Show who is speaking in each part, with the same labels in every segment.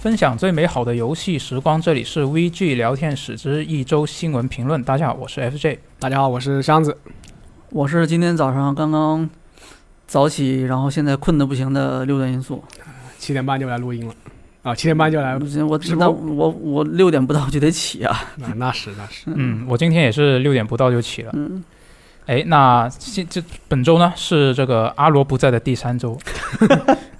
Speaker 1: 分享最美好的游戏时光，这里是 VG 聊天室之一周新闻评论。大家好，我是 FJ。
Speaker 2: 大家好，我是箱子。
Speaker 3: 我是今天早上刚刚早起，然后现在困得不行的六段因素。
Speaker 2: 七点半就来录音了，啊，七点半就来，
Speaker 3: 不行，我
Speaker 2: 直
Speaker 3: 那
Speaker 2: 播
Speaker 3: 我我六点不到就得起啊。
Speaker 2: 啊那是那是，
Speaker 1: 嗯，我今天也是六点不到就起了。
Speaker 3: 嗯，
Speaker 1: 哎，那现这本周呢是这个阿罗不在的第三周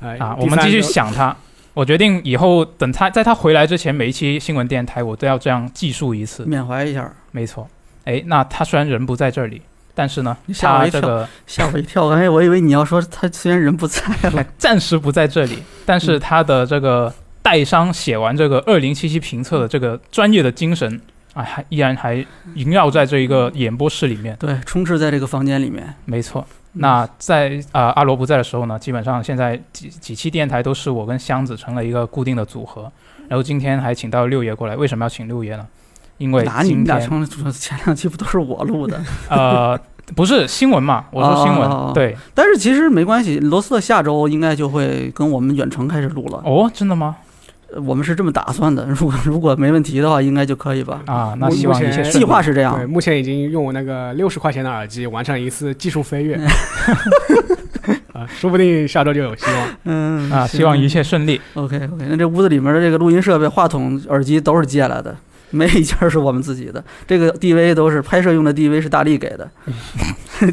Speaker 2: 哎
Speaker 1: 啊，我们继续，想他。我决定以后等他在他回来之前，每一期新闻电台我都要这样记述一次。
Speaker 3: 缅怀一下，
Speaker 1: 没错，哎，那他虽然人不在这里，但是呢，
Speaker 3: 吓我
Speaker 1: 他
Speaker 3: 一
Speaker 1: 这
Speaker 3: 跳
Speaker 1: 个
Speaker 3: 吓我一跳，刚才我以为你要说他虽然人不在了，
Speaker 1: 暂时不在这里，但
Speaker 3: 嗯
Speaker 1: 是他的这个带伤写完这个二零七七评测的这个专业的精神啊，还依然还萦绕在这一个
Speaker 3: 嗯
Speaker 1: 演播室里面。
Speaker 3: 对，充斥在这个房间里面。
Speaker 1: 没错，
Speaker 3: 嗯
Speaker 1: 那在啊、呃阿罗不在的时候呢，基本上现在几几期电台都是我跟箱子成了一个固定的组合，然后今天还请到六爷过来，为什么要请六爷呢？因为
Speaker 3: 哪你
Speaker 1: 今
Speaker 3: 们俩
Speaker 1: 天
Speaker 3: 成了主前两期不都是我录的？
Speaker 1: 呃不是新闻嘛，我说新闻、
Speaker 3: 哦哦哦
Speaker 1: 对
Speaker 3: 但是其实没关系，罗斯特下周应该就会跟我们远程开始录了。
Speaker 1: 哦，真的吗？
Speaker 3: 呃我们是这么打算的，如果如果没问题的话，应该就可以吧？
Speaker 1: 啊，那
Speaker 2: 目
Speaker 1: 希望
Speaker 2: 目
Speaker 1: 一切
Speaker 2: 前
Speaker 1: 顺利
Speaker 3: 计划是这
Speaker 2: 对，
Speaker 3: 样，
Speaker 2: 目前已经用我那个六十块钱的耳机完成一次技术 飞跃，啊，说不定下周就有希 望。
Speaker 3: 嗯
Speaker 1: 啊，希望一切顺利。
Speaker 3: OK OK，那这屋子里面的这个录音设备、话筒、耳机都是借来的，没一件儿是我们自己的。这个 DV 都是拍摄用的 DV 是大力给 的，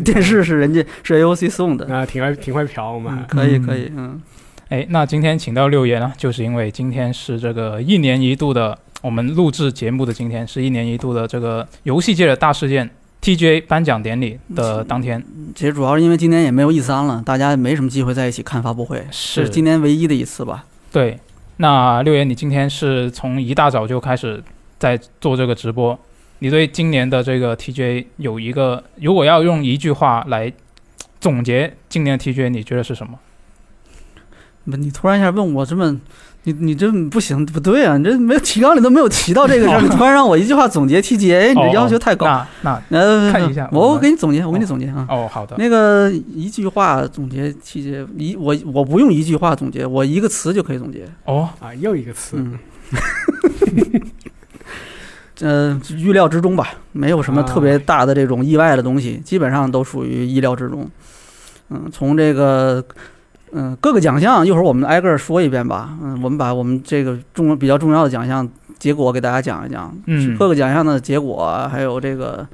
Speaker 3: 电视是人家是 AOC 送的。
Speaker 2: 那挺会挺会嫖，我们
Speaker 3: 嗯，
Speaker 2: 还
Speaker 3: 可以
Speaker 1: 嗯
Speaker 3: 可以，嗯，
Speaker 1: 哎，那今天请到六爷呢，就是因为今天是这个一年一度的我们录制节目的今天，是一年一度的这个游戏界的大事件 TGA 颁奖典礼的当天，
Speaker 3: 其实主要是因为今年也没有 E 三了，大家也没什么机会在一起看发布会，这是今年唯一的一次吧？
Speaker 1: 对。那六爷，你今天是从一大早就开始在做这个直播，你对今年的这个 TGA 有一个，如果要用一句话来总结今年的 TGA，你觉得是什么？
Speaker 3: 不你突然一下问我这么，你你这不行不对啊，你这没有提纲里都没有提到这个事 儿，你突然让我一句话总结 TGA，你
Speaker 1: 哦
Speaker 3: 这要求太高。
Speaker 1: 那那
Speaker 3: 呃，
Speaker 1: 看一下我
Speaker 3: 我
Speaker 1: 们
Speaker 3: 给你总结，我给你总结啊。
Speaker 1: 哦，好的，
Speaker 3: 那个一句话总结细节，一我我不用一句话总结，我一个词就可以总结。
Speaker 1: 哦，
Speaker 2: 啊，又一个词，
Speaker 3: 嗯， 呃，预料之中吧，没有什么特别大的这种意外的东西，基本上都属于意料之中。嗯，从这个。嗯，各个奖项一会儿我们挨个儿说一遍吧。嗯，我们把我们这个重比较重要的奖项结果给大家讲一讲。
Speaker 1: 嗯
Speaker 3: 各个奖项的结果，还有这个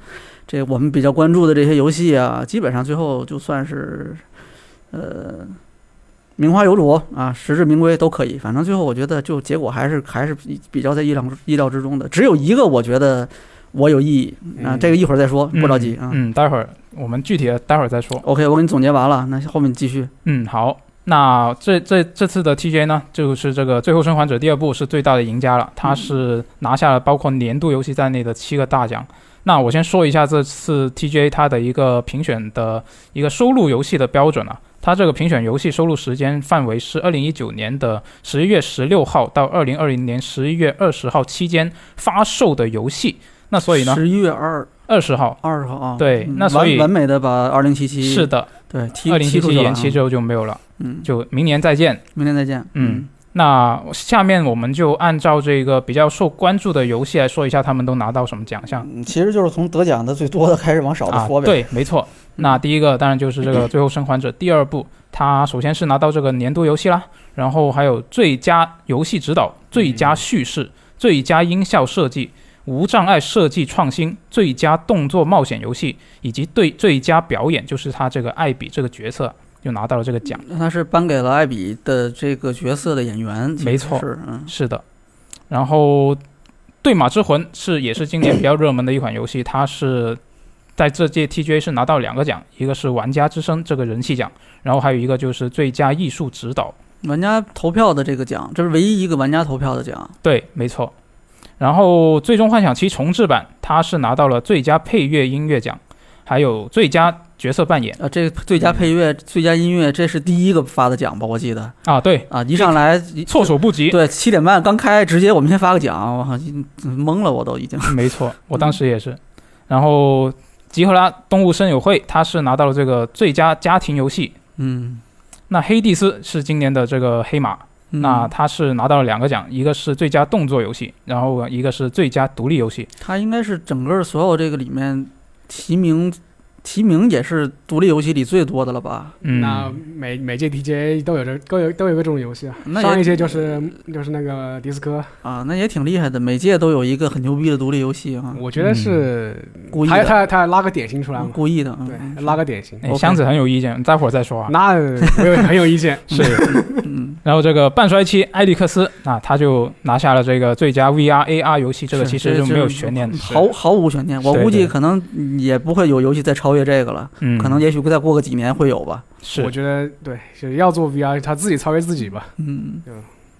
Speaker 3: 这我们比较关注的这些游戏啊，基本上最后就算是呃名花有主啊，实至名归都可以。反正最后我觉得就结果还是还是比比较在意料意料之中的。只有一个我觉得我有异议啊，
Speaker 2: 嗯
Speaker 3: 这个一会儿再说，不着急啊。
Speaker 1: 嗯，嗯待会儿我们具体的待会儿再说。
Speaker 3: OK，我给你总结完了，那后面继续。
Speaker 1: 嗯，好，那这这这次的 TGA 呢，就是这个《最后生还者》第二部是最大的赢家了，它是拿下了包括年度游戏在内的七个大奖。那我先说一下这次 TGA 它的一个评选的一个收录游戏的标准啊，它这个评选游戏收录时间范围是二零一九年的十一月十六号到二零二零年十一月二十号期间发售的游戏。那所以呢，
Speaker 3: 十一月二
Speaker 1: 二十号
Speaker 3: 二十号啊，
Speaker 1: 对
Speaker 3: 嗯
Speaker 1: 那所以
Speaker 3: 完完美的把二零七七
Speaker 1: 是的，
Speaker 3: 对踢
Speaker 1: 二零七
Speaker 3: 踢出
Speaker 1: 七
Speaker 3: 去了
Speaker 1: 延
Speaker 3: 啊
Speaker 1: 期之后就没有了，
Speaker 3: 嗯，
Speaker 1: 就明年再见。
Speaker 3: 明天再见。
Speaker 1: 嗯那下面我们就按照这个比较受关注的游戏来说一下，他们都拿到什么奖项
Speaker 3: 嗯，其实就是从得奖的最多的开始往少的
Speaker 1: 啊
Speaker 3: 说？呗。
Speaker 1: 对，没错。那第一个当然就是这个《最后生还者》第二部，它首先是拿到这个年度游戏啦，然后还有最佳游戏指导、最佳叙事、最佳音效设计、无障碍设计创新、最佳动作冒险游戏以及对最佳表演，就是他这个艾比这个角色就拿到了这个奖。
Speaker 3: 那他是颁给了艾比的这个角色的演员，其实
Speaker 1: 没错
Speaker 3: 是嗯，
Speaker 1: 是的，然后《对马之魂》是也是今年比较热门的一款游戏，它是在这届 TGA 是拿到两个奖，一个是玩家之声这个人气奖，然后还有一个就是最佳艺术指导。
Speaker 3: 玩家投票的这个奖，这是唯一一个玩家投票的奖。
Speaker 1: 对，没错。然后《最终幻想七重置版》它是拿到了最佳配乐音乐奖，还有最佳角色扮演
Speaker 3: 啊，这个最佳配乐、最佳音乐，这是第一个发的奖吧？我记得
Speaker 1: 啊，对，
Speaker 3: 啊，一上来一
Speaker 1: 措手不及，
Speaker 3: 对七点半刚开，直接我们先发个奖，我靠，懵了，我都已经。
Speaker 1: 没错，我当时也是。然后吉赫拉动物森友会，它是拿到了这个最佳家庭游戏。
Speaker 3: 嗯，
Speaker 1: 那黑蒂斯是今年的这个黑马，
Speaker 3: 嗯
Speaker 1: 那它是拿到了两个奖，一个是最佳动作游戏，然后一个是最佳独立游戏。
Speaker 3: 他应该是整个所有这个里面提名提名也是独立游戏里最多的了吧？
Speaker 1: 嗯，
Speaker 2: 那每每届 TGA 都有这都有都有个这种游戏啊，
Speaker 3: 那也
Speaker 2: 上一届就是就是那个迪斯科，
Speaker 3: 啊，那也挺厉害的，每届都有一个很牛逼的独立游戏啊，
Speaker 2: 我觉得是
Speaker 3: 故意
Speaker 2: 他
Speaker 3: 的，
Speaker 2: 他他拉个典型出来嘛，
Speaker 3: 故意的，嗯
Speaker 2: 对，
Speaker 3: 嗯
Speaker 2: 拉个典型，
Speaker 1: 哎
Speaker 3: OK
Speaker 1: 箱子很有意见，待会儿再说啊。。
Speaker 2: 那我有很有意见
Speaker 1: 是，
Speaker 3: 嗯，
Speaker 1: 然后这个半衰期艾利克斯，那他就拿下了这个最佳 VR AR 游戏，这个
Speaker 3: 是
Speaker 1: 其实
Speaker 3: 这
Speaker 1: 就没有
Speaker 3: 这
Speaker 1: 悬念的。
Speaker 3: 嗯毫毫无悬念，我
Speaker 1: 对
Speaker 3: 估计
Speaker 1: 对
Speaker 3: 可能也不会有游戏再超越这个了，
Speaker 1: 嗯，
Speaker 3: 可能也许再过个几年会有吧，
Speaker 1: 是
Speaker 2: 我，觉得对，就是要做 VR，他自己超越自己吧。
Speaker 3: 嗯，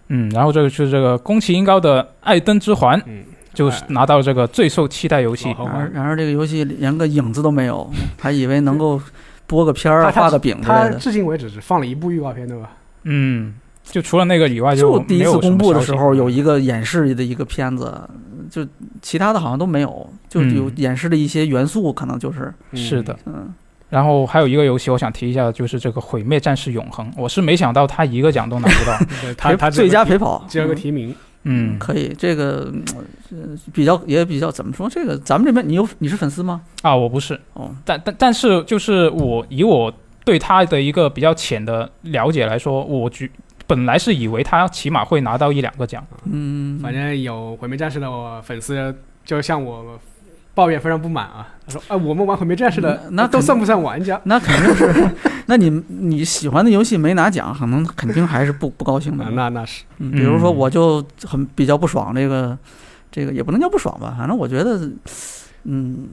Speaker 1: 嗯，然后这个是这个宫崎英高的《艾登之环》，
Speaker 3: 哎
Speaker 2: 嗯，
Speaker 1: 就是拿到这个最受期待游戏
Speaker 2: 好。
Speaker 3: 然而然而这个游戏连个影子都没有，还以为能够播个片
Speaker 2: 他
Speaker 3: 儿、啊
Speaker 2: 他
Speaker 3: 画个饼之
Speaker 2: 他
Speaker 3: 类的。
Speaker 2: 至今为止只放了一部预告片，对吧？
Speaker 1: 嗯，就除了那个以外
Speaker 3: 就第
Speaker 1: 没
Speaker 3: 一
Speaker 1: 有
Speaker 3: 次
Speaker 1: 什么
Speaker 3: 公布的
Speaker 1: 消
Speaker 3: 时
Speaker 1: 息
Speaker 3: 候有一个演示的一个片子，就其他的好像都没有，就
Speaker 1: 嗯
Speaker 3: 有演示的一些元素，可能就是
Speaker 1: 是的，
Speaker 3: 嗯
Speaker 1: 然后还有一个游戏我想提一下，就是这个《毁灭战士永恒》，我是没想到他一个奖都拿 不到。
Speaker 2: 嗯，对他他
Speaker 3: 最佳
Speaker 2: 只有
Speaker 3: 陪跑
Speaker 2: 个提只有个
Speaker 3: 嗯
Speaker 2: 提名，
Speaker 1: 嗯
Speaker 3: 可以，这个嗯呃比较也比较怎么说？这个咱们这边你有你是粉丝吗？
Speaker 1: 啊，我不是，
Speaker 3: 哦，
Speaker 1: 但但但是就是我以我对他的一个比较浅的了解来说，我觉本来是以为他起码会拿到一两个奖。
Speaker 3: 嗯，
Speaker 2: 反正有毁灭战士的我粉丝就向我抱怨非常不满啊，他说啊，我们玩毁灭战士的
Speaker 3: 那那
Speaker 2: 都
Speaker 3: 肯
Speaker 2: 算不算玩家？
Speaker 3: 那肯定是， 那你你喜欢的游戏没拿奖，可能肯定还 是不不高兴的
Speaker 2: 啊，。那那是
Speaker 3: 嗯，比如说
Speaker 1: 嗯
Speaker 3: 我就很比较不爽这个，这个也不能叫不爽吧，反正我觉得，嗯，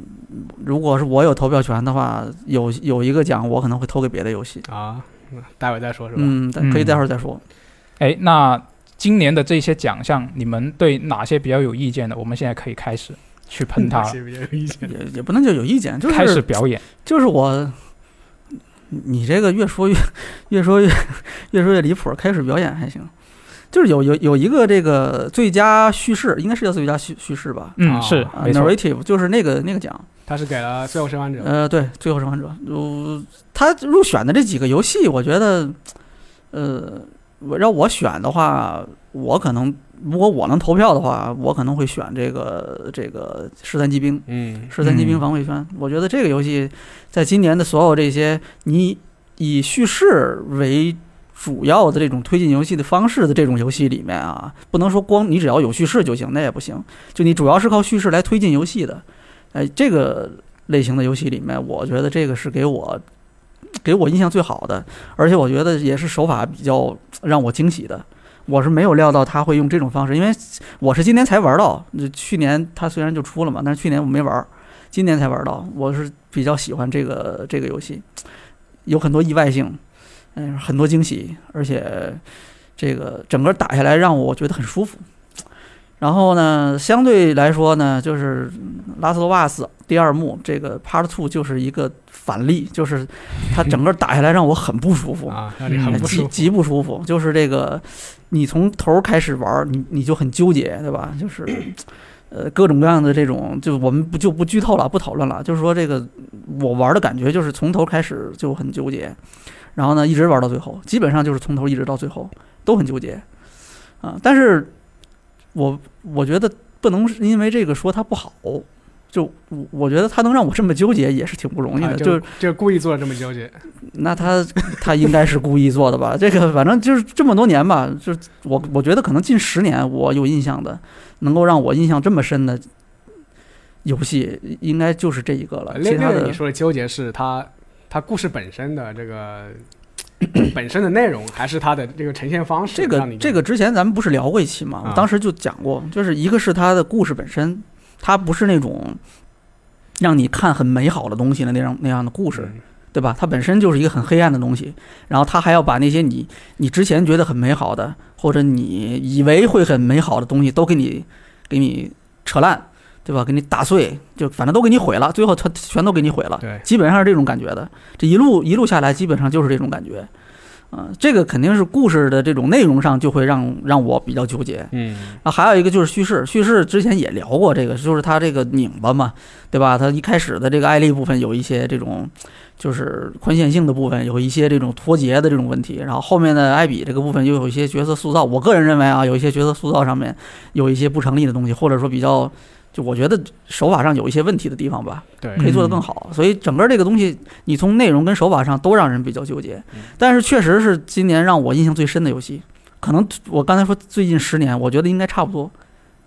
Speaker 3: 如果是我有投票权的话，有有一个奖我可能会投给别的游戏，
Speaker 2: 啊，那待会再说是吧？
Speaker 3: 嗯，但可以
Speaker 1: 嗯
Speaker 3: 待会儿再说。
Speaker 1: 哎，那今年的这些奖项，你们对哪些比较有意见的？我们现在可以开始去喷他
Speaker 2: 那
Speaker 1: 了，
Speaker 2: 些比较有意见。
Speaker 3: 也也不能叫有意见，就
Speaker 1: 嗯开始
Speaker 3: 是
Speaker 1: 表演。
Speaker 3: 就是我，你这个越说越越说越越说越离谱，开始表演还行。就是有有有一个这个最佳叙事，应该是叫最佳叙叙事吧？
Speaker 1: 嗯，
Speaker 2: 啊
Speaker 1: 是
Speaker 3: 啊
Speaker 1: 没错。
Speaker 3: ，narrative 就是那个那个奖，
Speaker 2: 他是给了《最后生还者》
Speaker 3: 呃，对，《最后生还者》呃，他入选的这几个游戏，我觉得，呃，我让我选的话，我可能如果我能投票的话，我可能会选这个这个《十三机兵》。
Speaker 2: 嗯
Speaker 3: 《十三机兵
Speaker 1: 嗯
Speaker 3: 防卫圈》我觉得这个游戏在今年的所有这些你以叙事为主要的这种推进游戏的方式的这种游戏里面啊，不能说光你只要有叙事就行，那也不行。就你主要是靠叙事来推进游戏的，哎，这个类型的游戏里面，我觉得这个是给我给我印象最好的，而且我觉得也是手法比较让我惊喜的。我是没有料到他会用这种方式，因为我是今年才玩到，就去年它虽然就出了嘛，但是去年我没玩儿，今年才玩到。我是比较喜欢这个这个游戏，有很多意外性，嗯、很多惊喜，而且这个整个打下来让我觉得很舒服。然后呢，相对来说呢，就是《拉斯多瓦斯》第二幕这个 Part Two 就是一个反例，就是它整个打下来让我很不舒服。
Speaker 2: 啊，让你很
Speaker 3: 哎
Speaker 2: 不
Speaker 3: 极
Speaker 2: 舒服。
Speaker 3: 极不舒服，就是这个，你从头儿开始玩儿，你你就很纠结，对吧？就是，呃，各种各样的这种，就我们不就不剧透了，不讨论了。就是说，这个我玩儿的感觉就是从头开始就很纠结，然后呢，一直玩到最后，基本上就是从头一直到最后都很纠结，啊、但是我我觉得不能是因为这个说它不好。就我我觉得它能让我这么纠结也是挺不容易
Speaker 2: 啊
Speaker 3: 的，
Speaker 2: 就是就故意做了这么纠结，
Speaker 3: 那他他应该是故意做的吧？这个反正就是这么多年吧，就是我我觉得可能近十年我有印象的，能够让我印象这么深的游戏，应该就是这一个了。
Speaker 2: 那
Speaker 3: 其他
Speaker 2: 那个
Speaker 3: 的
Speaker 2: 你说的纠结是他他故事本身的这个本身的内容，还是他的这个呈现方式？
Speaker 3: 这
Speaker 2: 让
Speaker 3: 个
Speaker 2: 你
Speaker 3: 这个之前咱们不是聊过一期吗？
Speaker 2: 啊
Speaker 3: 我当时就讲过，就是一个是它的故事本身，它不是那种让你看很美好的东西的那样那样的故事，
Speaker 2: 嗯
Speaker 3: 对吧？它本身就是一个很黑暗的东西，然后它还要把那些你你之前觉得很美好的，或者你以为会很美好的东西，都给你给你扯烂，对吧？给你打碎，就反正都给你毁了，最后它全都给你毁了，
Speaker 2: 对
Speaker 3: 基本上是这种感觉的。这一路一路下来，基本上就是这种感觉。啊、这个肯定是故事的这种内容上就会让让我比较纠结。
Speaker 2: 嗯，
Speaker 3: 啊，还有一个就是叙事，叙事之前也聊过这个，就是它这个拧巴嘛，对吧？它一开始的这个艾丽部分有一些这种，就是宽限性的部分，有一些这种脱节的这种问题，然后后面的艾比这个部分又有一些角色塑造，我个人认为啊，有一些角色塑造上面有一些不成立的东西，或者说比较。就我觉得手法上有一些问题的地方吧，
Speaker 2: 对，
Speaker 3: 可以做得更
Speaker 1: 嗯
Speaker 3: 好，所以整个这个东西，你从内容跟手法上都让人比较纠结
Speaker 2: 嗯。
Speaker 3: 但是确实是今年让我印象最深的游戏，可能我刚才说最近十年，我觉得应该差不多，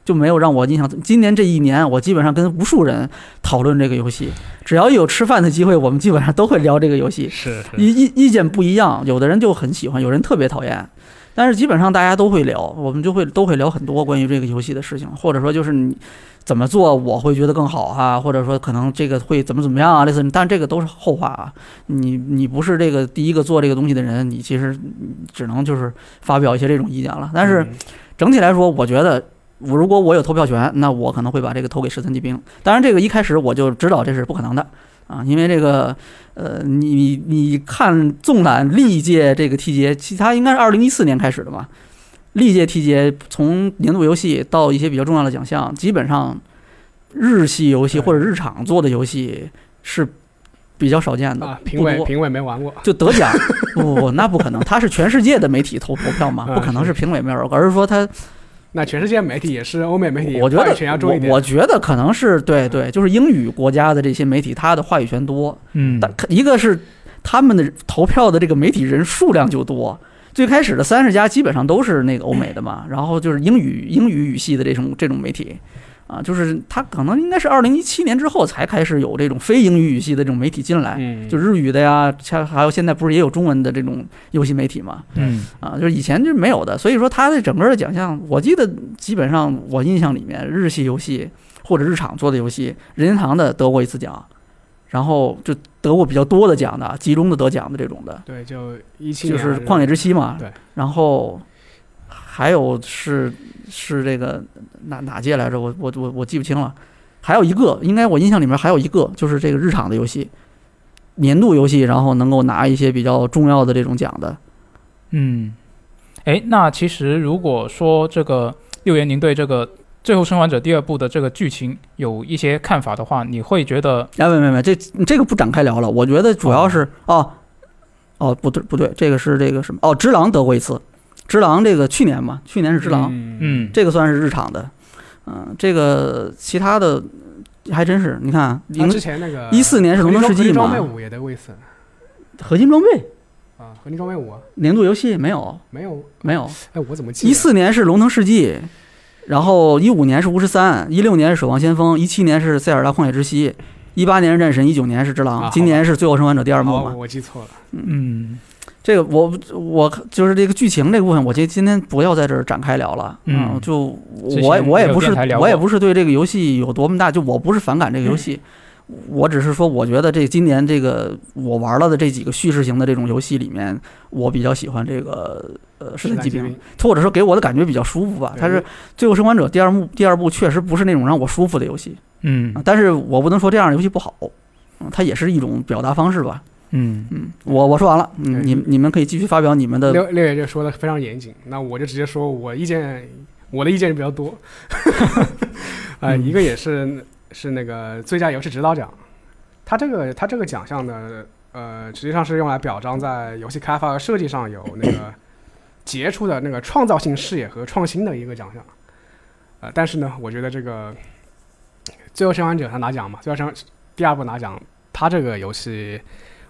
Speaker 3: 就没有让我印象。今年这一年，我基本上跟无数人讨论这个游戏，只要有吃饭的机会，我们基本上都会聊这个游戏。
Speaker 2: 是是
Speaker 3: 意意意见不一样，有的人就很喜欢，有人特别讨厌。但是基本上大家都会聊，我们就会都会聊很多关于这个游戏的事情，或者说就是你怎么做我会觉得更好啊，或者说可能这个会怎么怎么样啊，类似于，但这个都是后话啊。你你不是这个第一个做这个东西的人，你其实只能就是发表一些这种意见了。但是
Speaker 2: 嗯
Speaker 3: 整体来说，我觉得我如果我有投票权，那我可能会把这个投给十三级兵。当然，这个一开始我就知道这是不可能的啊，因为这个呃，你你你看，纵览历届这个 TGA，其他应该是二零一四年开始的嘛，历届 TGA 从年度游戏到一些比较重要的奖项，基本上日系游戏
Speaker 2: 对
Speaker 3: 或者日常做的游戏是比较少见的，
Speaker 2: 啊，评
Speaker 3: 不
Speaker 2: 委
Speaker 3: 多。
Speaker 2: 评委没玩过，
Speaker 3: 就得 奖，不不不，那不可能，他是全世界的媒体投投票嘛，
Speaker 2: 啊
Speaker 3: 不可能
Speaker 2: 是
Speaker 3: 是评委没有，而是说他
Speaker 2: 那全世界媒体也是欧美媒体，
Speaker 3: 我觉
Speaker 2: 话
Speaker 3: 得
Speaker 2: 语权要重一点
Speaker 3: 我，我觉得可能是对对，就是英语国家的这些媒体，它的话语权多，
Speaker 1: 嗯，
Speaker 3: 但一个是他们的投票的这个媒体人数量就多。最开始的三十家基本上都是那个欧美的嘛，然后就是英语英语语系的这种这种媒体，啊，就是它可能应该是二零一七年之后才开始有这种非英语语系的这种媒体进来，
Speaker 2: 嗯，
Speaker 3: 就日语的呀，像还有现在不是也有中文的这种游戏媒体嘛，
Speaker 1: 嗯
Speaker 3: 啊，就是以前就是没有的，所以说它的整个的奖项，我记得基本上我印象里面，日系游戏或者日厂做的游戏，任天堂的得过一次奖，然后就得过比较多的奖的，集中的得奖的这种的，
Speaker 2: 对，就一七
Speaker 3: 就
Speaker 2: 年
Speaker 3: 是《旷野之息》嘛，
Speaker 2: 对，
Speaker 3: 然后还有是是这个哪哪届来着？我我我我记不清了，还有一个应该我印象里面还有一个就是这个日厂的游戏，年度游戏，然后能够拿一些比较重要的这种奖的，
Speaker 1: 嗯，哎，那其实如果说这个六言您对这个《最后生还者》第二部的这个剧情有一些看法的话，你会觉得
Speaker 3: 哎，没没没，这这个不展开聊了。我觉得主要是哦哦，不对不对，这个是这个什么哦，只狼得过一次，只狼这个去年嘛，去年是只狼，
Speaker 2: 嗯
Speaker 1: 嗯，
Speaker 3: 这个算是日常的，嗯，这个其他的还真是，你看，
Speaker 2: 他
Speaker 3: 零
Speaker 2: 之前那个
Speaker 3: 14年是龙腾世纪
Speaker 2: 合金装
Speaker 3: 嘛
Speaker 2: 备五也得过一次
Speaker 3: 合金装备
Speaker 2: 啊，合金装备五啊
Speaker 3: 年度游戏没有
Speaker 2: 没有，
Speaker 3: 没有，
Speaker 2: 哎，我怎么记得
Speaker 3: 一四年是龙腾世纪。然后一五年是巫师三，一六年是守望先锋，一七年是塞尔达旷野之息，一八年是战神，一九年是只
Speaker 2: 啊
Speaker 3: 狼，
Speaker 2: 好
Speaker 3: 今年是最后生还者第二幕
Speaker 2: 哦
Speaker 3: 嘛。
Speaker 2: 我记错了，
Speaker 1: 嗯
Speaker 3: 这个我我就是这个剧情这个部分，我今今天不要在这儿展开聊了。
Speaker 1: 嗯
Speaker 3: 就
Speaker 1: 之
Speaker 3: 我
Speaker 1: 前
Speaker 3: 我也
Speaker 1: 有
Speaker 3: 不是
Speaker 1: 电台聊
Speaker 3: 我也
Speaker 1: 过嗯
Speaker 3: 不是对这个游戏有多么大，就我不是反感这个游戏，我只是说我觉得这今年这个我玩了的这几个叙事型的这种游戏里面，我比较喜欢这个呃
Speaker 2: 是
Speaker 3: 神
Speaker 2: 蓝
Speaker 3: 机
Speaker 2: 精
Speaker 3: 兵
Speaker 2: 灵，
Speaker 3: 或者说给我的感觉比较舒服吧。
Speaker 2: 对
Speaker 3: 它啊是《最后生还者》第二幕第二部确实不是那种让我舒服的游戏，
Speaker 1: 嗯
Speaker 3: 啊但是我不能说这样的游戏不好，嗯它也是一种表达方式吧。
Speaker 1: 嗯
Speaker 3: 嗯，我我说完了，嗯，你你们可以继续发表你们的
Speaker 2: 六六爷就说的非常严谨，那我就直接说我意见，我的意见比较多，
Speaker 3: 嗯
Speaker 2: 呃，一个也是是那个最佳游戏指导奖，它这个它这个奖项呢，呃，实际上是用来表彰在游戏开发和设计上有那 个杰出的那个创造性视野和创新的一个奖项，呃，但是呢，我觉得这个最后生还者他拿奖嘛，最后生第二部拿奖，他这个游戏。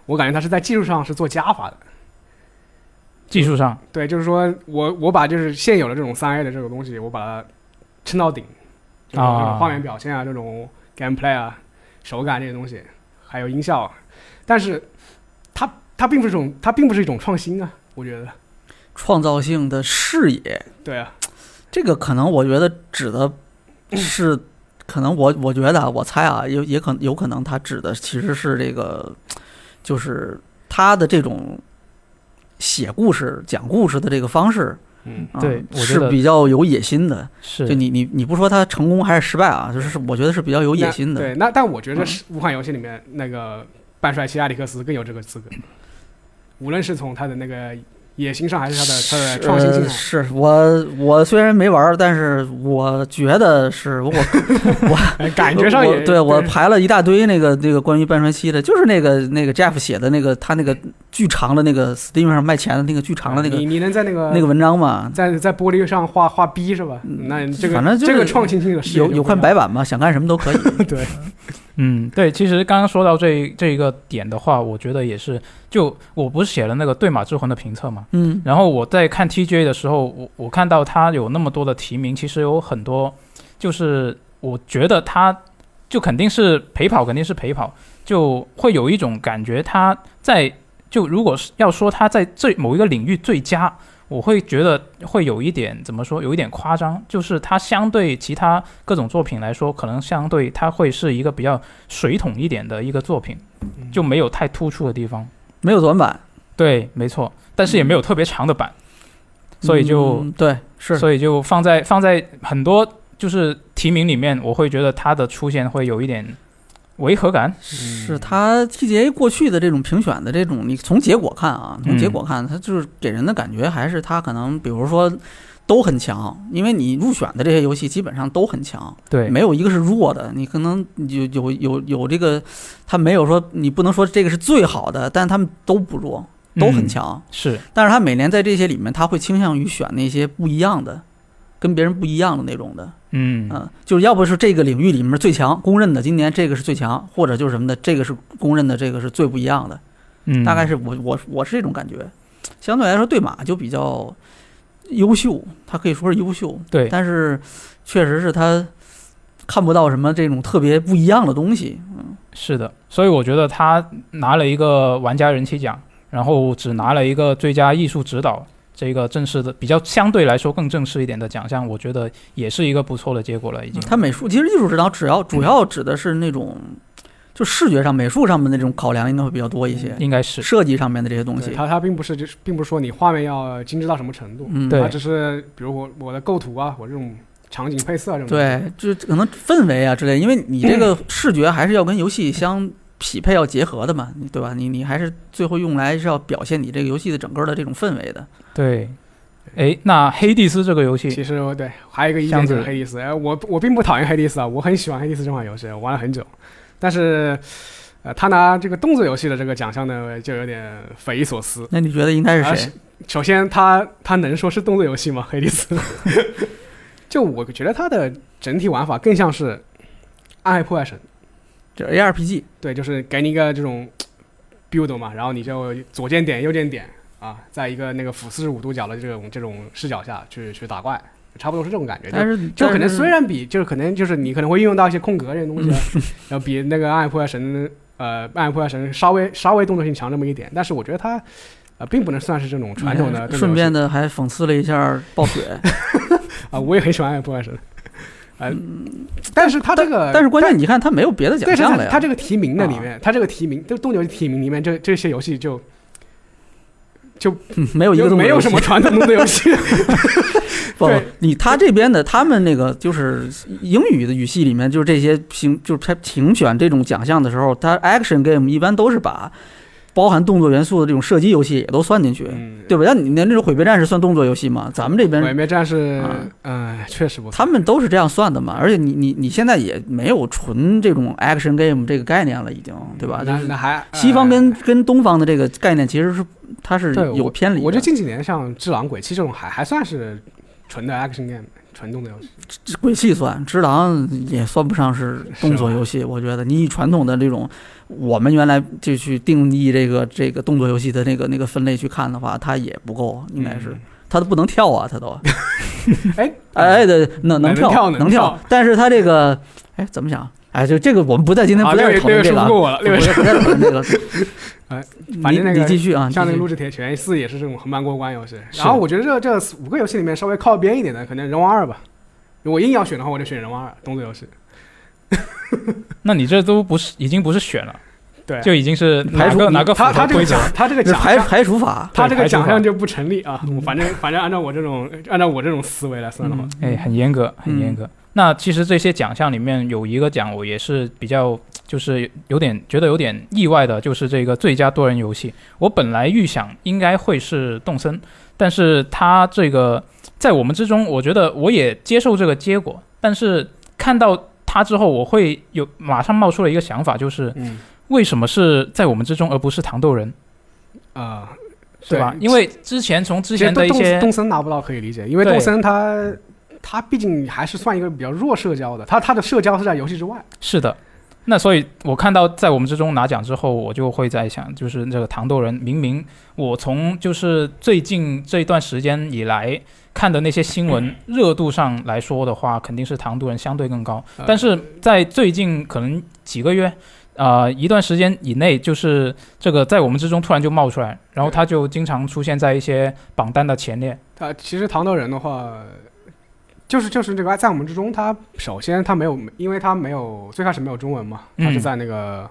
Speaker 2: 我感觉他是在技术上是做加法的，
Speaker 1: 技术上，
Speaker 2: 对，就是说我我把就是现有的这种三 A 的这种东西，我把它撑到顶，就是这种
Speaker 1: 啊
Speaker 2: 画面表现啊，这种 gameplay 啊，手感这些东西，还有音效啊，但是它它并不是一种它并不是一种创新啊，我觉得，
Speaker 3: 创造性的视野，
Speaker 2: 对啊，
Speaker 3: 这个可能我觉得指的是，可能我我觉得啊我猜啊，有也可有可能他指的其实是这个，就是他的这种写故事、讲故事的这个方式，
Speaker 2: 嗯
Speaker 3: 啊
Speaker 1: 对我觉
Speaker 3: 是
Speaker 1: 得
Speaker 3: 比较有野心的。
Speaker 1: 是
Speaker 3: 就你你你不说他成功还是失败啊，就是我觉得是比较有野
Speaker 2: 那
Speaker 3: 心的。
Speaker 2: 对，那但我觉得
Speaker 3: 嗯
Speaker 2: 是《无hạn游戏》里面那个半帅齐亚里克斯更有这个资格，无论是从他的那个野心上，还是他的他的创新性啊
Speaker 3: 呃
Speaker 2: 上，
Speaker 3: 是我我虽然没玩儿，但是我觉得是我
Speaker 2: 哎感觉上
Speaker 3: 我
Speaker 2: 也
Speaker 3: 对我排了一大堆那个那个关于半衰期的，就是那个那个 Jeff 写的那个他那个巨长的那个 Steam 上卖钱的那个巨长的那个
Speaker 2: 你你能在那个
Speaker 3: 那个文章嘛，
Speaker 2: 在在玻璃上画画逼是吧？那这个
Speaker 3: 反正就是
Speaker 2: 这个创新性的事业
Speaker 3: 有
Speaker 2: 就
Speaker 3: 有
Speaker 2: 不
Speaker 3: 块
Speaker 2: 一样
Speaker 3: 白板嘛，想干什么都可以。
Speaker 2: 对，
Speaker 1: 嗯，对，其实刚刚说到这这一个点的话，我觉得也是，就我不是写了那个《对马之魂》的评测嘛，
Speaker 3: 嗯，
Speaker 1: 然后我在看 TGA 的时候，我我看到他有那么多的提名，其实有很多，就是我觉得他就肯定是陪跑，肯定是陪跑，就会有一种感觉他在就如果是要说他在这某一个领域最佳，我会觉得会有一点怎么说，有一点夸张，就是他相对其他各种作品来说，可能相对他会是一个比较水桶一点的一个作品，就
Speaker 2: 嗯
Speaker 1: 没有太突出的地方。
Speaker 3: 没有短板，
Speaker 1: 对，没错，但是也没有特别长的版，所以就、
Speaker 3: 嗯对是
Speaker 1: 所以就放在放在很多就是提名里面，我会觉得它的出现会有一点违和感。
Speaker 3: 是他 TGA 过去的这种评选的这种，你从结果看啊，从结果看，他就是给人的感觉还是他可能比如说。都很强，因为你入选的这些游戏基本上都很强，
Speaker 1: 对，
Speaker 3: 没有一个是弱的，你可能有有有有这个，他没有说你不能说这个是最好的，但他们都不弱，都很
Speaker 1: 嗯
Speaker 3: 强。
Speaker 1: 是
Speaker 3: 但是他每年在这些里面，他会倾向于选那些不一样的，跟别人不一样的那种的，
Speaker 1: 嗯
Speaker 3: 嗯、就是要不是这个领域里面最强，公认的，今年这个是最强，或者就是什么的，这个是公认的，这个是最不一样的，
Speaker 1: 嗯，
Speaker 3: 大概是我我我是这种感觉。相对来说，对马就比较优秀，他可以说是优秀，
Speaker 1: 对，
Speaker 3: 但是确实是他看不到什么这种特别不一样的东西。
Speaker 1: 是的，所以我觉得他拿了一个玩家人气奖，然后只拿了一个最佳艺术指导。这个正式的比较相对来说更正式一点的奖项，我觉得也是一个不错的结果了，已
Speaker 2: 嗯
Speaker 1: 经。
Speaker 3: 他美术其实艺术指导只要主要指的是那种就视觉上、美术上面的这种考量，应该会比较多一些，
Speaker 1: 应该是
Speaker 3: 设计上面的这些
Speaker 2: 嗯
Speaker 3: 东
Speaker 2: 对
Speaker 3: 西。
Speaker 2: 他他并不是就是并不是说你画面要精致到什么程度，
Speaker 3: 嗯，
Speaker 1: 对
Speaker 2: 他只是比如我我的构图啊，我这种场景配色啊这种东西，
Speaker 3: 对，就可能氛围啊之类，因为你 这个视觉还是要跟游戏相匹配、要结合的嘛，你对吧？你你还是最后用来是要表现你这个游戏的整个的这种氛围的。
Speaker 1: 对。哎，那黑蒂斯这个游戏，
Speaker 2: 其实我对，还有一个意
Speaker 1: 箱
Speaker 2: 见就是
Speaker 1: 子
Speaker 2: 黑帝斯，哎，我我并不讨厌黑帝斯啊，我很喜欢黑帝斯这款游戏，我玩了很久，但是，呃，他拿这个动作游戏的这个奖项呢，就有点匪夷所思。
Speaker 3: 那你觉得应该
Speaker 2: 啊
Speaker 3: 是
Speaker 2: 是
Speaker 3: 谁？
Speaker 2: 首先他，他能说是动作游戏吗？黑 帝斯，就我觉得他的整体玩法更像是《暗黑破坏神》，
Speaker 3: 就 ARPG，
Speaker 2: 对，就是给你一个这种 build 嘛，然后你就左键点右键点啊，在一个那个俯四十五度角的这种这种视角下去去打怪，差不多是这种感觉。就
Speaker 3: 但是
Speaker 2: 就可
Speaker 3: 但
Speaker 2: 能
Speaker 3: 是
Speaker 2: 虽然比就是可能就是你可能会运用到一些空格这些东西啊，
Speaker 3: 嗯
Speaker 2: 要比那个《暗夜破坏神》呃，《暗夜破坏神》稍微稍微动作性强这么一点，但是我觉得它呃并不能算是这种传统的
Speaker 3: 嗯
Speaker 2: 这种游戏。
Speaker 3: 顺便的还讽刺了一下暴 雪，
Speaker 2: 啊，我也很喜欢《暗夜破坏神》，呃，但是它这个
Speaker 3: 嗯但是关键你看他没有别的奖
Speaker 2: 但是
Speaker 3: 项了
Speaker 2: 它
Speaker 3: 呀。啊
Speaker 2: 它这个提名的里面，它这个提名就动作游戏提名里面这这些游戏就
Speaker 3: 嗯没有一个
Speaker 2: 就
Speaker 3: 动作
Speaker 2: 没有什么
Speaker 3: 游戏
Speaker 2: 传统动作游戏，
Speaker 3: 不
Speaker 2: 对，
Speaker 3: 你他这边的他们那个就是英语的语系里面，就是这些评就是他评选这种奖项的时候，他 action game 一般都是把包含动作元素的这种射击游戏也都算进去，
Speaker 2: 嗯，
Speaker 3: 对吧？像你连这种毁灭战士算动作游戏吗？咱们这
Speaker 2: 毁
Speaker 3: 边
Speaker 2: 灭战士
Speaker 3: 啊，
Speaker 2: 嗯，确实不错，
Speaker 3: 他们都是这样算的嘛。而且你你你现在也没有纯这种 action game 这个概念了，已经对吧？就
Speaker 2: 嗯那
Speaker 3: 是
Speaker 2: 那还
Speaker 3: 西方
Speaker 2: 呃
Speaker 3: 跟跟东方的这个概念其实是它是
Speaker 2: 对
Speaker 3: 有偏离的。
Speaker 2: 我觉得近几年像《智狼》《鬼泣》这种还还算是纯的 action game，纯动的游戏。
Speaker 3: 鬼泣算，只狼也算不上是动
Speaker 2: 啊
Speaker 3: 作游戏。我觉得你以传统的这种，我们原来就去定义这个这个动作游戏的那个那个分类去看的话，它也不够，应该
Speaker 2: 嗯
Speaker 3: 是、它都不能跳啊，它都
Speaker 2: 哎
Speaker 3: 哎对，能
Speaker 2: 能
Speaker 3: 跳
Speaker 2: 跳能
Speaker 3: 能
Speaker 2: 跳，
Speaker 3: 但是它这个哎怎么讲？哎，就这个我们不在今天
Speaker 2: 啊，
Speaker 3: 不
Speaker 2: 六
Speaker 3: 在
Speaker 2: 月六月说
Speaker 3: 这讨论这个、
Speaker 2: 不
Speaker 3: 啊，
Speaker 2: 过我了，
Speaker 3: 不
Speaker 2: 六月
Speaker 3: 是不在讨论这个。
Speaker 2: 哎
Speaker 3: 你，
Speaker 2: 反正那个
Speaker 3: 你继续啊，
Speaker 2: 像那个《
Speaker 3: 你
Speaker 2: 陆
Speaker 3: 继
Speaker 2: 之
Speaker 3: 续
Speaker 2: 铁拳四》也是这种横版过关游戏。
Speaker 1: 是
Speaker 2: 然后我觉得这这五个游戏里面稍微靠边一点的，可能《人王二》吧。如果硬要选的话，我就选《人王二》动作游戏。
Speaker 1: 那你这都不是已经不是选了，
Speaker 2: 对，
Speaker 1: 就已经是哪
Speaker 3: 排除
Speaker 1: 个
Speaker 3: 你
Speaker 1: 哪个
Speaker 2: 他他这个
Speaker 1: 规则
Speaker 2: 奖，他这个
Speaker 3: 这
Speaker 2: 奖
Speaker 3: 排
Speaker 2: 项，
Speaker 3: 排除法，
Speaker 2: 他这
Speaker 1: 排
Speaker 2: 个
Speaker 1: 除
Speaker 2: 奖
Speaker 1: 法
Speaker 2: 项就不成立啊
Speaker 3: 嗯！
Speaker 2: 反正反正按照我这种按照我这种思维来算的话，
Speaker 1: 哎，很严格，很严
Speaker 3: 嗯
Speaker 1: 格。那其实这些奖项里面有一个奖，我也是比较就是有点觉得有点意外的，就是这个最佳多人游戏。我本来预想应该会是动森，但是他这个在我们之中，我觉得我也接受这个结果。但是看到他之后，我会有马上冒出了一个想法，就是
Speaker 2: 嗯
Speaker 1: 为什么是在我们之中，而不是糖豆人，
Speaker 2: 啊，
Speaker 1: 是吧？
Speaker 2: 对
Speaker 1: 因为之前从之
Speaker 2: 其实
Speaker 1: 前的一
Speaker 2: 动
Speaker 1: 些
Speaker 2: 动森拿不到可以理解，因为
Speaker 1: 对
Speaker 2: 动森它它毕竟还是算一个比较弱社交的，它它的社交是在游戏之外。
Speaker 1: 是的，那所以我看到在我们之中拿奖之后，我就会在想，就是这个糖豆人，明明我从就是最近这一段时间以来看的那些新闻热度上来说的话，肯定是糖豆人相对更高，
Speaker 2: 呃
Speaker 1: 但是在最近可能几个月。呃，一段时间以内，就是这个在我们之中突然就冒出来，然后它就经常出现在一些榜单的前列。
Speaker 2: 它其实糖豆人的话，就是就是这个在我们之中，它首先它没有，因为它没有最开始没有中文嘛，它是
Speaker 1: 嗯
Speaker 2: 在那个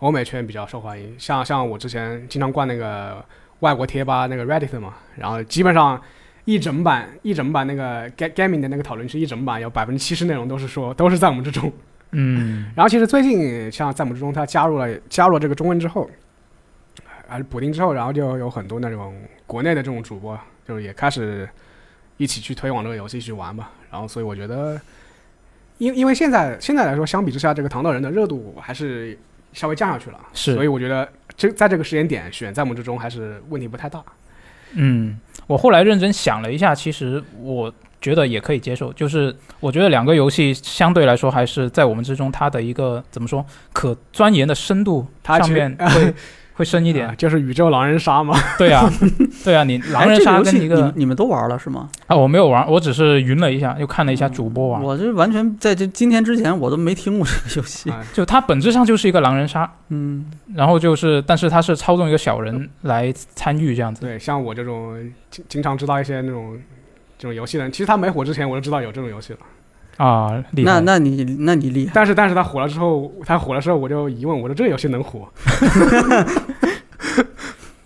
Speaker 2: 欧美圈比较受欢迎。像像我之前经常逛那个外国贴吧那个 Reddit 嘛，然后基本上。一整版一整版那个 ga- gaming 的那个讨论区，一整版有百分之七十内容都是说都是在我们之中，
Speaker 1: 嗯，
Speaker 2: 然后其实最近像在我们之中，他加入了加入了这个中文之后，还是补丁之后，然后就有很多那种国内的这种主播，就是也开始一起去推广这个游戏去玩吧。然后所以我觉得，因因为现在现在来说，相比之下，这个糖豆人的热度还是稍微降下去了，
Speaker 1: 是
Speaker 2: 所以我觉得这在这个时间点选在我们之中还是问题不太大。
Speaker 1: 嗯，我后来认真想了一下，其实我觉得也可以接受。就是我觉得两个游戏相对来说还是在我们之中，它的一个怎么说可钻研的深度
Speaker 2: 它
Speaker 1: 上
Speaker 2: 其实
Speaker 1: 面
Speaker 2: 啊
Speaker 1: 会会深一 点。
Speaker 2: 就是宇宙狼人杀嘛，
Speaker 1: 对啊，对啊，你狼
Speaker 3: 哎
Speaker 1: 人
Speaker 3: 这
Speaker 1: 杀
Speaker 3: 游戏
Speaker 1: 跟一
Speaker 3: 你
Speaker 1: 个
Speaker 3: 们你们都玩了是吗？
Speaker 1: 啊，我没有玩，我只是云了一下，又看了一下主播玩。
Speaker 3: 我这完全在这今天之前我都没听过这个游戏。
Speaker 2: 啊
Speaker 1: 就它本质上就是一个狼人杀，
Speaker 3: 嗯，
Speaker 1: 然后就是，但是它是操纵一个小人来参与这样子。
Speaker 2: 对，像我这种经经常知道一些那种这种游戏的人，其实他没火之前我就知道有这种游戏了。
Speaker 1: 啊，厉害！
Speaker 3: 那那你那你 厉害，
Speaker 2: 但是但是他火了之后，他火了之后，我就疑问，我说这个游戏能火？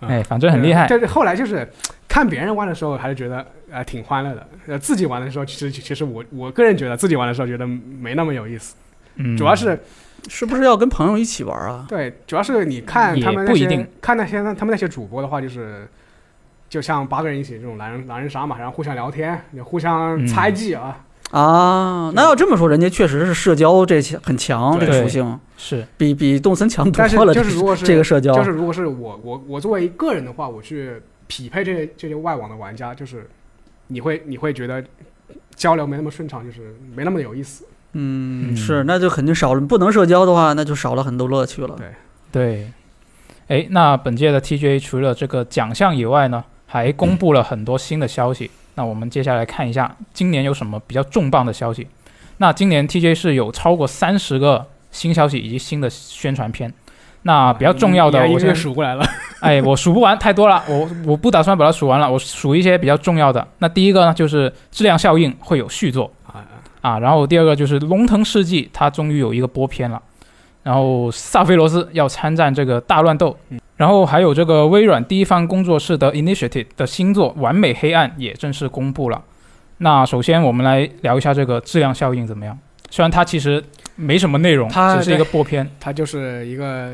Speaker 1: 哎，反正很厉害
Speaker 2: 呃。但是后来就是看别人玩的时候，还是觉得呃挺欢乐的。呃，自己玩的时候，其实其实我我个人觉得自己玩的时候觉得没那么有意思，
Speaker 1: 嗯，
Speaker 2: 主要是
Speaker 3: 是不是要跟朋友一起玩啊？
Speaker 2: 对，主要是你看他们
Speaker 1: 也
Speaker 2: 那
Speaker 1: 不一
Speaker 2: 些
Speaker 1: 定
Speaker 2: 看那些他们那些主播的话，就是就像八个人一起这种狼人狼人杀嘛，然后互相聊天，也互相
Speaker 1: 嗯
Speaker 2: 猜忌啊。
Speaker 3: 啊，那要这么说，人家确实是社交这些很强，这
Speaker 2: 对
Speaker 3: 个属性
Speaker 1: 是
Speaker 3: 比比动森强多
Speaker 2: 但是
Speaker 3: 了。
Speaker 2: 就是
Speaker 3: 这
Speaker 2: 如果是
Speaker 3: 这个社交，
Speaker 1: 哦
Speaker 2: 就是如果是我我我作为一个人的话，我去匹配这些这些外网的玩家，就是你会你会觉得交流没那么顺畅，就是没那么有意思。
Speaker 3: 嗯，
Speaker 1: 嗯
Speaker 3: 是，那就肯定少了。不能社交的话，那就少了很多乐趣了。
Speaker 1: 对，哎，那本届的 TGA 除了这个奖项以外呢，还公布了很多新的消息。那我们接下来看一下今年有什么比较重磅的消息。那今年 TGA 是有超过三十个新消息以及新的宣传片。那比较重要的，
Speaker 2: 你
Speaker 1: 我
Speaker 2: 你一个
Speaker 1: 先
Speaker 2: 个数过来了。
Speaker 1: 哎，我数不完，太多了，我我不打算把它数完了，我数一些比较重要的。那第一个呢，就是质量效应会有续作，
Speaker 2: 啊，
Speaker 1: 啊，然后第二个就是《龙腾世纪》，它终于有一个播片了。然后萨菲罗斯要参战这个大乱斗，然后还有这个微软第一方工作室的 Initiative 的新作《完美黑暗》也正式公布了。那首先我们来聊一下这个质量效应怎么样？虽然它其实没什么内容，
Speaker 2: 它
Speaker 1: 只是一个播片，
Speaker 2: 她就是一个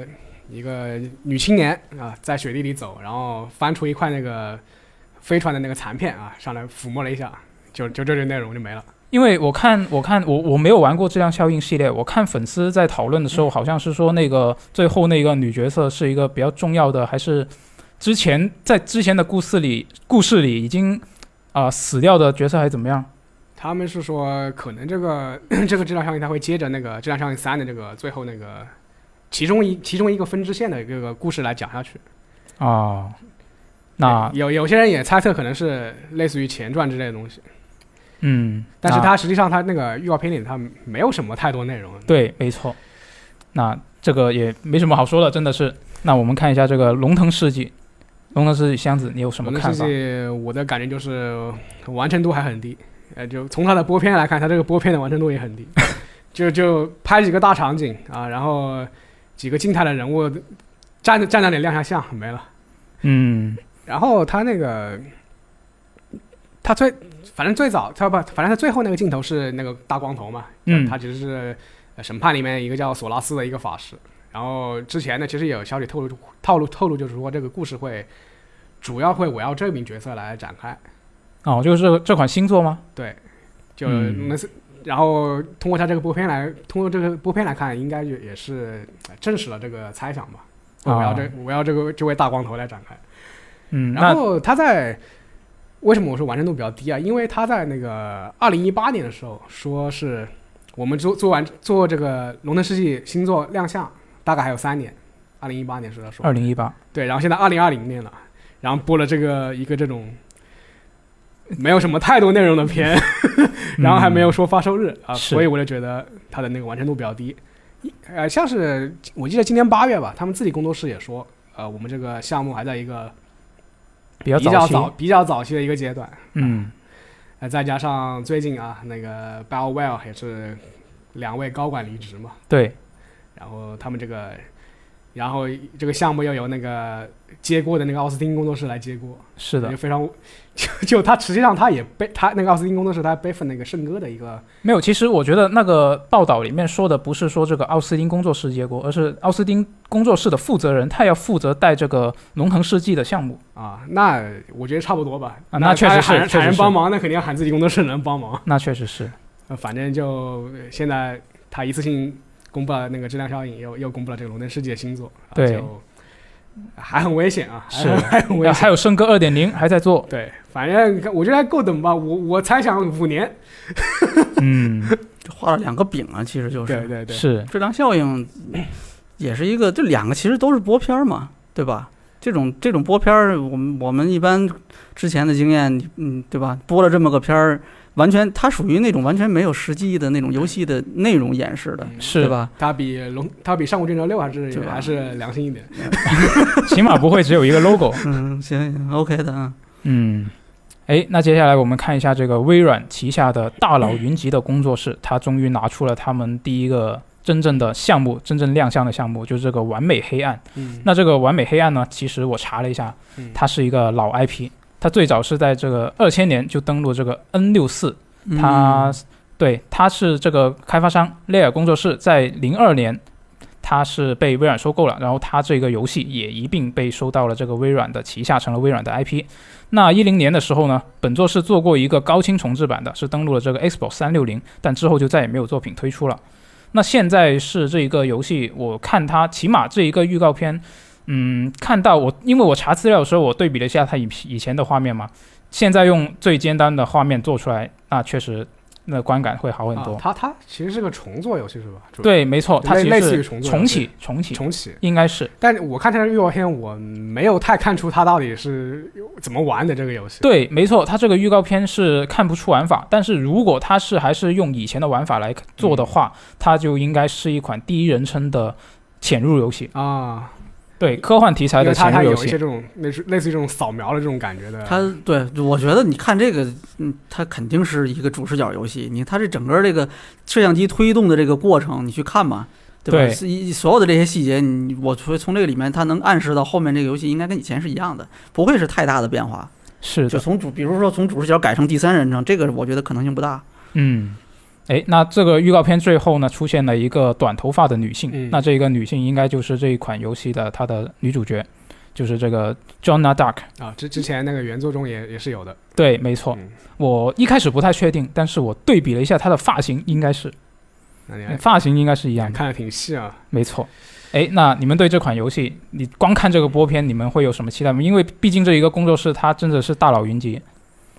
Speaker 2: 一个女青年啊，在雪地里走，然后翻出一块那个飞船的那个残片啊，上来抚摸了一下，就就这这内容就没了。
Speaker 1: 因为我看，我看，我我没有玩过《质量效应》系列，我看粉丝在讨论的
Speaker 2: 嗯
Speaker 1: 时候，好像是说那个最后那个女角色是一个比较重要的，还是之前在之前的故事里故事里已经啊、死掉的角色，还是怎么样？
Speaker 2: 他们是说，可能这个 这个质量效应它会接着那个质量效应三的这个最后那个其中一其中一个分支线的这个故事来讲下去。
Speaker 1: 啊、
Speaker 2: 哦
Speaker 1: 那
Speaker 2: 有有些人也猜测可能是类似于前传之类的东西，
Speaker 1: 嗯，
Speaker 2: 但是
Speaker 1: 那
Speaker 2: 它实际上它那个预告片里它没有什么太多内容。
Speaker 1: 对，没错。那这个也没什么好说的，真的是。那我们看一下这个《龙腾世纪》，《龙腾世纪》箱子，你有什
Speaker 2: 我
Speaker 1: 么
Speaker 2: 的
Speaker 1: 看
Speaker 2: 世
Speaker 1: 法？
Speaker 2: 界，我的感觉就是完成度还很低。呃，就从它的播片 来看，它这个播片的完成度也很低，就就拍几个大场景啊，然后几个静态的人物站站在那里亮下相没了。
Speaker 1: 嗯
Speaker 2: 然后他那个，他最反正最早他不，反正他最后那个镜头是那个大光头嘛，
Speaker 1: 嗯
Speaker 2: 他其实是呃审判里面一个叫索拉斯的一个法师。然后之前呢，其实也有消息透露，透露透露就是说这个故事会主要会围绕这名角色来展开，
Speaker 1: 哦，就是这这款新作吗？
Speaker 2: 就
Speaker 1: 嗯
Speaker 2: 那是。然后通过他这个播片来，通过这个播片来看，应该也也是呃证实了这个猜想吧。会
Speaker 1: 哦
Speaker 2: 围绕这围绕这个这位大光头来展开。
Speaker 1: 嗯，
Speaker 2: 然
Speaker 1: 那
Speaker 2: 后他在为什么我说完成度比较低啊？因为他在那个二零一八年的时候说是我们做做完做这个《龙腾世纪》星座亮相，大概还有三年，二零一八年是他说
Speaker 1: 二零一八
Speaker 2: 对，然后现在二零二零年了，然后播了这个一个这种没有什么太多内容的片， 然后还没有说发售日
Speaker 1: 嗯
Speaker 2: 啊，
Speaker 1: 是
Speaker 2: 所以我就觉得它的那个完成度比较低。一呃，像是我记得今年八月吧，他们自己工作室也说，呃，我们这个项目还在一个
Speaker 1: 比较
Speaker 2: 比较
Speaker 1: 早期，
Speaker 2: 早、比较早期的一个阶段。
Speaker 1: 嗯
Speaker 2: 呃，再加上最近啊，那个 Bellwell 也是两位高管离职嘛，
Speaker 1: 对，
Speaker 2: 然后他们这个，然后这个项目又由那个接锅的那个奥斯汀工作室来接锅，
Speaker 1: 是的
Speaker 2: 就，非常就就他实际上他也背他那个奥斯汀工作室他背负那个圣歌的一个
Speaker 1: 没有，其实我觉得那个报道里面说的不是说这个奥斯汀工作室结果，而是奥斯汀工作室的负责人，他要负责带这个龙腾世纪的项目。
Speaker 2: 啊，那我觉得差不多吧。
Speaker 1: 啊那确实是
Speaker 2: 喊人
Speaker 1: 确实
Speaker 2: 喊人
Speaker 1: 是
Speaker 2: 帮忙，那肯定要喊自己工作室的人帮忙。
Speaker 1: 那确实是，
Speaker 2: 呃，反正就呃现在他一次性公布了那个质量效应，又又公布了这个《龙腾世纪》的新作，啊
Speaker 1: 对
Speaker 2: 就还很危险啊，还
Speaker 1: 是
Speaker 2: 还很危
Speaker 1: 呃
Speaker 2: 险。，
Speaker 1: 还有圣歌二点零还在做
Speaker 2: 对，反正我觉得还够等吧，我我猜想五年，
Speaker 1: 嗯，
Speaker 3: 就画了两个饼啊，其实就是
Speaker 2: 对对对，
Speaker 1: 是，
Speaker 3: 质量效应也是一个，这两个其实都是播片儿嘛，对吧？这种这种播片儿，我们我们一般之前的经验，你嗯，对吧？播了这么个片儿，完全它属于那种完全没有实际的那种游戏的内容演示的，
Speaker 2: 嗯
Speaker 1: 是
Speaker 3: 对？吧？
Speaker 2: 它比龙，它比《上古卷轴六》还是
Speaker 3: 对吧
Speaker 2: 还是良心一点。
Speaker 1: 起码不会只有一个 logo。
Speaker 3: 嗯，行行，OK 的啊。
Speaker 1: 嗯，哎，那接下来我们看一下这个微软旗下的大佬云集的工作室，他终于拿出了他们第一个真正的项目，真正亮相的项目，就是这个《完美黑暗》。
Speaker 2: 嗯，
Speaker 1: 那这个《完美黑暗》呢，其实我查了一下，
Speaker 2: 嗯
Speaker 1: 它是一个老 IP，它最早是在这个二千年就登陆这个 N 六四，
Speaker 3: 嗯
Speaker 1: 它、对它是这个开发商雷尔工作室在零二年，它是被微软收购了，然后它这个游戏也一并被收到了这个微软的旗下，成了微软的 IP。那一零年的时候呢，本作是做过一个高清重制版的，是登录了这个 Xbox 三六零，但之后就再也没有作品推出了。那现在是这一个游戏，我看它起码这一个预告片，嗯，看到我因为我查资料的时候，我对比了一下它以以前的画面嘛，现在用最简单的画面做出来，那确实那观感会好很多。
Speaker 2: 啊，它它其实是个重做游戏是吧？主
Speaker 1: 对，没错，它
Speaker 2: 类
Speaker 1: 其
Speaker 2: 类似
Speaker 1: 实
Speaker 2: 于
Speaker 1: 是
Speaker 2: 重做游
Speaker 1: 重
Speaker 2: 戏
Speaker 1: 启，重启，
Speaker 2: 重启。
Speaker 1: 应该是
Speaker 2: 但是我看它的预告片，我没有太看出它到底是怎么玩的这个游戏。
Speaker 1: 对，没错，它这个预告片是看不出玩法，但是如果它是还是用以前的玩法来做的话，
Speaker 2: 嗯
Speaker 1: 它就应该是一款第一人称的潜入游戏，
Speaker 2: 啊，
Speaker 1: 对，科幻题材
Speaker 2: 因
Speaker 1: 的
Speaker 2: 为它
Speaker 1: 潜
Speaker 2: 它
Speaker 1: 入
Speaker 2: 有
Speaker 1: 游
Speaker 2: 一
Speaker 1: 戏。
Speaker 2: 些这种类似类似于这种扫描的这种感觉的。
Speaker 3: 它对，我觉得你看这个，嗯，它肯定是一个主视角游戏。你它这整个这个摄像机推动的这个过程，你去看嘛，吧？
Speaker 1: 对
Speaker 3: 是一所有的这些细节，你我从从这个里面，它能暗示到后面这个游戏应该跟以前是一样的，不会是太大的变化。
Speaker 1: 是
Speaker 3: 就
Speaker 1: 的，
Speaker 3: 从主，比如说从主视角改成第三人称，这个我觉得可能性不大。
Speaker 1: 嗯，哎，那这个预告片最后呢，出现了一个短头发的女性，
Speaker 2: 嗯
Speaker 1: 那这个女性应该就是这一款游戏的它的女主角，就是这个 Jonna Dark。
Speaker 2: 啊，之之前那个原作中也也是有的。
Speaker 1: 对，没错，
Speaker 2: 嗯
Speaker 1: 我一开始不太确定，但是我对比了一下她的发型，应该是
Speaker 2: 那你还
Speaker 1: 发型应该是一样的。
Speaker 2: 看的挺细啊。
Speaker 1: 没错。哎，那你们对这款游戏，你光看这个播片，你们会有什么期待吗？因为毕竟这一个工作室，它真的是大佬云集。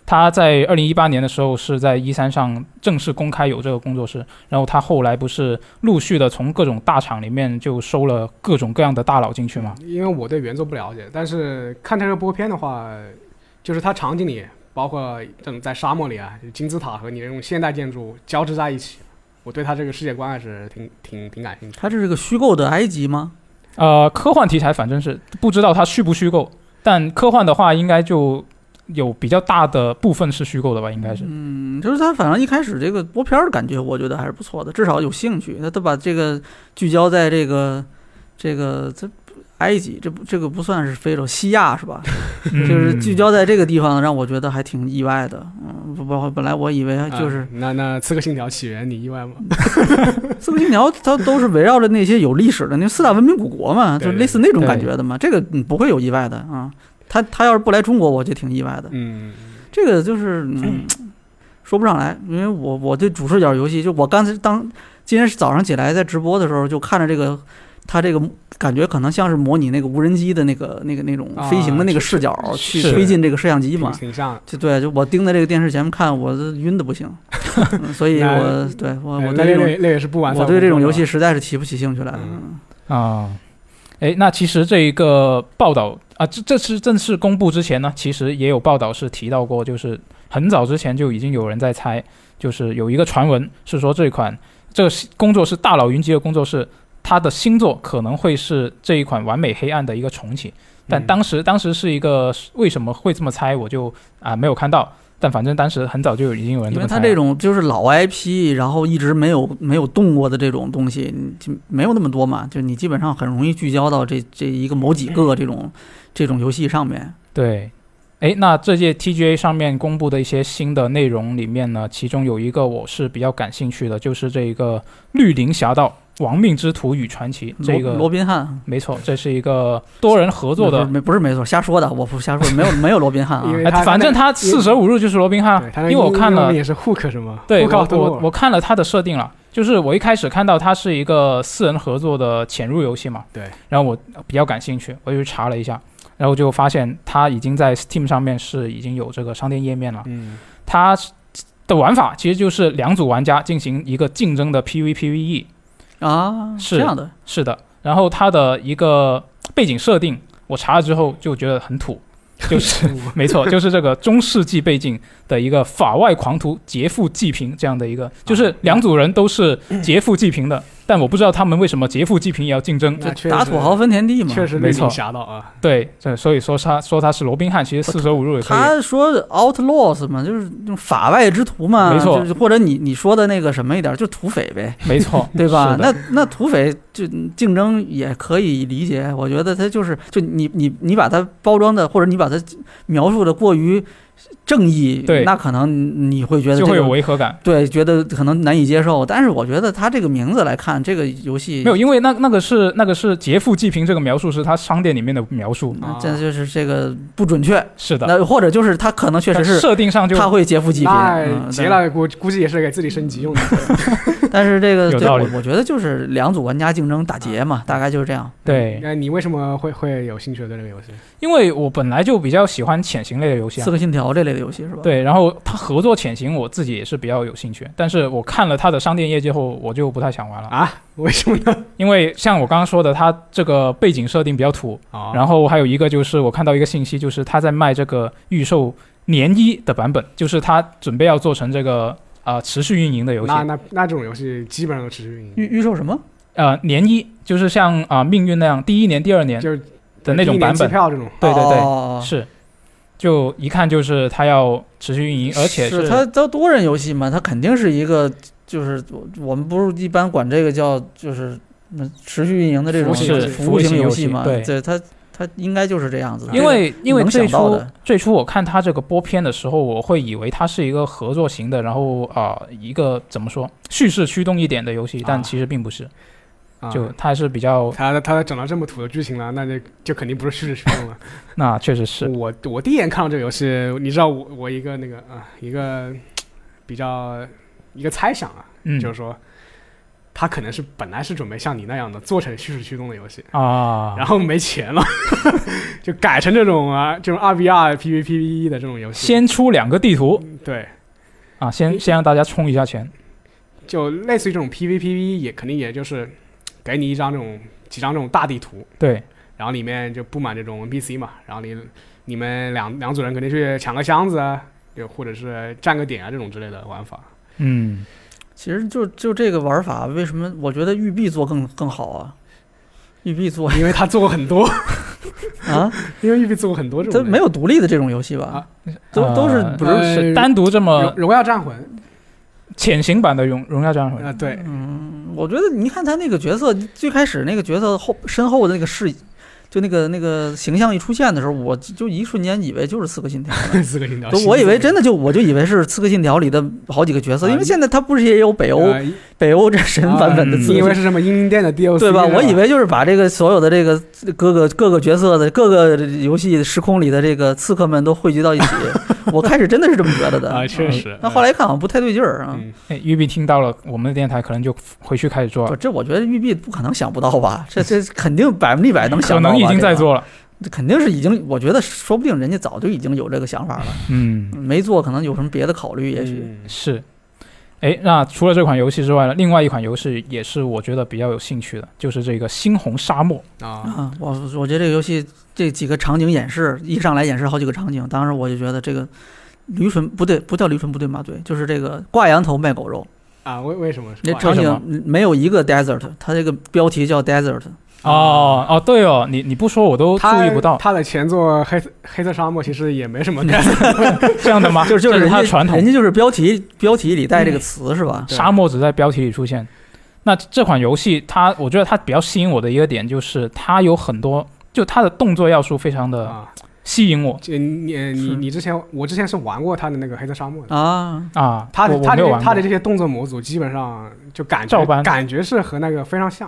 Speaker 1: 他在二零一八年的时候是在一三上正式公开有这个工作室，然后他后来不是陆续的从各种大厂里面就收了各种各样的大佬进去吗？
Speaker 2: 因为我对原作不了解，但是看这个播片的话，就是它场景里，包括这种在沙漠里啊，金字塔和你这种现代建筑交织在一起，我对它这个世界观还是挺挺挺感兴趣。
Speaker 3: 它这是个虚构的埃及吗？
Speaker 1: 呃，科幻题材反正是不知道它虚不虚构，但科幻的话应该就有比较大的部分是虚构的吧，应该是。
Speaker 3: 嗯，就是它反正一开始这个播片儿的感觉，我觉得还是不错的，至少有兴趣。它它把这个聚焦在这个这个这埃及这不这个不算是非洲，西亚是吧？
Speaker 1: 嗯
Speaker 3: 就是聚焦在这个地方，让我觉得还挺意外的。嗯，不不，本来我以为就是
Speaker 2: 啊那那《刺客信条：起源》，你意外 吗？
Speaker 3: 四个信条，它都是围绕着那些有历史的那四大文明古国嘛，
Speaker 2: 对
Speaker 3: 就
Speaker 2: 对
Speaker 3: 类似那种感觉的嘛。这个嗯不会有意外的啊。他他要是不来中国，我就挺意外的。
Speaker 2: 嗯，
Speaker 3: 这个就是嗯，
Speaker 2: 哎
Speaker 3: 说不上来，因为我我对主视角游戏，就我刚才当今天早上起来在直播的时候，就看着这个，它这个感觉可能像是模拟那个无人机的那个那个那种
Speaker 2: 啊
Speaker 3: 飞行的那个视角去
Speaker 1: 是
Speaker 3: 推进这个摄像机嘛。
Speaker 2: 挺像的。
Speaker 3: 就对，就我盯在这个电视前面看，我都晕的不 行，嗯所以
Speaker 2: 那
Speaker 3: 我对我
Speaker 2: 哎
Speaker 3: 呃
Speaker 2: 那
Speaker 3: 我对这
Speaker 2: 那
Speaker 3: 种
Speaker 2: 那那也是不玩。
Speaker 3: 我对这种游戏，实在是提不起兴趣来。
Speaker 2: 嗯
Speaker 1: 啊，哎，那其实这一个报道啊，这这次正式公布之前呢，其实也有报道是提到过，就是很早之前就已经有人在猜，就是有一个传闻是说这款这个工作室大佬云集的工作室，它的新作可能会是这一款《完美黑暗》的一个重启。但
Speaker 3: 嗯
Speaker 1: 当时当时是一个为什么会这么猜，我就啊、没有看到。但反正当时很早就已经有人
Speaker 3: 因
Speaker 1: 这
Speaker 3: 为
Speaker 1: 么猜啊
Speaker 3: 它
Speaker 1: 了。
Speaker 3: 这种就是老 IP，然后一直没有没有动过的这种东西，你就没有那么多嘛，就你基本上很容易聚焦到这这一个某几个这种这种游戏上面。
Speaker 1: 对，哎，那这届 TGA 上面公布的一些新的内容里面呢，其中有一个我是比较感兴趣的，就是这一个《绿林侠盗：亡命之徒与传奇》这
Speaker 3: 罗罗
Speaker 1: 个。
Speaker 3: 宾汉
Speaker 1: 没错，这是一个多人合作的
Speaker 3: 不，是不是没错，瞎说的，我不瞎说，没有没有罗宾汉啊
Speaker 2: 因。为
Speaker 1: 哎
Speaker 2: 他
Speaker 1: 反正他四舍五入就是罗宾汉
Speaker 2: 对
Speaker 1: 啊
Speaker 2: 他，那
Speaker 1: 因为我
Speaker 2: 英
Speaker 1: 看
Speaker 2: 英
Speaker 1: 了
Speaker 2: 文也是 hook 什么？
Speaker 1: 对
Speaker 2: hook
Speaker 1: 我
Speaker 2: out
Speaker 1: 我
Speaker 2: door
Speaker 1: 我看了它的设定了，就是我一开始看到它是一个四人合作的潜入游戏嘛，
Speaker 2: 对，
Speaker 1: 然后我比较感兴趣，我就去查了一下，然后就发现它已经在 Steam 上面是已经有这个商店页面了，
Speaker 2: 嗯
Speaker 1: 它的玩法其实就是两组玩家进行一个竞争的 PVPVE，
Speaker 3: 啊，
Speaker 1: 是
Speaker 3: 这样的，
Speaker 1: E，是的。然后它的一个背景设定，我查了之后就觉得很土，就是 没错，就是这个中世纪背景的一个法外狂徒劫富济贫这样的一个，
Speaker 3: 啊
Speaker 1: 就是两组人都是劫富济贫的，但我不知道他们为什么劫富济贫也要竞争。
Speaker 2: 那确
Speaker 3: 打
Speaker 2: 实
Speaker 3: 土豪分田地嘛。
Speaker 2: 确实
Speaker 1: 没
Speaker 2: 绿
Speaker 1: 错
Speaker 2: 林侠盗啊，
Speaker 1: 对，这所以说他说他是罗宾汉，其实四舍五入也可以。
Speaker 3: 他说 outlaws 嘛，就是那种法外之徒嘛，
Speaker 1: 没错
Speaker 3: 就是或者你你说的那个什么一点，就土匪呗。，
Speaker 1: 没错
Speaker 3: 对吧？
Speaker 1: 是的
Speaker 3: 那那土匪就竞争也可以理解，我觉得他就是就你你你把它包装的或者你把它描述的过于正义，
Speaker 1: 对
Speaker 3: 那可能你会觉得
Speaker 1: 就
Speaker 3: 这
Speaker 1: 会有
Speaker 3: 个
Speaker 1: 违和感。
Speaker 3: 对觉得可能难以接受。但是我觉得他这个名字来看，这个游戏
Speaker 1: 没有，因为那那个是那个是劫富济贫这个描述是他商店里面的描述，
Speaker 3: 嗯这就是这个不准确。
Speaker 1: 是的，
Speaker 3: 那或者就是他可能确实
Speaker 1: 但
Speaker 3: 是
Speaker 1: 设定上就
Speaker 3: 他会劫富济贫，
Speaker 2: 那
Speaker 3: 嗯
Speaker 2: 劫了估估计也是给自己升级用 的。
Speaker 3: 但但是这个
Speaker 1: 有
Speaker 3: 对
Speaker 1: 道
Speaker 3: 我
Speaker 1: 理
Speaker 3: 我觉得就是两组玩家竞争打劫嘛，大概就是这样。
Speaker 1: 对，
Speaker 2: 那你为什么会会有兴趣对这个游戏？
Speaker 1: 因为我本来就比较喜欢潜行类的游戏、啊
Speaker 3: 刺。客信条这类的游戏是吧？
Speaker 1: 对，然后他合作潜行，我自己也是比较有兴趣，但是我看了他的商店业绩后，我就不太想玩了，
Speaker 2: 啊？为什么呢？
Speaker 1: 因为像我刚刚说的，他这个背景设定比较土，
Speaker 2: 啊，
Speaker 1: 然后还有一个就是我看到一个信息，就是他在卖这个预售年一的版本，就是他准备要做成这个呃持续运营的游戏，
Speaker 2: 那那那这种游戏基本上都持续运营，
Speaker 3: 预预售什么？
Speaker 1: 呃年一就是像啊、命运那样，第一年、第二年
Speaker 2: 就是
Speaker 1: 的那
Speaker 2: 一
Speaker 1: 种
Speaker 2: 年
Speaker 1: 版
Speaker 2: 机
Speaker 1: 本，
Speaker 2: 票这种。
Speaker 1: 对对对，
Speaker 3: 哦
Speaker 1: 是，就一看就是它要持续运营，而且
Speaker 3: 是它它多人游戏嘛，它肯定是一个就是我我们不是一般管这个叫就是嗯持续运营的这种
Speaker 1: 服务型游戏
Speaker 3: 服务型游戏嘛，
Speaker 1: 服务型游戏对
Speaker 3: 它它应该就是这样子的，
Speaker 1: 因为因为
Speaker 3: 能
Speaker 1: 最
Speaker 3: 想到
Speaker 1: 初
Speaker 3: 的
Speaker 1: 最初我看它这个播片的时候，我会以为它是一个合作型的，然后啊、一个怎么说叙事驱动一点的游戏，但
Speaker 2: 啊
Speaker 1: 其实并不是，
Speaker 2: 啊
Speaker 1: 就它还是比较
Speaker 2: 他他整到这么土的剧情了，那就就肯定不是叙事驱动了。
Speaker 1: 那确实是
Speaker 2: 我我第一眼看到这个游戏，你知道我我一个那个啊一个比较一个猜想啊，
Speaker 1: 嗯
Speaker 2: 就是说他可能是本来是准备像你那样的做成叙事驱动的游戏，
Speaker 1: 啊
Speaker 2: 然后没钱了， 就改成这种啊这种二 v 二 PVPVE 的这种游戏。
Speaker 1: 先出两个地图
Speaker 2: 对，
Speaker 1: 啊，先先让大家充一下钱，
Speaker 2: 就类似于这种 PVPVE E 也肯定也就是给你一张这种几张这种大地图，
Speaker 1: 对，
Speaker 2: 然后里面就布满这种 NPC 嘛，然后你你们两两组人肯定去抢个箱子啊，又或者是占个点啊这种之类的玩法。
Speaker 1: 嗯，
Speaker 3: 其实就就这个玩法，为什么我觉得育碧做更更好啊？育 碧做
Speaker 2: 因为他做过很多，
Speaker 3: 啊，
Speaker 2: 因为育碧做过很多这
Speaker 3: 它
Speaker 2: 种。
Speaker 3: 没有
Speaker 1: 啊
Speaker 3: 独立的这种游戏吧？都都是
Speaker 1: 呃
Speaker 3: 不是
Speaker 2: 呃
Speaker 1: 单独这么
Speaker 2: 荣荣耀战魂，
Speaker 1: 潜行版的荣荣耀战
Speaker 2: 啊、
Speaker 1: 魂，
Speaker 2: 对，
Speaker 3: 嗯，我觉得你看他那个角色，最开始那个角色后身后的那个视，就那个那个形象一出现的时候，我就一瞬间以为就是《刺客信条》
Speaker 2: 四个信条
Speaker 3: 都，，我以为真的就我就以为是《刺客信条》里的好几个角色，因为现在他不是也有北
Speaker 2: 北
Speaker 3: 欧北欧战神版本的
Speaker 1: 啊
Speaker 3: 刺
Speaker 2: 你以
Speaker 3: 客
Speaker 2: 啊嗯为
Speaker 3: 信条，
Speaker 2: 是什么英灵殿的 DLC
Speaker 3: 对吧？
Speaker 2: 是
Speaker 3: 我以为就是把这个所有的这个各个各个角色的各个游戏时空里的这个刺客们都汇集到一起，我开始真的是这么觉得的
Speaker 2: 啊，确实。
Speaker 3: 那后来一看好像不太对劲儿啊。
Speaker 2: 嗯，
Speaker 1: 哎，玉碧听到了我们的电台，可能就回去开始做
Speaker 3: 不，
Speaker 1: 了，
Speaker 3: 这我觉得玉碧不可能想不到吧？这这肯定百分之一百能
Speaker 1: 可
Speaker 3: 想到吧，
Speaker 1: 能已经在
Speaker 3: 这个，
Speaker 1: 做了。
Speaker 3: 这肯定是已经，我觉得说不定人家早就已经有这个想法了，
Speaker 1: 嗯，
Speaker 3: 没做可能有什么别的考虑，也许。
Speaker 2: 嗯
Speaker 1: 是。哎，那除了这款游戏之外呢，另外一款游戏也是我觉得比较有兴趣的，就是这个《猩红沙漠》。
Speaker 2: 啊，
Speaker 3: 啊，我我觉得这个游戏这几个场景演示，一上来演示好几个场景，当时我就觉得这个驴唇不对，不叫驴唇不对马嘴，就是这个挂羊头卖狗肉。
Speaker 2: 啊，为为什么是
Speaker 3: 那
Speaker 2: 挂
Speaker 3: 场
Speaker 1: 为什
Speaker 3: 景没有一个 desert，它这个标题叫 desert，
Speaker 1: 哦哦，对哦，你你不说我都注
Speaker 2: 他
Speaker 1: 意不到，
Speaker 2: 他的前作《黑黑色沙漠》其实也没什么感觉，
Speaker 1: 这样的吗？
Speaker 3: 就是就
Speaker 1: 这
Speaker 3: 是
Speaker 1: 是
Speaker 3: 人
Speaker 1: 它
Speaker 3: 家
Speaker 1: 的传统
Speaker 3: 人，家就是标题标题里带这
Speaker 2: 嗯
Speaker 3: 个词、是吧？
Speaker 2: 对
Speaker 1: 沙漠只在标题里出现。那这款游戏它，我觉得它比较吸引我的一个点就是它有很多，就它的动作要素非常的
Speaker 2: 啊，
Speaker 1: 吸引我
Speaker 2: 这你你
Speaker 3: 是
Speaker 2: 你之前我之前是玩过他的那个《黑色沙漠》的，
Speaker 3: 啊，
Speaker 1: 啊。
Speaker 2: 他的
Speaker 1: 我我
Speaker 2: 他
Speaker 1: 没有
Speaker 2: 的
Speaker 1: 玩
Speaker 2: 他
Speaker 1: 过
Speaker 2: 的这些动作模组基本上就感
Speaker 1: 照
Speaker 2: 觉
Speaker 1: 搬
Speaker 2: 感觉是和那个非常像，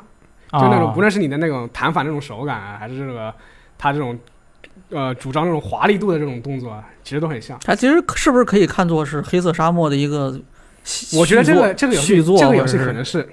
Speaker 2: 就
Speaker 1: 啊
Speaker 2: 那种无论是你的那种弹法那种手感啊，还是这个他这种呃主张这种华丽度的这种动作啊，其实都很像。
Speaker 3: 它其实是不是可以看作是黑色沙漠的一个续？
Speaker 2: 我觉得这个这个游戏
Speaker 3: 续作，
Speaker 2: 这个游
Speaker 3: 或者
Speaker 2: 戏
Speaker 3: 是
Speaker 2: 可能是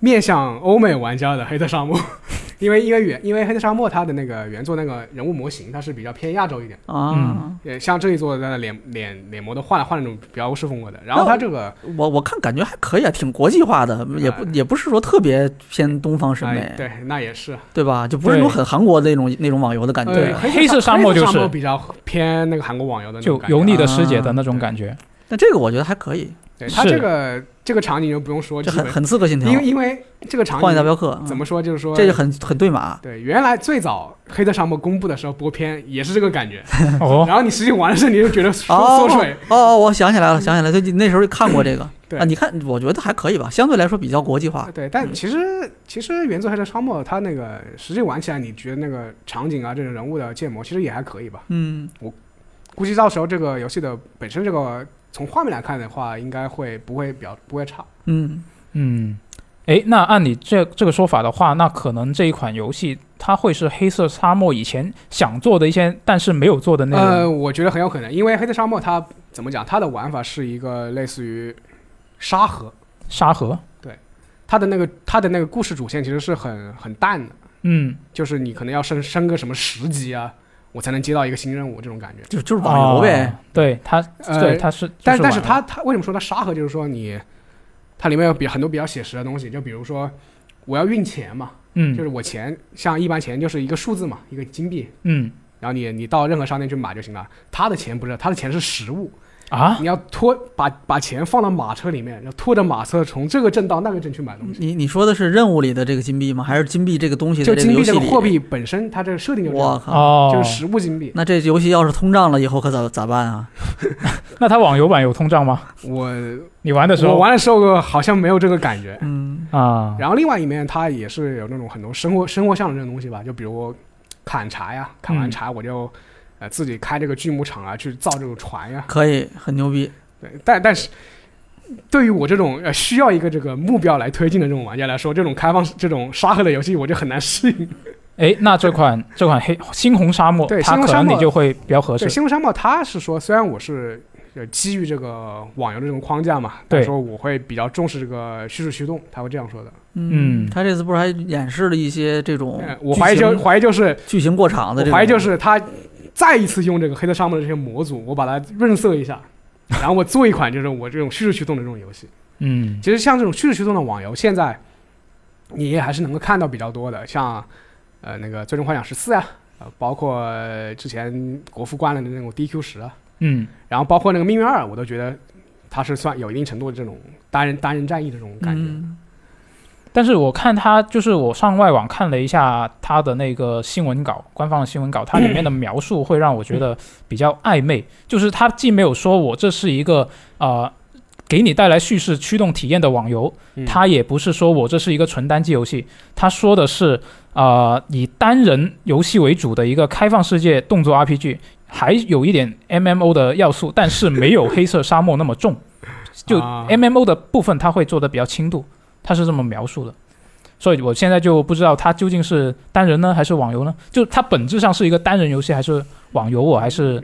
Speaker 2: 面向欧美玩家的《黑色沙漠》， 因为因为原因为《黑色沙漠》它的那个原作那个人物模型，它是比较偏亚洲一点，
Speaker 3: 啊，
Speaker 2: 呃，像这一座它的脸脸脸模都换了换了那种比较欧式风格的，然后
Speaker 3: 那
Speaker 2: 它这个
Speaker 3: 我我看感觉还可以啊，挺国际化的，也不也不是说特别偏东方审美，啊
Speaker 2: 哎对，那也是
Speaker 3: 对吧？就不是那种
Speaker 1: 对
Speaker 3: 很韩国的那种那种网游的感
Speaker 2: 呃
Speaker 3: 觉。
Speaker 1: 黑色沙漠
Speaker 2: 黑色
Speaker 1: 就是
Speaker 2: 比较偏那个韩国网游的那种
Speaker 1: 就
Speaker 2: 感觉
Speaker 1: 油腻的
Speaker 3: 啊
Speaker 1: 师姐的那种
Speaker 2: 对
Speaker 1: 感 觉。
Speaker 3: 那这个我觉得还可以，
Speaker 2: 对它
Speaker 1: 是
Speaker 2: 这个这个场景就不用说，
Speaker 3: 这
Speaker 2: 基
Speaker 3: 很
Speaker 2: 本
Speaker 3: 很刺客信条
Speaker 2: 因，为因为这个场
Speaker 3: 荒野大
Speaker 2: 景
Speaker 3: 镖客，
Speaker 2: 怎
Speaker 3: 么
Speaker 2: 么说就是说
Speaker 3: 这就很很对马？
Speaker 2: 对，原来最早《黑色沙漠》公布的时候播片也是这个感觉，
Speaker 1: 哦，
Speaker 2: 然后你实际玩的时候你就觉 得缩
Speaker 3: 哦
Speaker 2: 缩水，
Speaker 3: 哦哦，我想起来了，想起来了，就那时候看过这个
Speaker 2: 嗯对呃
Speaker 3: 啊。你看，我觉得还可以吧，相对来说比较国际
Speaker 1: 哦
Speaker 3: 化。
Speaker 2: 对，但其实其实原作《黑色沙漠》它那个实际玩起来，你觉得那个场景啊，这种人物的建模其实也还可以吧。
Speaker 3: 嗯，
Speaker 2: 估计到时候这个游戏的本身这个从画面来看的话，应该会不会比较不会差。
Speaker 3: 嗯，
Speaker 1: 嗯，哎，那按你这这个说法的话，那可能这一款游戏它会是黑色沙漠以前想做的一些，但是没有做的内容。
Speaker 2: 呃，我觉得很有可能，因为《黑色沙漠》它怎么讲，它的玩法是一个类似于沙盒，
Speaker 1: 沙盒，
Speaker 2: 它的那个它的那个故事主线其实是很很淡的，
Speaker 1: 嗯，
Speaker 2: 就是你可能要升升个什么十级啊，我才能接到一个新任务这种感觉。
Speaker 3: 就就是网游呗。
Speaker 1: 哦对它，
Speaker 2: 呃
Speaker 1: 对它是，
Speaker 2: 但
Speaker 1: 就
Speaker 2: 但是
Speaker 1: 网游
Speaker 2: 它它为什么说它沙盒？就是说你，它里面有比很多比较写实的东西，就比如说我要运钱嘛，就
Speaker 1: 嗯
Speaker 2: 是我钱像一般钱就是一个数字嘛，一个金币，
Speaker 1: 嗯
Speaker 2: 然后你你到任何商店去买就行了。他的钱不是，他的钱是实物，
Speaker 1: 啊，
Speaker 2: 你要拖把把钱放到马车里面，然后拖着马车从这个镇到那个镇去买东西。
Speaker 3: 你你说的是任务里的这个金币吗？还是金嗯币这个东西
Speaker 2: 就
Speaker 3: 的
Speaker 2: 金
Speaker 3: 游
Speaker 2: 币
Speaker 3: 戏
Speaker 2: 这
Speaker 3: 里？
Speaker 2: 个货币本身，它这个设定就是这
Speaker 3: 我
Speaker 2: 样，
Speaker 3: 靠！
Speaker 1: 哦，
Speaker 2: 就是实物金币。
Speaker 3: 那这游戏要是通胀了以后可咋咋办啊？
Speaker 1: 那它网游版有通胀吗？
Speaker 2: 我
Speaker 1: 你玩的时
Speaker 2: 我
Speaker 1: 候
Speaker 2: 玩的时候好像没有这个感觉。
Speaker 3: 嗯，
Speaker 1: 啊，
Speaker 2: 然后另外一面，它也是有那种很多生活生活上的这种东西吧，就比如砍柴呀，砍
Speaker 1: 嗯
Speaker 2: 完柴我就、呃自己开这个锯木厂啊，去造这种船呀。
Speaker 3: 可以，很牛逼。
Speaker 2: 对，但但是对于我这种呃需要一个这个目标来推进的这种玩家来说，这种开放这种沙盒的游戏我就很难适应。
Speaker 1: 哎，那这款这款黑猩红沙漠
Speaker 2: 对，
Speaker 1: 它
Speaker 2: 猩红
Speaker 1: 可
Speaker 2: 沙
Speaker 1: 能
Speaker 2: 漠
Speaker 1: 你就会比较合
Speaker 2: 对，
Speaker 1: 适。
Speaker 2: 新闻沙漠它是说，虽然我是呃基于这个网游的这种框架嘛，但
Speaker 1: 对
Speaker 2: 说我会比较重视这个叙事驱动，他会这样说的。
Speaker 1: 嗯
Speaker 3: 他这次不是还演示了一些这种
Speaker 2: 呃我怀疑就
Speaker 1: 剧情
Speaker 2: 怀疑就是
Speaker 3: 剧情过场的
Speaker 2: 我
Speaker 3: 这种？
Speaker 2: 怀疑就是他再一次用这个黑色沙漠的这些模组，我把它润色一下，然后我做一款就是我这种叙事驱动的这种游戏。
Speaker 1: 嗯
Speaker 2: 其实像这种叙事驱动的网游，现在你也还是能够看到比较多的，像呃那个《最终幻想十四》啊，呃包括呃之前国服关了的那种 DQ 十啊，
Speaker 1: 嗯
Speaker 2: 然后包括那个《命运二》，我都觉得它是算有一定程度的这种单人单人战役的这种感觉。
Speaker 3: 嗯
Speaker 1: 但是我看它，就是我上外网看了一下它的那个新闻稿，官方的新闻稿，它里面的描述会让我觉得比较暧昧，就是它既没有说我这是一个呃给你带来叙事驱动体验的网游，
Speaker 2: 嗯
Speaker 1: 它也不是说我这是一个纯单机游戏，它说的是啊以单人游戏为主的一个开放世界动作 RPG，还有一点 MMO 的要素，但是没有黑色沙漠那么重，就
Speaker 2: 啊
Speaker 1: MMO 的部分它会做的比较轻度，它是这么描述的。所以我现在就不知道它究竟是单人呢还是网游呢？就它本质上是一个单人游戏还是网游，我还是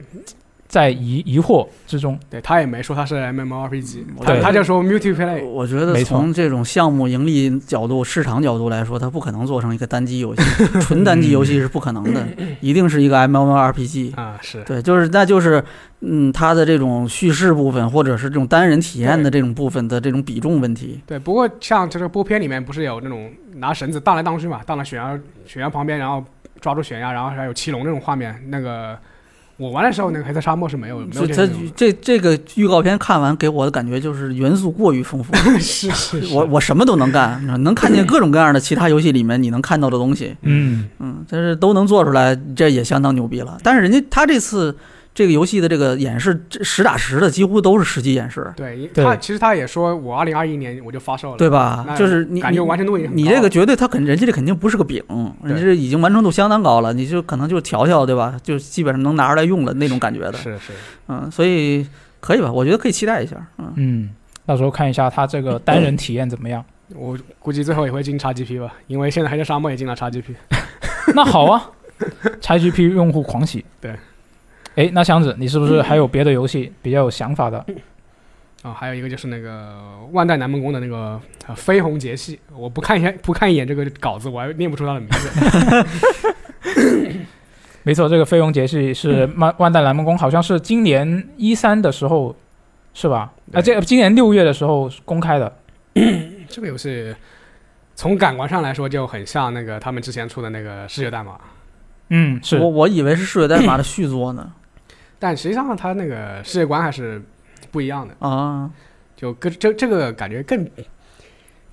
Speaker 1: 在疑疑惑之中。
Speaker 2: 对他也没说他是 MMORPG，
Speaker 3: 嗯
Speaker 2: 他
Speaker 1: 对
Speaker 2: 他就说 multiplayer，
Speaker 3: 我觉得
Speaker 1: 没错
Speaker 3: 从这种项目盈利角度、市场角度来说，它不可能做成一个单 机游戏，纯单机游戏是不可能的，
Speaker 2: 嗯
Speaker 3: 一定是一个 MMORPG。
Speaker 2: 啊是
Speaker 3: 对，就是那就是，嗯，它的这种叙事部分，或者是这种单人体验的这种部分的这种比重问题，
Speaker 2: 对。不过像这个播片里面不是有那种拿绳子荡来荡去嘛，荡到悬崖悬崖旁边，然后抓住悬崖，然后还有骑龙这种画面。那个我玩的时候，那个黑色沙漠是没有没
Speaker 3: 所
Speaker 2: 有
Speaker 3: 以
Speaker 2: 这
Speaker 3: 它
Speaker 2: 种的。
Speaker 3: 这这个预告片看完给我的感觉就是元素过于丰富，
Speaker 2: 是是 是
Speaker 3: 我我什么都能干，能看见各种各样的其他游戏里面你能看到的东西，
Speaker 1: 嗯，
Speaker 3: 嗯，但是都能做出来，这也相当牛逼了。但是人家他这次这个游戏的这个演示，这实打实的几乎都是实际演示，
Speaker 2: 对，
Speaker 1: 对
Speaker 2: 他其实他也说我二零二一年我就发售了，
Speaker 3: 对吧？
Speaker 2: 那
Speaker 3: 就是你
Speaker 2: 感觉完成度也很
Speaker 3: 你
Speaker 2: 高
Speaker 3: 这个绝对，他肯人家这肯定不是个饼，人家这已经完成度相当高了，你就可能就调调，对吧？就基本上能拿出来用了那种感觉的，
Speaker 2: 是是
Speaker 3: 嗯，所以可以吧？我觉得可以期待一下，嗯，
Speaker 1: 嗯，到时候看一下它这个单人体验怎么样。
Speaker 2: 我估计最后也会进 XGP 吧，因为现在黑色沙漠也进了 XGP。
Speaker 1: 那好啊，XGP 用户狂喜。
Speaker 2: 对。
Speaker 1: 哎，那箱子，你是不是还有别的游戏比较有想法的？
Speaker 2: 啊、还有一个就是那个万代南梦宫的那个、呃、绯红节系，我不看一下不看一眼这个稿子，我还念不出它的名字。
Speaker 1: 没错，这个《飞龙节气》是万万代蓝梦宫，好像是今年一三的时候，是吧？啊，
Speaker 2: 对
Speaker 1: 这今年六月的时候公开的。
Speaker 2: 这个游戏从感官上来说就很像那个他们之前出的那个《嗜血代码》，
Speaker 1: 嗯，是
Speaker 3: 我我以为是《嗜血代码》 的续作呢，
Speaker 2: 但实际上它那个世界观还是不一样的，
Speaker 3: 啊，
Speaker 2: 就跟这这个感觉更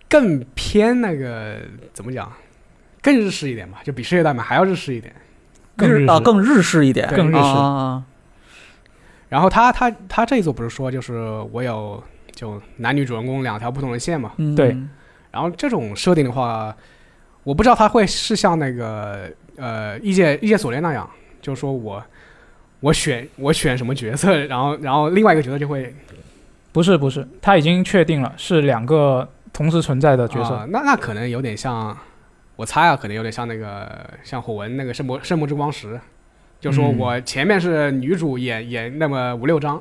Speaker 2: 更偏那个怎么讲，更日式一点吧，就比《嗜血代码》还要日式一点。
Speaker 1: 更日
Speaker 3: 日
Speaker 1: 式
Speaker 3: 啊更日式一点，
Speaker 1: 更日式
Speaker 3: 啊啊啊
Speaker 2: 然后他他他这一组不是说就是我有就男女主人公两条不同的线嘛，
Speaker 3: 嗯
Speaker 1: 对
Speaker 2: 然后这种设定的话，我不知道他会是像那个呃《异界异界锁链》那样，就是说我我选我选什么角色， 然后然后另外一个角色就会
Speaker 1: 不是不是，他已经确定了是两个同时存在的角色。
Speaker 2: 啊那那可能有点像，我猜啊，可能有点像那个像火纹那个圣魔圣魔之光石，就说
Speaker 1: 嗯
Speaker 2: 我前面是女主演演那么五六章，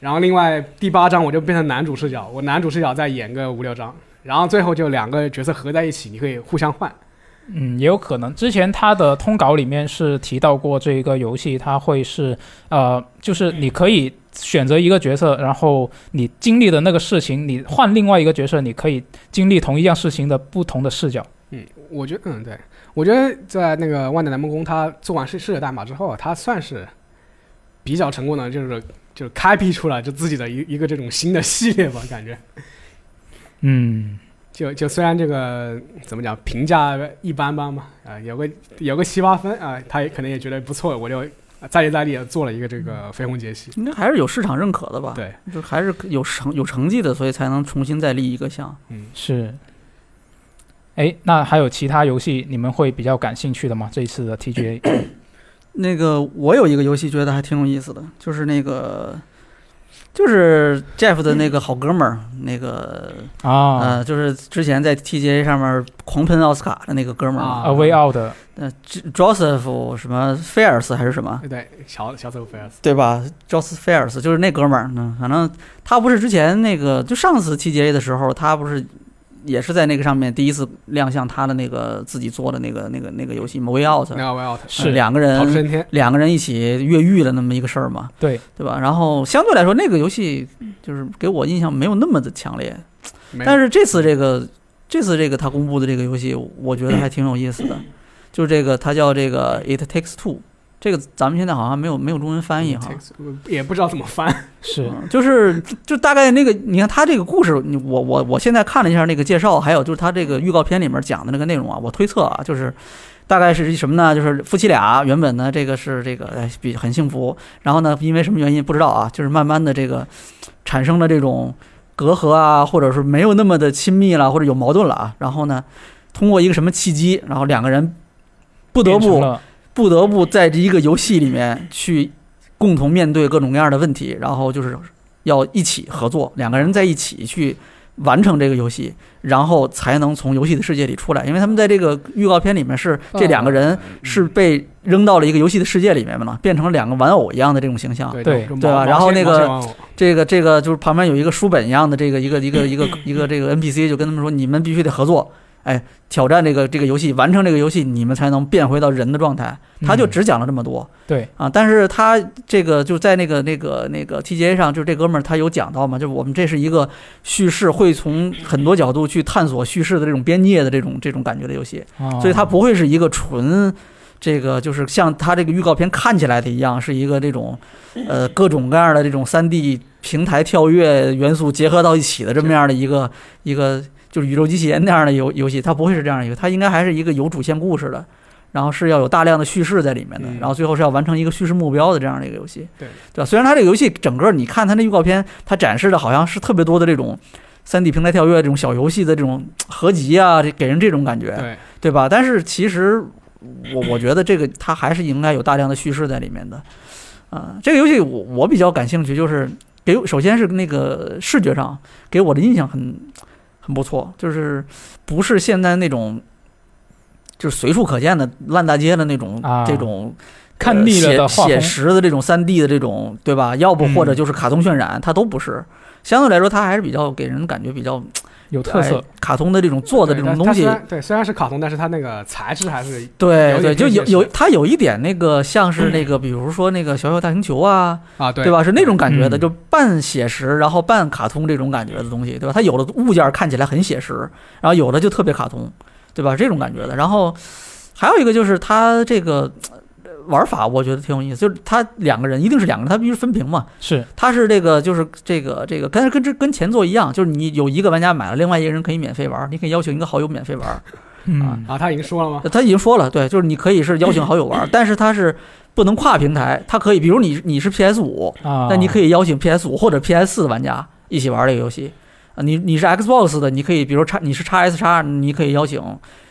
Speaker 2: 然后另外第八章我就变成男主视角，我男主视角再演个五六章，然后最后就两个角色合在一起，你可以互相换。
Speaker 1: 嗯，也有可能。之前他的通稿里面是提到过这一个游戏，它会是呃，就是你可以选择一个角色，然后你经历的那个事情，你换另外一个角色，你可以经历同一样事情的不同的视角。
Speaker 2: 嗯，我觉得，嗯，对，我觉得在那个万代南梦宫，他做完试试的代码之后，他算是比较成功的，就是就是开辟出来就自己的一一个这种新的系列吧，感觉。
Speaker 1: 嗯，
Speaker 2: 就就虽然这个怎么讲评价一般般嘛，啊、有个有个七八分啊、他也可能也觉得不错，我就再接再厉地做了一个这个绯红杰西。
Speaker 3: 应该还是有市场认可的吧？
Speaker 2: 对，
Speaker 3: 就还是有成有成绩的，所以才能重新再立一个项。
Speaker 1: 是。哎，那还有其他游戏你们会比较感兴趣的吗？这一次的 TGA
Speaker 3: 那个我有一个游戏觉得还挺有意思的，就是那个就是 Jeff 的那个好哥们儿，那个
Speaker 1: 啊
Speaker 3: 呃，就是之前在 TGA 上面狂喷奥斯卡的那个哥们儿，
Speaker 2: 啊
Speaker 1: ，A Way Out 的，
Speaker 3: 呃，J-，Joseph 什么菲尔斯还是什么，
Speaker 2: 对，小小丑菲尔斯，
Speaker 3: 对吧？Joseph 菲尔斯就是那哥们儿，嗯，反正他不是之前那个，就上次 TGA 的时候，他不是也是在那个上面第一次亮相他的那个自己做的那个那个那个游戏《Way Out 呃嗯
Speaker 2: 那》，个 Way Out
Speaker 1: 是
Speaker 3: 两个
Speaker 2: 逃出
Speaker 3: 人
Speaker 2: 升天，
Speaker 3: 两个人一起越狱的那么一个事儿嘛，
Speaker 1: 对
Speaker 3: 对吧？然后相对来说，那个游戏就是给我印象没有那么的强烈，
Speaker 2: 没有
Speaker 3: 但是这次这个这次这个他公布的这个游戏，我觉得还挺有意思的，就是这个它叫这个《It Takes Two》，这个咱们现在好像没有没有中文翻译哈。
Speaker 2: 也不知道怎么翻，
Speaker 1: 是
Speaker 3: 嗯就是就大概那个，你看他这个故事，你我我我现在看了一下那个介绍，还有就是他这个预告片里面讲的那个内容啊，我推测啊，就是大概是什么呢？就是夫妻俩原本呢，这个是这个哎比很幸福，然后呢，因为什么原因不知道啊，就是慢慢的这个产生了这种隔阂啊，或者是没有那么的亲密了，或者有矛盾了啊，然后呢，通过一个什么契机，然后两个人不得
Speaker 1: 变成
Speaker 3: 不
Speaker 1: 了
Speaker 3: 不得不在这一个游戏里面去共同面对各种各样的问题，然后就是要一起合作，两个人在一起去完成这个游戏，然后才能从游戏的世界里出来。因为他们在这个预告片里面是这两个人是被扔到了一个游戏的世界里面嘛，变成了两个玩偶一样的这种形象。
Speaker 2: 对
Speaker 1: 对
Speaker 2: 就毛
Speaker 3: 对吧
Speaker 2: 毛
Speaker 3: 然后
Speaker 2: 线
Speaker 3: 那
Speaker 2: 毛线
Speaker 3: 个
Speaker 2: 玩偶
Speaker 3: 这个这个就是旁边有一个书本一样的这个一个一个一个一个这个 NPC 就跟他们说，你们必须得合作，哎，挑战这个这个游戏，完成这个游戏，你们才能变回到人的状态。他就
Speaker 1: 嗯
Speaker 3: 只讲了这么多，
Speaker 1: 对
Speaker 3: 啊，但是他这个就在那个那个那个 TGA 上，就是这哥们儿他有讲到嘛，就是我们这是一个叙事会从很多角度去探索叙事的这种边界的这种这种感觉的游戏，
Speaker 1: 哦
Speaker 3: 所以它不会是一个纯。这个就是像它这个预告片看起来的一样，是一个这种，呃，各种各样的这种三 D 平台跳跃元素结合到一起的这么样的一个一个就是宇宙机器人那样的游游戏，它不会是这样一个，它应该还是一个有主线故事的，然后是要有大量的叙事在里面的
Speaker 2: 嗯，
Speaker 3: 然后最后是要完成一个叙事目标的这样的一个游戏，
Speaker 2: 对
Speaker 3: 对吧？虽然它这个游戏整个你看它那预告片，它展示的好像是特别多的这种三 D 平台跳跃这种小游戏的这种合集啊，这给人这种感觉，
Speaker 2: 对
Speaker 3: 对吧？但是其实我我觉得这个它还是应该有大量的叙事在里面的，啊、这个游戏我我比较感兴趣，就是给首先是那个视觉上给我的印象很很不错，就是不是现在那种就是随处可见的烂大街的那种、
Speaker 1: 啊
Speaker 3: 这种。
Speaker 1: 看腻了的
Speaker 3: 呃写
Speaker 1: 画风
Speaker 3: 写实的这种三 D 的这种，对吧？要不
Speaker 1: 嗯
Speaker 3: 或者就是卡通渲染，它都不是。相对来说，它还是比较给人感觉比较
Speaker 1: 有特
Speaker 3: 哎
Speaker 1: 色，
Speaker 3: 卡通的这种做的这
Speaker 2: 对
Speaker 3: 种
Speaker 2: 它
Speaker 3: 东
Speaker 2: 它虽
Speaker 3: 西，
Speaker 2: 然对，虽然是卡通，但是它那个材质还是
Speaker 3: 对
Speaker 2: 有
Speaker 3: 对，
Speaker 2: 点
Speaker 3: 就
Speaker 2: 偏
Speaker 3: 有
Speaker 2: 写
Speaker 3: 有
Speaker 2: 实
Speaker 3: 它有一点那个像是那个，比如说那个小小大星球啊，
Speaker 2: 啊，对
Speaker 3: 对？吧？是那种感觉的，
Speaker 1: 嗯
Speaker 3: 就半写实，然后半卡通这种感觉的东西，对吧？它有的物件看起来很写实，然后有的就特别卡通，对吧？这种感觉的。然后还有一个就是它这个呃玩法，我觉得挺有意思，就是它两个人一定是两个人，它必须分屏嘛，
Speaker 1: 是
Speaker 3: 它是这个就是这个这个跟跟这跟前作一样，就是你有一个玩家买了，另外一个人可以免费玩，你可以邀请一个好友免费玩。
Speaker 1: 嗯
Speaker 2: 啊，他已经说了吗？
Speaker 3: 他已经说了，对，就是你可以是邀请好友 玩，但是它是不能跨平台，它可以，比如你你是 PS 五，
Speaker 1: 啊，
Speaker 3: 那你可
Speaker 1: 以
Speaker 3: 以邀请 PS 五或者 PS 四玩家一起玩这个游戏。啊，你你是 Xbox 的，你可以，比如叉你是叉 S 叉，你可以邀请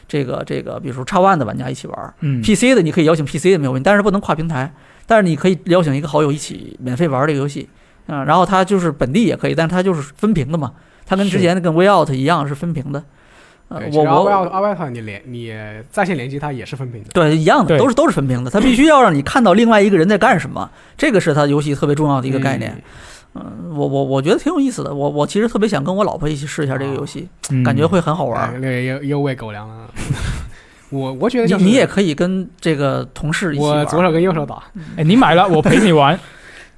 Speaker 3: 这个这个，比如说叉 One 的玩家一起玩。
Speaker 1: 嗯
Speaker 3: PC 的你可以邀请 PC 的没有问题，但是不能跨平台。但是你可以邀请一个好友一起免费玩这个游戏，嗯，然后它就是本地也可以，但是它就是分屏的嘛，它跟之
Speaker 1: 是
Speaker 3: 前的跟 Way Out 一样是分屏的。呃
Speaker 2: 对，，
Speaker 3: 我
Speaker 2: 阿
Speaker 3: 我
Speaker 2: 外阿外号你连你在线联机，它也是分屏的。
Speaker 3: 对，一样的，
Speaker 1: 对
Speaker 3: 都是都是分屏的，它必须要让你看到另外一个人在干什么，这个是它游戏特别重要的一个概念。嗯，我我我觉得挺有意思的，我我其实特别想跟我老婆一起试一下这个游戏，
Speaker 1: 哦
Speaker 3: 感觉会很好
Speaker 2: 嗯，
Speaker 3: 玩
Speaker 2: 哎
Speaker 3: 儿。
Speaker 2: 又又又喂狗粮了。 我我觉得就是
Speaker 3: 你你也可以跟这个同事一起
Speaker 2: 我
Speaker 3: 玩
Speaker 2: 左
Speaker 3: 儿，
Speaker 2: 手跟右手打，
Speaker 1: 哎，你买了我陪你玩，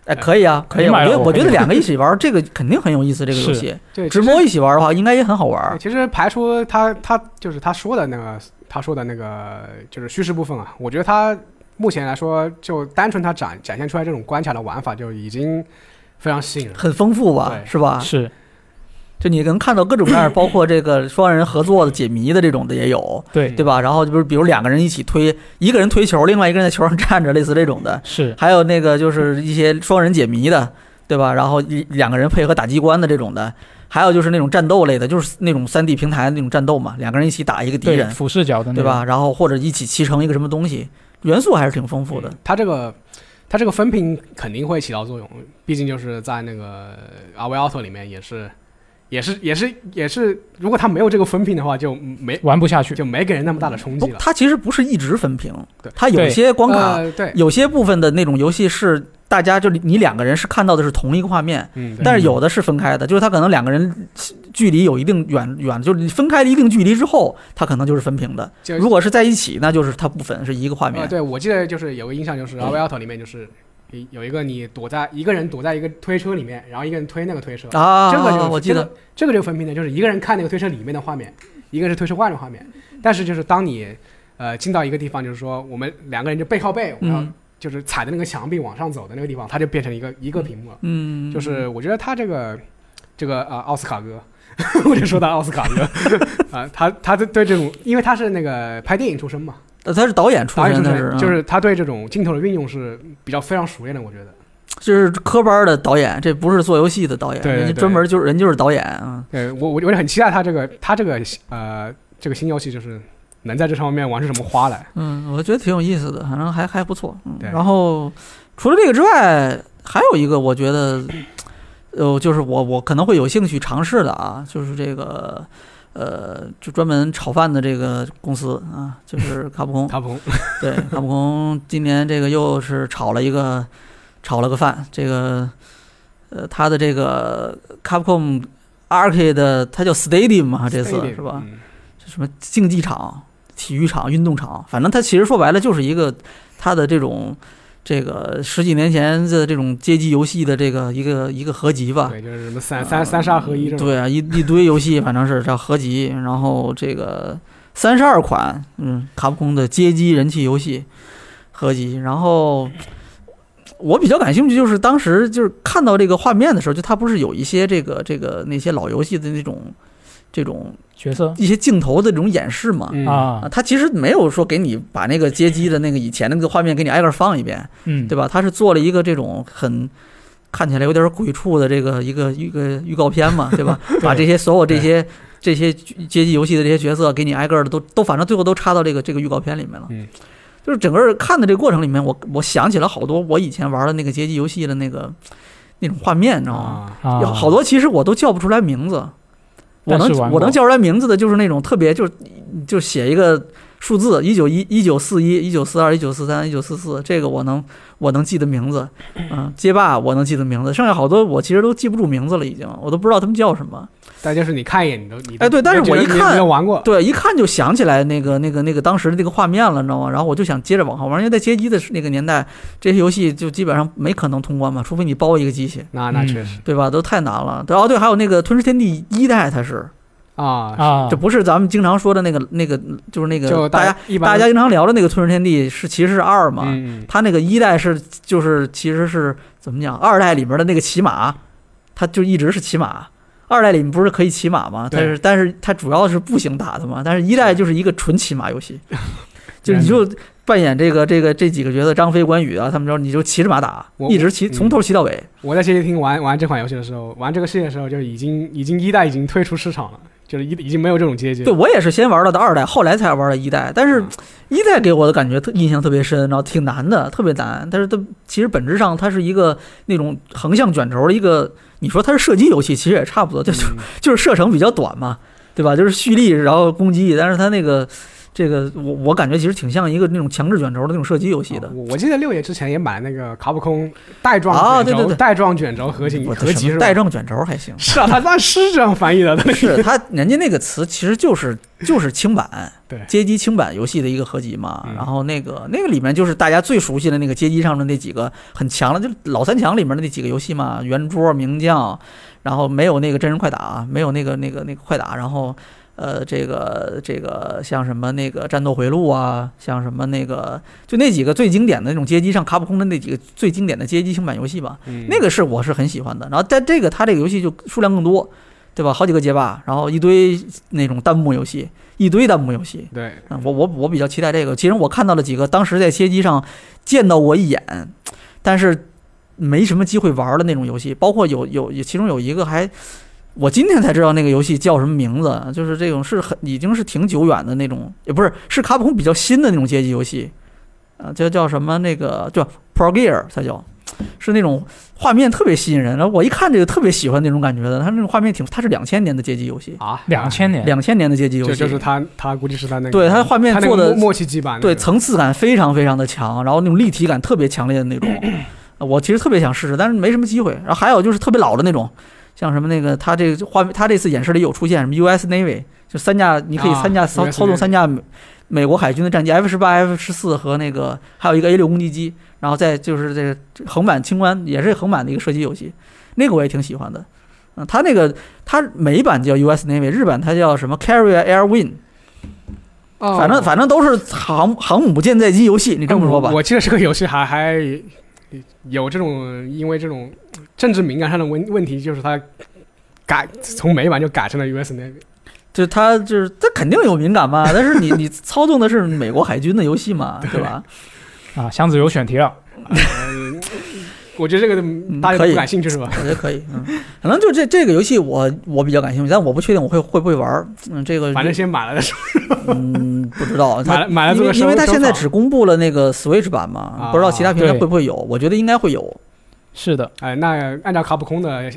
Speaker 3: 哎，可以啊，可以
Speaker 1: 你
Speaker 3: 啊。我
Speaker 1: 买
Speaker 3: 觉
Speaker 1: 了
Speaker 3: 得
Speaker 1: 我
Speaker 3: 我觉
Speaker 1: 可
Speaker 3: 得
Speaker 1: 以
Speaker 3: 两个一起玩儿，这个肯定很有意思。这个游戏
Speaker 2: 对
Speaker 3: 直。
Speaker 2: 其实
Speaker 3: 播一起玩儿的话，应该也很好玩
Speaker 2: 对
Speaker 3: 儿。
Speaker 2: 其实排除他他就是他说的那个他说的那个就是叙事部分啊，我觉得他目前来说就单纯他展展现出来这种关卡的玩法就已经非常吸引人了。
Speaker 3: 很丰富吧，
Speaker 2: 对
Speaker 3: 是吧？
Speaker 1: 是
Speaker 3: 就你能看到各种各样儿，包括这个双人合作的、解谜的这种的也有，
Speaker 1: 对
Speaker 3: 对吧？然后就是比如两个人一起推，一个人推球，另外一个人在球上站着，类似这种的。
Speaker 1: 是
Speaker 3: 还有那个就是一些双人解谜的，对吧？然后一两个人配合打机关的这种的，还有就是那种战斗类的，就是那种三 D 平台的那种战斗嘛，两个人一起打一个敌
Speaker 1: 对
Speaker 3: 人，
Speaker 1: 俯视角的那
Speaker 3: 对吧？然后或者一起骑乘一个什么东西，元素还是挺丰富的。
Speaker 2: 嗯它这个它这个分屏肯定会起到作用，毕竟就是在那个 R V Auto 里面也是也是也是也是，如果它没有这个分屏的话，就没
Speaker 1: 种，玩不下去，
Speaker 2: 就没给人那么大的冲击
Speaker 3: 不，
Speaker 2: 了。
Speaker 3: 它其实不是一直分屏
Speaker 2: 对，
Speaker 3: 它有
Speaker 1: 对
Speaker 3: 些关卡，
Speaker 2: 呃对，
Speaker 3: 有些部分的那种游戏是大家就你两个人是看到的是同一个画面。
Speaker 2: 嗯，对
Speaker 3: 但是有的是分开的，就是它可能两个人距离有一定远远，就是你分开了一定距离之后，它可能就是分屏的。
Speaker 2: 就
Speaker 3: 如果是在一起，那就是它不分，是一个画面。嗯
Speaker 2: 呃，对我记得就是有个印象，就是 R V Auto 里面就是一有一个你躲在一个人躲在一个推车里面，然后一个人推那个推车，
Speaker 3: 啊，
Speaker 2: 这个就是
Speaker 3: 我记得
Speaker 2: 这，个这个就分屏的，就是一个人看那个推车里面的画面，一个人是推车外的画面。但是就是当你呃进到一个地方，就是说我们两个人就背靠背，然后
Speaker 3: 嗯
Speaker 2: 就是踩的那个墙壁往上走的那个地方，它就变成一个一个屏幕了。
Speaker 3: 嗯，
Speaker 2: 就是我觉得他这个这个呃奥斯卡哥， 我就说他奥斯卡哥 啊、他他对对这种，因为他是那个拍电影出身嘛，
Speaker 3: 呃他是导演出
Speaker 2: 导演
Speaker 3: 身
Speaker 2: 出
Speaker 3: 的
Speaker 2: 身，
Speaker 3: 是，
Speaker 2: 就
Speaker 3: 嗯
Speaker 2: 是他对这种镜头的运用是比较非常熟练的，我觉得。
Speaker 3: 就是科班的导演，这不是做游戏的导演，
Speaker 2: 对
Speaker 3: 人
Speaker 2: 对
Speaker 3: 家专门就是人就是导演啊。
Speaker 2: 对呃我我我就很期待他这个他这个呃这个新游戏就是能在这上面玩出什么花来。
Speaker 3: 嗯，我觉得挺有意思的，反正还还不错。嗯
Speaker 2: 对，
Speaker 3: 然后除了这个之外，还有一个我觉得，呃，就是我我可能会有兴趣尝试的啊，就是这个。呃，就专门炒饭的这个公司啊，就是卡普 空，
Speaker 2: 卡普
Speaker 3: 对，卡普空今年这个又是炒了一个，炒了个饭。这个，呃，他的这个 Capcom Arcade 的，它叫 Stadium 嘛，啊这次是吧？
Speaker 2: 嗯
Speaker 3: 什么竞技场、体育场、运动场，反正它其实说白了就是一个它的这种这个十几年前的这种街机游戏的这个一个一个合集吧。
Speaker 2: 对，就是什么三三三十二合一这种。
Speaker 3: 对啊，一一堆游戏，反正是叫合集，然后这个三十二款，嗯，卡普空的街机人气游戏合集。然后我比较感兴趣，就是当时就是看到这个画面的时候，就它不是有一些这个这个那些老游戏的那种这种
Speaker 1: 角色
Speaker 3: 一些镜头的这种演示嘛。
Speaker 2: 嗯，
Speaker 1: 啊
Speaker 3: 啊，，它其实没有说给你把那个街机的那个以前的那个画面给你挨个放一遍，
Speaker 1: 嗯，
Speaker 3: 对吧？他是做了一个这种很看起来有点鬼畜的这个一个一个预告片嘛，对吧？把这些所有这些这些街机游戏的这些角色给你挨个的都都，反正最后都插到这个这个预告片里面了。
Speaker 2: 嗯
Speaker 3: 就是整个看的这个过程里面，我我想起了好多我以前玩的那个街机游戏的那个那种画面，你知道吗？
Speaker 2: 啊，
Speaker 1: 啊，
Speaker 3: 有好多其实我都叫不出来名字，我
Speaker 1: 但是
Speaker 3: 能
Speaker 1: 玩
Speaker 3: 我
Speaker 1: 过
Speaker 3: 能叫出来名字的就是那种特别就是就写一个数字一九一一九四一一九四二一九四三一九四四，这个我能我能记得名字，嗯，街霸我能记得名字，剩下好多我其实都记不住名字了，已经我都不知道他们叫什么。
Speaker 2: 但就是你看一眼，你都你都
Speaker 3: 哎对但是
Speaker 2: 你都觉
Speaker 3: 我一
Speaker 2: 得你
Speaker 3: 看
Speaker 2: 没有玩过，
Speaker 3: 对，一看就想起来那个那个那个当时的那个画面了，你知道吗？然后我就想接着往后玩，因为在街机的那个年代，这些游戏就基本上没可能通关嘛，除非你包一个机器，
Speaker 2: 那那
Speaker 1: 嗯
Speaker 2: 确实
Speaker 3: 对吧？都太难了。对，哦对，还有那个《吞噬天地》一代，它是
Speaker 2: 啊，
Speaker 1: 啊
Speaker 3: 这，不是咱们经常说的那个那个，就是那个
Speaker 2: 就
Speaker 3: 大
Speaker 2: 大
Speaker 3: 家
Speaker 2: 一般
Speaker 3: 大家经常聊的那个《吞噬天地》是其实是二嘛，
Speaker 2: 嗯，嗯
Speaker 3: 它那个一代是就是其实是怎么讲，二代里面的那个骑马，它就一直是骑马。二代里面不是可以骑马吗？
Speaker 2: 对
Speaker 3: 但是但是它主要是步行打的嘛，但是一代就是一个纯骑马 游戏，就你就扮演这个这个这几个角色张飞、关羽啊，他们之后你就骑着马打，
Speaker 2: 我
Speaker 3: 一直骑
Speaker 2: 嗯
Speaker 3: 从头骑到尾。
Speaker 2: 我在街机厅玩玩这款游戏的时候，玩这个系列的时候，就已经已经一代已经退出市场了，就是一已经没有这种街机了。
Speaker 3: 对我也是先玩到的二代，后来才玩的一代。但是
Speaker 2: 嗯
Speaker 3: 一代给我的感觉特印象特别深，然后挺难的，特别难。但是它其实本质上它是一个那种横向卷轴的一个，你说它是射击游戏，其实也差不多，就 就
Speaker 2: 嗯
Speaker 3: 就是射程比较短嘛，对吧？就是蓄力然后攻击，但是它那个这个我我感觉其实挺像一个那种强制卷轴的那种射击游戏的
Speaker 2: 啊。我我记得六爷之前也买那个卡普空带
Speaker 3: 啊
Speaker 2: 状卷
Speaker 3: 对对
Speaker 2: 轴
Speaker 3: 对
Speaker 2: 带状卷轴合集
Speaker 3: 我
Speaker 2: 合集
Speaker 3: 什
Speaker 2: 是
Speaker 3: 么
Speaker 2: 吧，
Speaker 3: 带？状卷轴还行
Speaker 2: 是啊，他那是这样翻译的，
Speaker 3: 是它人家那个词其实就是就是轻版。
Speaker 2: 对
Speaker 3: 街机轻版游戏的一个合集嘛，
Speaker 2: 嗯
Speaker 3: 然后那个那个里面就是大家最熟悉的那个街机上的那几个很强的，就是老三强里面的那几个游戏嘛，圆桌、名将，然后没有那个真人快打，没有那个那个那个快打，然后呃，这个这个像什么那个战斗回路啊，像什么那个就那几个最经典的那种街机上卡普空的那几个最经典的街机轻版游戏吧，
Speaker 2: 嗯
Speaker 3: 那个是我是很喜欢的。然后但这个它这个游戏就数量更多，对吧？好几个街霸，然后一堆那种弹幕游戏，一堆弹幕游戏。
Speaker 2: 对
Speaker 3: 嗯我我我比较期待这个。其实我看到了几个当时在街机上见到过一眼，但是没什么机会玩的那种游戏，包括有有有其中有一个还。我今天才知道那个游戏叫什么名字，就是这种是很已经是挺久远的那种，也不是是卡普空比较新的那种街机游戏，呃，叫叫什么那个叫 Pro Gear，它叫是那种画面特别吸引人，然后我一看这个特别喜欢那种感觉的，它那种画面挺，它是两千年的街机游戏，
Speaker 2: 啊，
Speaker 1: 两千年，
Speaker 3: 两千年的街机游
Speaker 2: 就
Speaker 3: 戏，
Speaker 2: 就是他他估计是他那个
Speaker 3: 对它画面
Speaker 2: 他那个
Speaker 3: 做得
Speaker 2: 默默契基板
Speaker 3: 对，层次感非常非常的强，然后那种立体感特别强烈的那 种，呃我其实特别想试试，但是没什么机会。然后还有就是特别老的那种，像什么那个他这个画面，他这次演示里有出现什么 U.S. Navy，就三架，你可以
Speaker 2: 啊
Speaker 3: 三架操、
Speaker 2: US
Speaker 3: 操纵
Speaker 2: Navy
Speaker 3: 三架美美国海军的战机 F 十八、F 十四和那个还有一个 A 六攻击机，然后再就是这个横版清关也是横版的一个射击游戏，那个我也挺喜欢的。嗯，他那个他美版叫 U.S. Navy，日版它叫什么 Carrier Air Wing，
Speaker 2: 哦
Speaker 3: 反正反正都是航航母舰载机游戏，你这么说
Speaker 2: 嗯
Speaker 3: 吧
Speaker 2: 哎我。我记得这个游戏还还有这种因为这种政治敏感上的问问题，就是它改从美版就改成了 US Navy。
Speaker 3: 就他就是他肯定有敏感嘛，但是你你操纵的是美国海军的游戏嘛，对吧？
Speaker 1: 啊，箱子有选题了，
Speaker 2: 呃我觉得这个
Speaker 3: 嗯
Speaker 2: 大家都不感兴趣是吧？
Speaker 3: 我觉得可以，嗯，反正就这这个游戏我我比较感兴趣，但我不确定我会会不会玩儿，嗯，这个
Speaker 2: 反正先买了再说，
Speaker 3: 嗯 不知道，
Speaker 2: 买
Speaker 3: 它
Speaker 2: 了买了
Speaker 3: 因
Speaker 2: 做
Speaker 3: 为
Speaker 2: 个收
Speaker 3: 因为它
Speaker 2: 收
Speaker 3: 现在
Speaker 2: 藏
Speaker 3: 只公布了那个 Switch 版嘛，
Speaker 2: 啊
Speaker 3: 不知道其他平台
Speaker 1: 对
Speaker 3: 会不会有，我觉得应该会有，
Speaker 1: 是的，
Speaker 2: 哎，那按照卡普空的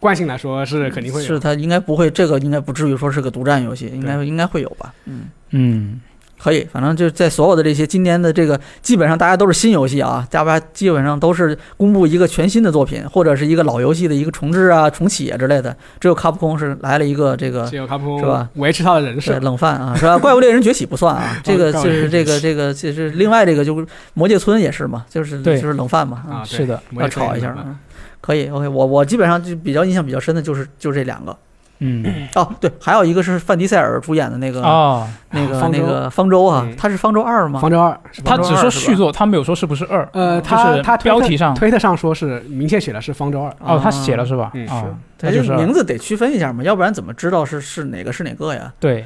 Speaker 2: 惯性来说，是肯定会有
Speaker 3: 嗯是它应该不会，这个应该不至于说是个独占游戏，应该应该会有吧，嗯。
Speaker 1: 嗯，
Speaker 3: 可以，反正就在所有的这些今年的这个，基本上大家都是新游戏啊，大家基本上都是公布一个全新的作品，或者是一个老游戏的一个重置啊、重启啊之类的。只有卡普空是来了一个这个
Speaker 2: 只有卡普
Speaker 3: 是
Speaker 2: 空
Speaker 3: 吧
Speaker 2: 维持他的人
Speaker 3: 对
Speaker 2: 设，
Speaker 3: 冷饭啊，是吧？怪物猎人崛起不算啊，这个
Speaker 2: 怪物
Speaker 3: 就是这个这个就是另外这个就是魔界村也是嘛，就是就
Speaker 1: 对
Speaker 3: 嗯是冷饭嘛，
Speaker 2: 啊，对
Speaker 1: 是的，
Speaker 2: 我
Speaker 3: 要
Speaker 2: 也可以
Speaker 3: 炒一下
Speaker 2: 明白
Speaker 3: 嗯可以，OK，我我基本上就比较印象比较深的就是就这两个
Speaker 1: 嗯，
Speaker 3: 哦，对，还有一个是范迪塞尔主演的那个、
Speaker 1: 哦，
Speaker 3: 那个
Speaker 2: 方舟
Speaker 3: 那个方舟啊
Speaker 2: 嗯，
Speaker 3: 他是方舟二吗？
Speaker 2: 方舟二是吧？
Speaker 1: 他只说
Speaker 3: 二是吧
Speaker 1: 续作，他没有说是不是二，
Speaker 3: 嗯
Speaker 2: 呃，
Speaker 1: 就
Speaker 2: 他
Speaker 1: 是
Speaker 2: 他推
Speaker 1: 标
Speaker 2: 特
Speaker 1: 题上，
Speaker 2: 推特上说是明确写的是方舟二，
Speaker 1: 哦，他写了是吧？
Speaker 2: 嗯
Speaker 1: 啊，
Speaker 3: 对，
Speaker 1: 那就是
Speaker 3: 名字得区分一下嘛，要不然怎么知道是是哪个是哪个呀？
Speaker 1: 对，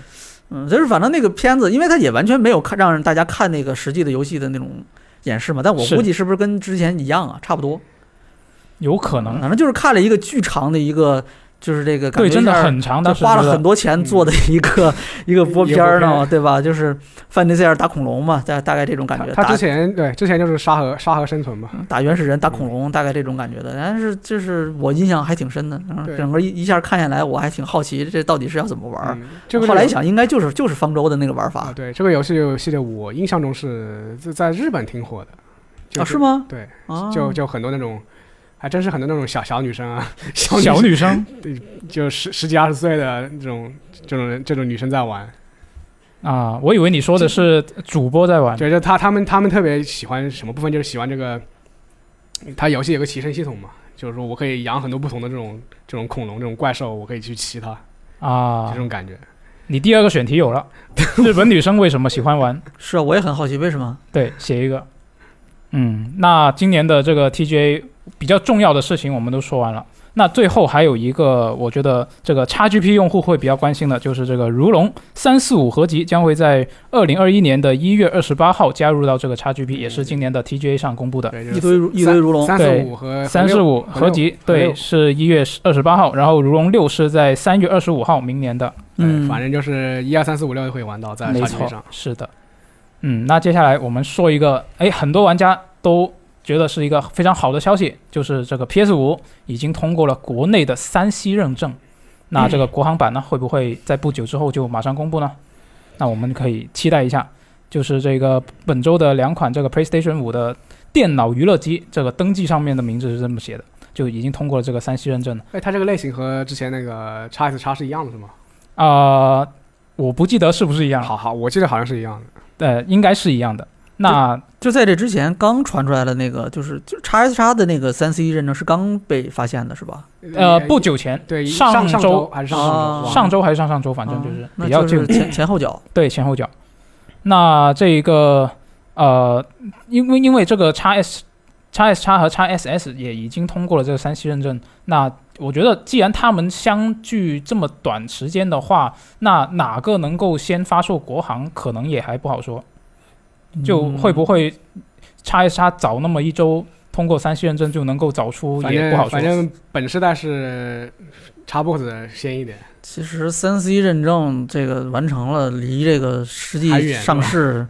Speaker 3: 嗯，就是反正那个片子，因为它也完全没有看让大家看那个实际的游戏的那种演示嘛，但我
Speaker 1: 是
Speaker 3: 估计是不是跟之前一样啊，差不多。
Speaker 1: 有可能，
Speaker 3: 反正就是看了一个巨长的一个，就是这个感
Speaker 1: 对，
Speaker 3: 觉
Speaker 1: 真的
Speaker 3: 一下
Speaker 1: 很长，
Speaker 3: 就
Speaker 1: 当时
Speaker 3: 花
Speaker 1: 觉
Speaker 3: 了
Speaker 1: 得嗯
Speaker 3: 很多钱做的一个、一个播片儿
Speaker 2: 一个播片
Speaker 3: 呢，对吧？就是范迪塞尔打恐龙嘛，大大概这种感觉，
Speaker 2: 他
Speaker 3: 打
Speaker 2: 之前对之前就是沙盒沙盒生存嘛，
Speaker 3: 打原始人、打
Speaker 1: 嗯
Speaker 3: 恐龙，大概这种感觉的。但是就是我印象还挺深的，嗯
Speaker 2: 对
Speaker 3: 整个一一下看下来，我还挺好奇这到底是要怎么玩儿。
Speaker 2: 嗯，这个
Speaker 3: 后来一
Speaker 2: 游
Speaker 3: 想，应该就是就是方舟的那个玩法
Speaker 2: 啊，对这个游戏系列，我印象中是在在日本挺火的，就
Speaker 3: 啊，是？吗？
Speaker 2: 对，
Speaker 3: 啊，
Speaker 2: 就就很多那种，还真是很多那种小小女生啊，小
Speaker 1: 小
Speaker 2: 女
Speaker 1: 女生
Speaker 2: 就十十几二十岁的这种这种人这种女生在玩，
Speaker 1: 啊，我以为你说的是主播在玩，
Speaker 2: 对，就他他们他们特别喜欢什么部分，就是喜欢这个，他游戏有个骑乘系统嘛，就是说我可以养很多不同的这种这种恐龙这种怪兽，我可以去骑它，就
Speaker 1: 啊
Speaker 2: 这，种感觉。
Speaker 1: 你第二个选题有了，日本女生为什么喜欢玩？
Speaker 3: 是啊，我也很好奇为什么。
Speaker 1: 对，写一个。嗯，那今年的这个 TGA 比较重要的事情我们都说完了，那最后还有一个，我觉得这个 XGP 用户会比较关心的，就是这个《如龙三四五》合集将会在二零二一年的一月二十八号加入到这个 XGP，也是今年的 TGA 上公布的。
Speaker 2: 对，
Speaker 3: 一堆如一堆如龙
Speaker 2: 三四
Speaker 1: 对
Speaker 2: 五和
Speaker 1: 三十五
Speaker 2: 和
Speaker 1: 合集
Speaker 2: 和六
Speaker 1: 对是一月二十八号，然后《如龙六》是在三月二十五号，明年的。
Speaker 2: 嗯，
Speaker 3: 嗯
Speaker 2: 反正就是一二三四五六都会玩到在
Speaker 1: 没
Speaker 2: 沙
Speaker 1: 错
Speaker 2: 局上，，
Speaker 1: 是的。嗯，那接下来我们说一个，哎，很多玩家都觉得是一个非常好的消息，就是这个 PS 五已经通过了国内的三 C 认证。那
Speaker 2: 嗯
Speaker 1: 这个国行版呢，会不会在不久之后就马上公布呢？那我们可以期待一下，就是这个本周的两款这个 PlayStation 五的电脑娱乐机，这个登记上面的名字是这么写的，就已经通过了这个三 C 认证了。
Speaker 2: 哎，它这个类型和之前那个叉 S 叉是一样的，是吗？
Speaker 1: 啊、我不记得是不是一样了，
Speaker 2: 好好，我记得好像是一样的。
Speaker 1: 呃，应该是一样的。那
Speaker 3: 就在这之前刚传出来的那个，就是就是 x S 叉的那个三 C 认证是刚被发现的，是吧？
Speaker 1: 呃，
Speaker 2: 也
Speaker 1: 不，久前，
Speaker 2: 对，
Speaker 1: 上
Speaker 2: 上上
Speaker 1: 周
Speaker 2: 还是上上周
Speaker 3: 啊
Speaker 2: 忘了？
Speaker 1: 上周还是上上周，反正就是
Speaker 3: 啊那
Speaker 1: 比较
Speaker 3: 就是
Speaker 1: 近，
Speaker 3: 前前后脚。
Speaker 1: 对前后脚。那这一个呃，因为因为这个 x S、x S 叉和 x SS 也已经通过了这个三 C 认证，那我觉得既然他们相距这么短时间的话，那哪个能够先发售国行，可能也还不好说，
Speaker 3: 嗯
Speaker 1: 就会不会 x S 叉早那么一周通过三 C 认证就能够早出，
Speaker 2: 反
Speaker 1: 也不好说
Speaker 2: 正反。正本世代是叉 box 先一点，
Speaker 3: 其实三 C 认证这个完成了，离这个实际
Speaker 2: 还远是
Speaker 3: 上
Speaker 2: 吧
Speaker 3: 市，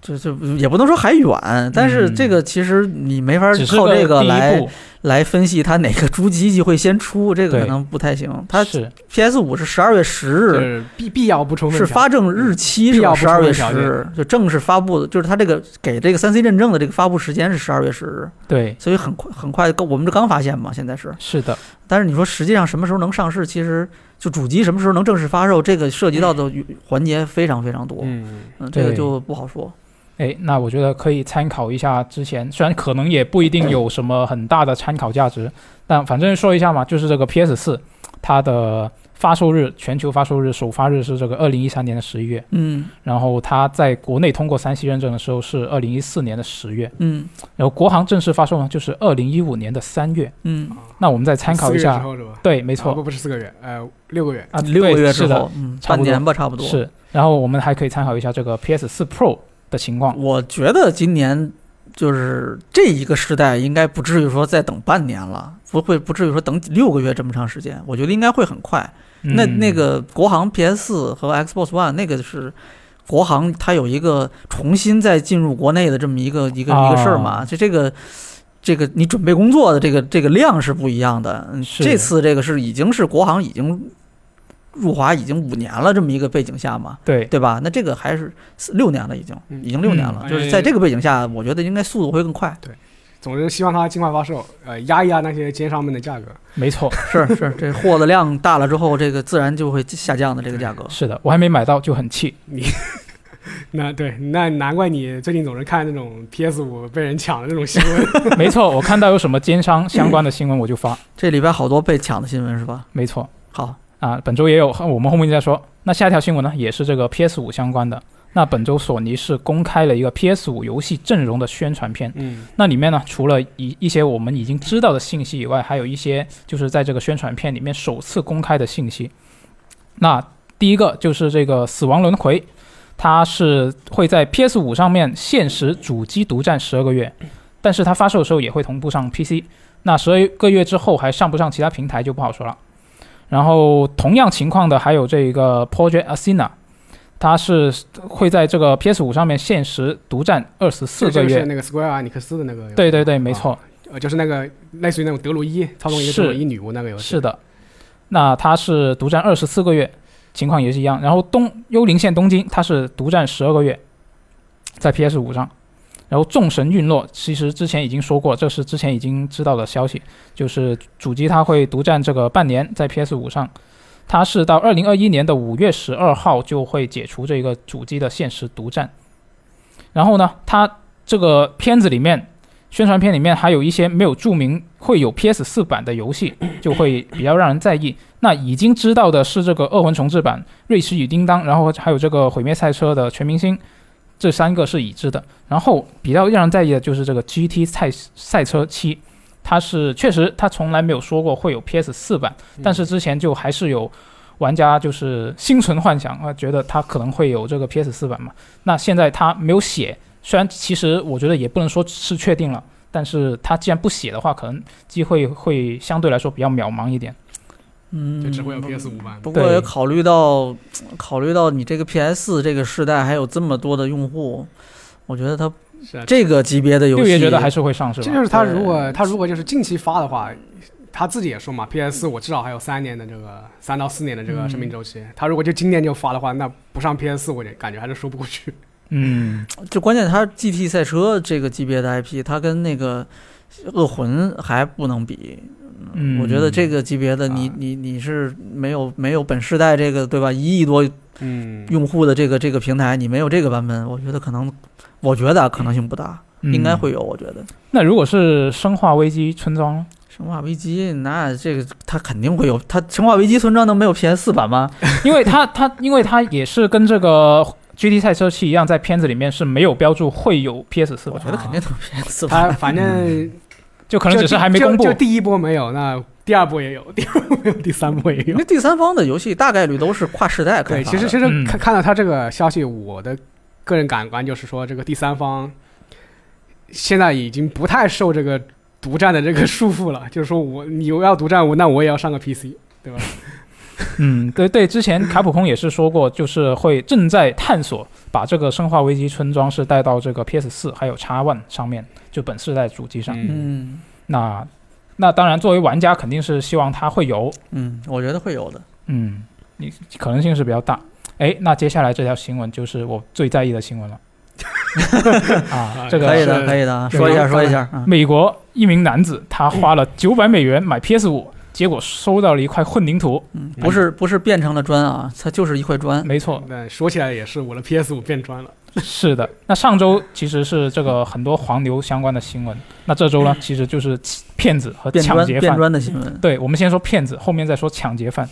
Speaker 3: 就就也不能说还远，但是
Speaker 1: 嗯
Speaker 3: 这个其实你没法
Speaker 1: 只是
Speaker 3: 靠这
Speaker 1: 第
Speaker 3: 来
Speaker 1: 一步，
Speaker 3: 来分析它哪个 主机机会先出，这个可
Speaker 1: 对
Speaker 3: 能不太行。它
Speaker 1: 是
Speaker 3: PS 五是十二月十
Speaker 2: 就
Speaker 3: 日，
Speaker 2: 是必必要不充分
Speaker 3: 是
Speaker 2: 条
Speaker 3: 发证日期是
Speaker 2: 必要
Speaker 3: 十
Speaker 2: 不
Speaker 3: 二
Speaker 2: 充
Speaker 3: 月
Speaker 2: 分
Speaker 3: 十
Speaker 2: 条件
Speaker 3: 日，就正式发布的，就是它这个给这个三 C 认证的这个发布时间是十二月十日，
Speaker 1: 对，
Speaker 3: 所以很快很快，我们这刚发现嘛，现在是。
Speaker 1: 是的。
Speaker 3: 但是你说实际上什么时候能上市，其实就主机什么时候能正式发售，这个涉及到的环节非常非常多，
Speaker 2: 嗯，
Speaker 3: 嗯，这个
Speaker 1: 对
Speaker 3: 就不好说。
Speaker 1: 哎，那我觉得可以参考一下之前，虽然可能也不一定有什么很大的参考价值，但反正说一下嘛，就是这个 PS 四，它的发售日，全球发售日首发日是这个二零一三年的十一月，
Speaker 3: 嗯
Speaker 1: 然后它在国内通过三 C 认证的时候是二零一四年的十月，
Speaker 3: 嗯
Speaker 1: 然后国行正式发售呢就是二零一五年的三月，
Speaker 3: 嗯，
Speaker 1: 那我们再参考一
Speaker 2: 啊四个月之
Speaker 1: 下，
Speaker 2: 后是吧？
Speaker 1: 对，没
Speaker 2: 啊
Speaker 1: 错
Speaker 2: 不不是四个月，呃，六个月。
Speaker 1: 啊，
Speaker 3: 六个
Speaker 1: 对
Speaker 3: 月
Speaker 1: 是
Speaker 3: 之
Speaker 1: 的，
Speaker 3: 后，嗯，
Speaker 1: 差不多
Speaker 3: 半年吧，差不多。
Speaker 1: 是，然后我们还可以参考一下这个 PS 四 Pro 的情况，
Speaker 3: 我觉得今年就是这一个时代应该不至于说再等半年了，不会不至于说等六个月这么长时间，我觉得应该会很快。那
Speaker 1: 嗯
Speaker 3: 那个国行 PS 四和 Xbox One 那个是国行，它有一个重新再进入国内的这么一个一个
Speaker 1: 啊
Speaker 3: 一个事儿嘛，就这个。这个你准备工作的这个这个量是不一样的，嗯
Speaker 1: 是
Speaker 3: 这次这个是已经是国行已经入华已经五年了这么一个背景下嘛，
Speaker 1: 对，
Speaker 3: 对吧？那这个还是四六年了，已经
Speaker 2: 嗯
Speaker 3: 已经六年了，
Speaker 2: 嗯
Speaker 3: 就是
Speaker 2: 哎
Speaker 3: 在这个背景下，我觉得应该速度会更快。
Speaker 2: 总之，希望它尽快发售，呃，压一压那些奸商们的价格。
Speaker 1: 没错，
Speaker 3: 是是， 这货的量大了之后，这个自然就会下降的这个价格。
Speaker 1: 是的，我还没买到就很气。
Speaker 2: 那对，那难怪你最近总是看那种 PS 五被人抢的那种新闻。
Speaker 1: 没错，我看到有什么奸商相关的新闻我就发。
Speaker 3: 这礼拜好多被抢的新闻是吧？
Speaker 1: 没错
Speaker 3: 好，
Speaker 1: 啊，本周也有，我们后面再说。那下一条新闻呢，也是这个 PS 五相关的。那本周索尼是公开了一个 PS 五游戏阵容的宣传片，
Speaker 2: 嗯
Speaker 1: 那里面呢，除了一一些我们已经知道的信息以外，还有一些就是在这个宣传片里面首次公开的信息。那第一个就是这个死亡轮回，它是会在 PS 五上面限时主机独占十二个月，但是它发售的时候也会同步上 PC。那十二个月之后还上不上其他平台就不好说了。然后同样情况的还有这个 Project Asina。它是会在这个 PS 五上面限时独占二十四
Speaker 2: 这
Speaker 1: 个
Speaker 2: 是
Speaker 1: 月，
Speaker 2: 那个 Square Enix 的那个游戏。
Speaker 1: 对对对，没
Speaker 2: 啊
Speaker 1: 错。，
Speaker 2: 呃，就是那个类似于那种德鲁伊操纵一个德鲁
Speaker 1: 是
Speaker 2: 伊女巫那个游戏。
Speaker 1: 是的，那它是独占二十四个月，情况也是一样。然后东幽灵线东京，它是独占十二个月，在 PS 五上。然后众神陨落，其实之前已经说过，这是之前已经知道的消息，就是主机它会独占这个半年在 PS 五上。它是到二零二一年的五月十二号就会解除这个主机的限时独占。然后呢，它这个片子里面，宣传片里面还有一些没有注明会有 PS 四版的游戏，就会比较让人在意。那已经知道的是这个《恶魂重置版》《瑞奇与叮当》，然后还有这个《毁灭赛车》的全明星，这三个是已知的。然后比较让人在意的就是这个 GT 赛赛车七。它是确实，它从来没有说过会有 PS 四版，
Speaker 2: 嗯
Speaker 1: 但是之前就还是有玩家就是心存幻想啊，觉得它可能会有这个 PS 四版嘛。那现在它没有写，虽然其实我觉得也不能说是确定了，但是它既然不写的话，可能机会会相对来说比较渺茫一点。
Speaker 3: 嗯，
Speaker 2: 就只会有 PS 五版。
Speaker 3: 不过也
Speaker 1: 对
Speaker 3: 考虑到考虑到你这个 PS 这个时代还有这么多的用户，我觉得它
Speaker 2: 是啊，
Speaker 3: 这个级别的游戏，
Speaker 1: 呃六爷觉得还是会上是
Speaker 2: 这
Speaker 1: 吧？
Speaker 2: 就是他
Speaker 3: 对
Speaker 2: 如果他如果就是近期发的话，他自己也说嘛，PS 我至少还有三年的这个三到四年的这
Speaker 1: 嗯
Speaker 2: 个生命周期。他如果就今年就发的话，那不上 PS 我就感觉还是说不过去。
Speaker 1: 嗯，
Speaker 3: 就关键它 GT 赛车这个级别的 IP，它跟那个恶魂还不能比。
Speaker 1: 嗯
Speaker 3: 我觉得这个级别的你
Speaker 2: 啊
Speaker 3: 你你是没有没有本世代这个对吧一亿多
Speaker 2: 嗯，
Speaker 3: 用户的这个这个平台，你没有这个版本，我觉得可能，我觉得啊可能性不大，
Speaker 1: 嗯
Speaker 3: 应该会有。我觉得《
Speaker 1: 那如果是《生化危机》村庄呢，
Speaker 3: 生化危机》那这个它肯定会有，它《生化危机》村庄能没有 PS 四版吗？
Speaker 1: 因为 它它因为它也是跟这个 GT 赛车七一样，在片子里面是没有标注会有 PS 四
Speaker 3: 我
Speaker 1: 版
Speaker 3: 觉得肯定能有 PS 四版。
Speaker 2: 他反正
Speaker 1: 就嗯可能只是还没
Speaker 2: 就
Speaker 1: 公布
Speaker 2: 就就。第一波没有，那第二波 也有，第二波没有，第三波也
Speaker 3: 因
Speaker 2: 有
Speaker 3: 为。第三方的游戏大概率都是跨时代开
Speaker 2: 对，
Speaker 3: 发
Speaker 2: 其实
Speaker 3: 的
Speaker 2: 其实
Speaker 1: 嗯
Speaker 2: 看看到他这个消息，我的个人感官就是说，这个第三方现在已经不太受这个独占的这个束缚了。就是说我你要独占我，那我也要上个 PC。
Speaker 1: 嗯，对对，之前卡普空也是说过，就是会正在探索把这个《生化危机》村庄是带到这个 PS 四还有 X One 上面，就本世代主机上。
Speaker 3: 嗯
Speaker 1: 那那当然，作为玩家肯定是希望它会有，
Speaker 3: 嗯，我觉得会有的。
Speaker 1: 嗯，你可能性是比较大。哎，那接下来这条新闻就是我最在意的新闻了。 啊，这
Speaker 3: 可以
Speaker 1: 个
Speaker 3: 的，
Speaker 2: 是
Speaker 3: 可以的，啊
Speaker 1: 对
Speaker 3: 说一下，
Speaker 2: 当
Speaker 3: 说一下啊。
Speaker 1: 美国一名男子他花了九百美元买 PS 五，结果收到了一块混凝土。
Speaker 3: 嗯，不是不是变成了砖啊，它就是一块砖。
Speaker 1: 没错，
Speaker 2: 那说起来也是，我的 PS 五变砖 了。
Speaker 1: 是的，那上周其实是这个很多黄牛相关的新闻，那这周呢，其实就是欺骗子和
Speaker 3: 变
Speaker 1: 抢
Speaker 3: 砖
Speaker 1: 劫
Speaker 3: 嗯变
Speaker 1: 犯。
Speaker 3: 砖的新闻，
Speaker 1: 对，我们先说骗子，后面再说抢劫犯。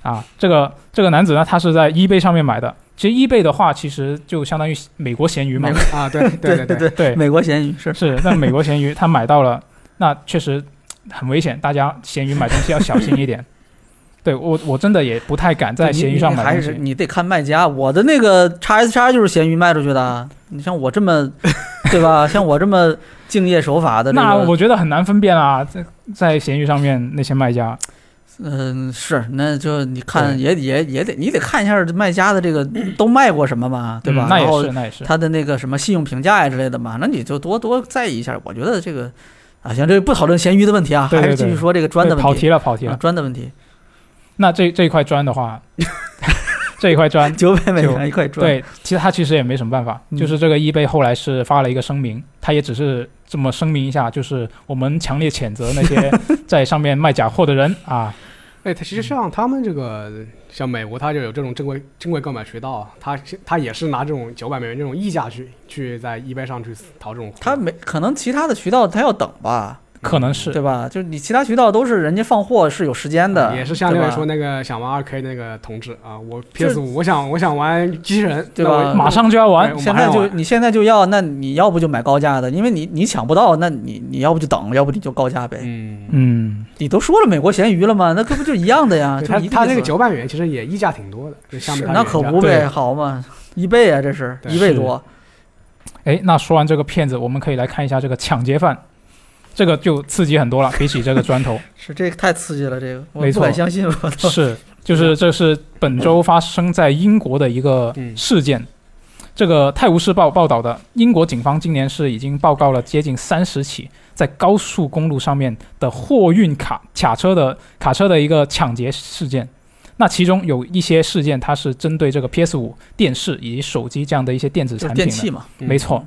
Speaker 1: 啊，这个这个男子呢，他是在 eBay 上面买的。其实 eBay 的话，其实就相当于美国闲鱼嘛
Speaker 3: 美。
Speaker 2: 啊，对对
Speaker 3: 对
Speaker 2: 对，
Speaker 1: 对，
Speaker 3: 美国咸鱼是
Speaker 1: 是那美国闲鱼，他买到了，那确实很危险，大家闲鱼买东西要小心一 点。对我，我真的也不太敢在
Speaker 3: 你
Speaker 1: 闲鱼
Speaker 3: 你
Speaker 1: 上买
Speaker 3: 还
Speaker 1: 东
Speaker 3: 是
Speaker 1: 西。
Speaker 3: 你得看卖家。我的那个 x S 叉就是闲鱼卖出去的啊，你像我这么对吧？ 像我这么敬业守法的、这个，
Speaker 1: 那我觉得很难分辨啊，在在闲鱼上面那些卖家，
Speaker 3: 嗯，是，那就你
Speaker 1: 对
Speaker 3: 看也也也得你得看一下这卖家的这个都卖过什么嘛，对吧？
Speaker 1: 嗯那
Speaker 3: 然
Speaker 1: 也
Speaker 3: 后
Speaker 1: 是，那也是。
Speaker 3: 他的那个什么信用评价呀之类的嘛，那你就多多在意一下。我觉得这个啊，行，这不讨论闲鱼的问题啊，
Speaker 1: 对对
Speaker 3: 还是继续
Speaker 1: 对
Speaker 3: 说这个砖的
Speaker 1: 对
Speaker 3: 问
Speaker 1: 跑
Speaker 3: 题。
Speaker 1: 题了，跑题
Speaker 3: 啊，
Speaker 1: 了。
Speaker 3: 砖的问题，
Speaker 1: 那这这一块砖的 话，这一块砖，
Speaker 3: 九百美
Speaker 1: 就
Speaker 3: 元一块砖，
Speaker 1: 对，其实他其实也没什么办法，
Speaker 3: 嗯
Speaker 1: 就是这个 eBay 后来是发了一个声明，他也只是这么声明一下，就是我们强烈谴责那 些在上面卖假货的人啊，
Speaker 2: 哎，它实际上他们这个像美国，它就有这种正规正规购买渠道，它是它也是拿这种九百美元这种溢价去去在 eBay 上去淘这种货。
Speaker 3: 他没可能其他的渠道他要等吧，
Speaker 1: 可能是
Speaker 3: 嗯对吧？就是你其他渠道都是人家放货是有时间的，
Speaker 2: 啊也是像那
Speaker 3: 对
Speaker 2: 个
Speaker 3: 吧
Speaker 2: 说那个想玩二 K 那个同志啊，我
Speaker 3: 就是
Speaker 2: PS 五，我想我想玩机器人，
Speaker 3: 对
Speaker 2: 那我
Speaker 3: 吧
Speaker 1: 马上就要完
Speaker 2: 哎，我
Speaker 3: 现
Speaker 2: 马
Speaker 3: 在
Speaker 2: 上
Speaker 3: 就
Speaker 2: 玩
Speaker 3: 你现在就要，那你要不就买高价的，因为你你抢不到，那你你要不就等，要不你就高价呗。
Speaker 2: 嗯，
Speaker 1: 嗯，
Speaker 3: 你都说了美国咸鱼了吗？那可不就一样的呀？
Speaker 2: 对
Speaker 3: 啊就
Speaker 2: 它
Speaker 3: 是一
Speaker 2: 它
Speaker 3: 个
Speaker 2: 那
Speaker 3: 意
Speaker 2: 个
Speaker 3: 思
Speaker 2: 九百美元其实也溢价挺多的，就相比
Speaker 3: 是
Speaker 2: 它
Speaker 3: 那
Speaker 2: 原
Speaker 3: 可
Speaker 2: 价
Speaker 3: 不呗，
Speaker 1: 对
Speaker 3: 好嘛，一倍啊，这是
Speaker 2: 对
Speaker 3: 一倍
Speaker 1: 是
Speaker 3: 多。
Speaker 1: 哎，那说完这个骗子，我们可以来看一下这个抢劫犯，这个就刺激很多了，比起这个砖头。
Speaker 3: 是这个太刺激了，这个我
Speaker 1: 没
Speaker 3: 不
Speaker 1: 错
Speaker 3: 敢相信，我都
Speaker 1: 是，
Speaker 3: 啊
Speaker 1: 就是这是本周发生在英国的一个
Speaker 2: 嗯
Speaker 1: 事件。这个《泰晤士报》报道的，英国警方今年是已经报告了接近三十起在高速公路上面的货运卡卡车的卡车的一个抢劫事件。那其中有一些事件，它是针对这个 PS 五、电视以及手机这样的一些电子
Speaker 3: 就
Speaker 1: 产
Speaker 3: 是
Speaker 1: 品啊
Speaker 3: 电
Speaker 1: 的。
Speaker 3: 器嘛，
Speaker 2: 嗯
Speaker 1: 没错。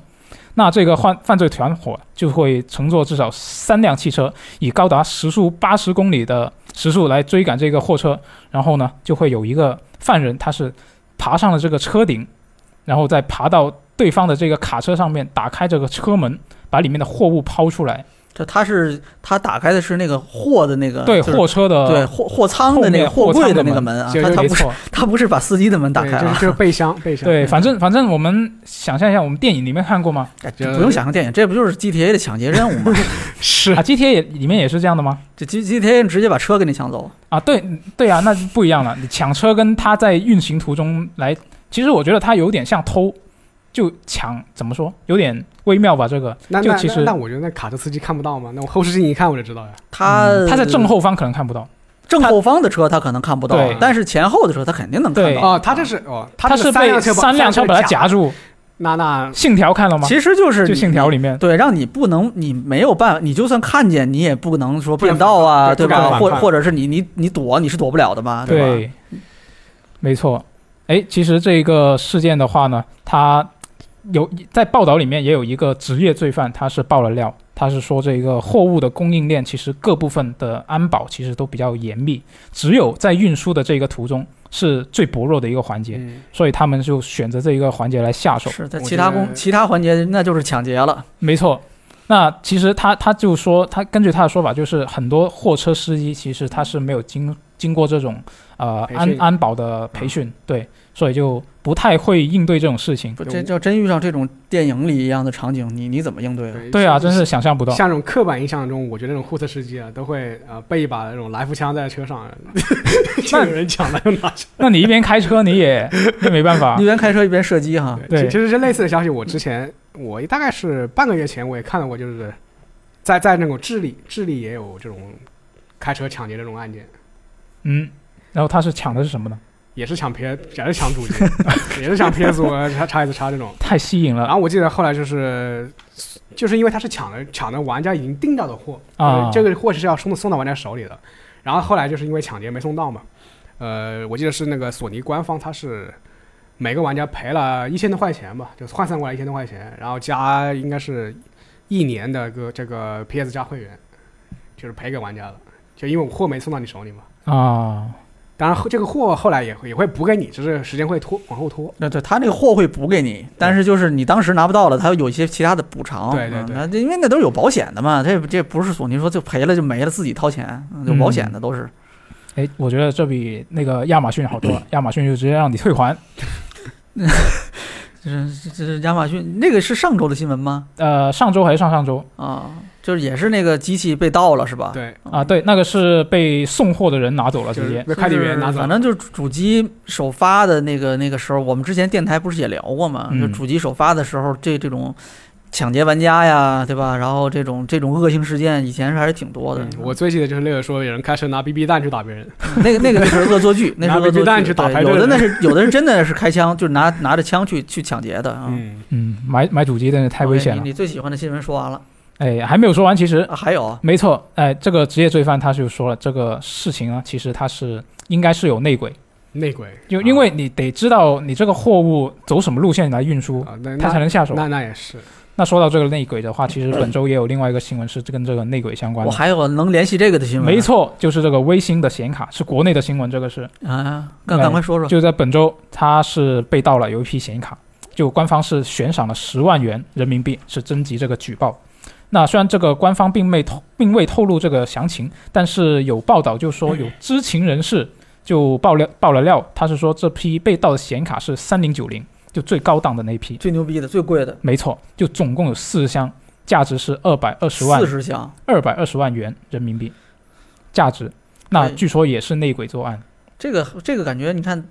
Speaker 1: 那这个犯犯罪团伙就会乘坐至少三辆汽车，以高达时速八十公里的时速来追赶这个货车，然后呢，就会有一个犯人，他是爬上了这个车顶，然后再爬到对方的这个卡车上面，打开这个车门，把里面的货物抛出来，
Speaker 3: 就它是它打开的是那个货的那个
Speaker 1: 对
Speaker 3: 嗯就是
Speaker 1: 货车的
Speaker 3: 对货货仓
Speaker 1: 后
Speaker 3: 的那
Speaker 1: 面
Speaker 3: 个货
Speaker 1: 货仓
Speaker 3: 柜
Speaker 1: 的
Speaker 3: 那个
Speaker 1: 门
Speaker 3: 门啊，
Speaker 2: 就
Speaker 3: 它
Speaker 2: 是
Speaker 3: 它
Speaker 1: 没
Speaker 3: 不是
Speaker 1: 错，
Speaker 3: 它不是把司机的门打
Speaker 2: 对
Speaker 3: 开啊
Speaker 2: 就是
Speaker 3: 了，
Speaker 2: 就是背箱背箱，
Speaker 1: 对，反正反正我们想象一下，我们电影里面看过吗？
Speaker 3: 哎
Speaker 2: 就是
Speaker 3: 不用想象电影，这不就是 GTA 的抢劫任务吗？
Speaker 2: 是
Speaker 1: 啊，GTA 也里面也是这样的吗？
Speaker 3: 这 G GTA 直接把车给你抢走，
Speaker 1: 啊，对对啊，那不一样了。你抢车跟他在运行途中来，其实我觉得他有点像偷，就抢怎么说，有点微妙吧？这个
Speaker 2: 那
Speaker 1: 就
Speaker 2: 那
Speaker 1: 其
Speaker 2: 那
Speaker 1: 实
Speaker 2: 那我觉得那卡车司机看不到吗？那我后视镜一看我就知道呀。
Speaker 3: 他、
Speaker 1: 嗯他在正后方可能看不到，
Speaker 3: 正后方的车他可能看不到
Speaker 1: 对，
Speaker 3: 但是前后的车他肯定能看
Speaker 1: 对
Speaker 3: 到。
Speaker 2: 哦，他这是哦，
Speaker 1: 他
Speaker 2: 这
Speaker 1: 是
Speaker 2: 个
Speaker 1: 被
Speaker 2: 辆车
Speaker 1: 三辆车把
Speaker 2: 它
Speaker 1: 他夹。住。
Speaker 2: 那那
Speaker 1: 信条看了吗？
Speaker 3: 其实就是
Speaker 1: 就
Speaker 3: 你
Speaker 1: 信条里面，
Speaker 3: 对，让你不能，你没有办法，你就算看见，你也不能说变道啊，
Speaker 2: 对
Speaker 3: 对
Speaker 2: 不敢
Speaker 3: 吧？
Speaker 2: 反
Speaker 3: 或
Speaker 2: 抗
Speaker 3: 或者是你你你躲，你是躲不了的嘛，啊吧？
Speaker 1: 对，没错。哎，其实这个事件的话呢，他有在报道里面也有一个职业罪犯，他是爆了料，他是说这个货物的供应链其实各部分的安保其实都比较严密，只有在运输的这个途中是最薄弱的一个环节，
Speaker 2: 嗯
Speaker 1: 所以他们就选择这一个环节来下手。
Speaker 3: 是在
Speaker 2: 我
Speaker 3: 其
Speaker 2: 觉
Speaker 3: 他
Speaker 2: 得
Speaker 3: 工其他环节那就是抢劫了，
Speaker 1: 没错。那其实他他就说，他根据他的说法，就是很多货车司机其实他是没有经经过这种呃
Speaker 2: 培训
Speaker 1: 安啊安保的培训，对，所以就不太会应对这种事情。
Speaker 3: 不，
Speaker 2: 对我
Speaker 3: 这要真遇上这种电影里一样的场景，你你怎么应对啊？
Speaker 1: 对啊，真是想象不到。
Speaker 2: 像这种刻板印象中，我觉得那种货车司机啊，都会呃备一把那种来福枪在 车上， 就有人抢了就拿去。
Speaker 1: 那你一边开车，你也也没办法
Speaker 3: 一。边开车一边射击哈，
Speaker 1: 啊对
Speaker 2: 其其实这类似的消息，我之前我大概是半个月前我也看到过，就是在在那种智利，智利也有这种开车抢劫这种案件，
Speaker 1: 嗯，然后他是抢的是什么呢？
Speaker 2: 也是抢 P，也是抢主机， 也是抢 PS 五、啊叉叉 S 叉这种。
Speaker 1: 太吸引
Speaker 2: 然
Speaker 1: 了
Speaker 2: 后我记得后来就是，就是因为他是抢了抢了玩家已经订到的货，
Speaker 1: 啊
Speaker 2: 就是这个货是要送送到玩家手里的。然后后来就是因为抢劫没送到嘛，呃，我记得是那个索尼官方他是每个玩家赔了一千多块钱吧，就是换算过来一千多块钱，然后加应该是一年的个这个 PS 加会员，就是赔给玩家了，就因为我货没送到你手里嘛。
Speaker 1: 啊！
Speaker 2: 当然，这个货后来也会也会补给你，只是时间会拖往后拖。
Speaker 3: 那对他那个货会补给你，但是就是你当时拿不到了，他有一些其他的补偿。
Speaker 2: 对对
Speaker 3: 嗯
Speaker 2: 对
Speaker 3: 那这因为那都是有保险的嘛，这这不是索尼说就赔了就没了，自己掏钱，嗯有保险的都是。
Speaker 1: 哎，我觉得这比那个亚马逊好 多了，啊亚马逊就直接让你退还。
Speaker 3: 这这是亚马逊那个是上周的新闻吗？
Speaker 1: 呃，上周还是上上周
Speaker 3: 啊，就是也是那个机器被盗了是吧？
Speaker 2: 对，
Speaker 1: 啊？对，那个是被送货的人拿走了，
Speaker 2: 就
Speaker 1: 直
Speaker 2: 是
Speaker 1: 接。
Speaker 2: 被快递员拿
Speaker 3: 就是
Speaker 2: 走了
Speaker 3: 反。正就是主机首发的那个那个时候，我们之前电台不是也聊过嘛？
Speaker 1: 嗯
Speaker 3: 就主机首发的时候，这这种抢劫玩家呀，对吧？然后这种这种恶性事件以前是还是挺多的。
Speaker 2: 嗯我最记得就是那个说有人开车拿 BB 弹去打别人，
Speaker 3: 那个那个就是恶作剧，那是
Speaker 2: 拿
Speaker 3: 恶
Speaker 2: BB
Speaker 3: 作
Speaker 2: 弹
Speaker 3: 剧。
Speaker 2: 去打
Speaker 3: 对
Speaker 2: 排队
Speaker 3: 有的
Speaker 2: 的
Speaker 3: 那是有的人真的是开枪，就是拿拿着枪去去抢劫的啊。
Speaker 2: 嗯，
Speaker 1: 嗯，买买主机真是太危险
Speaker 3: OK，
Speaker 1: 了
Speaker 3: 你。你最喜欢的新闻说完了
Speaker 1: 哎，还没有说完，其实
Speaker 3: 啊？还有啊
Speaker 1: 没错，哎，这个职业罪犯他就说了，这个事情呢，其实他是应该是有内鬼，
Speaker 2: 内鬼
Speaker 3: 啊
Speaker 1: 因因为你得知道你这个货物走什么路线来运输，
Speaker 2: 啊，那
Speaker 1: 他才
Speaker 2: 那
Speaker 1: 能下手。
Speaker 2: 那那也是，
Speaker 1: 那说到这个内鬼 的话，其实本周也有另外一个新闻是跟这个内鬼相关
Speaker 3: 我
Speaker 1: 的。
Speaker 3: 还有能联系这个的新闻？啊
Speaker 1: 没错，就是这个微星的显卡是国内的新闻，这个是
Speaker 3: 啊，赶赶快说说。
Speaker 1: 就在本周，它是被盗了有一批显卡，就官方是悬赏了十万元人民币，是征集这个举报。那虽然这个官方并没透并未透露这个详情，但是有报道就说有知情人士就爆料爆了料，他是说这批被盗的显卡是三零九零，就最高档的那一批，
Speaker 3: 最牛逼的、最贵的，
Speaker 1: 没错，就总共有四箱，价值是二百二十万
Speaker 3: 四十箱，
Speaker 1: 二百二十万元人民币，价值。那
Speaker 3: 对
Speaker 1: 据说也是内鬼作案，
Speaker 3: 这个这个感觉，你看，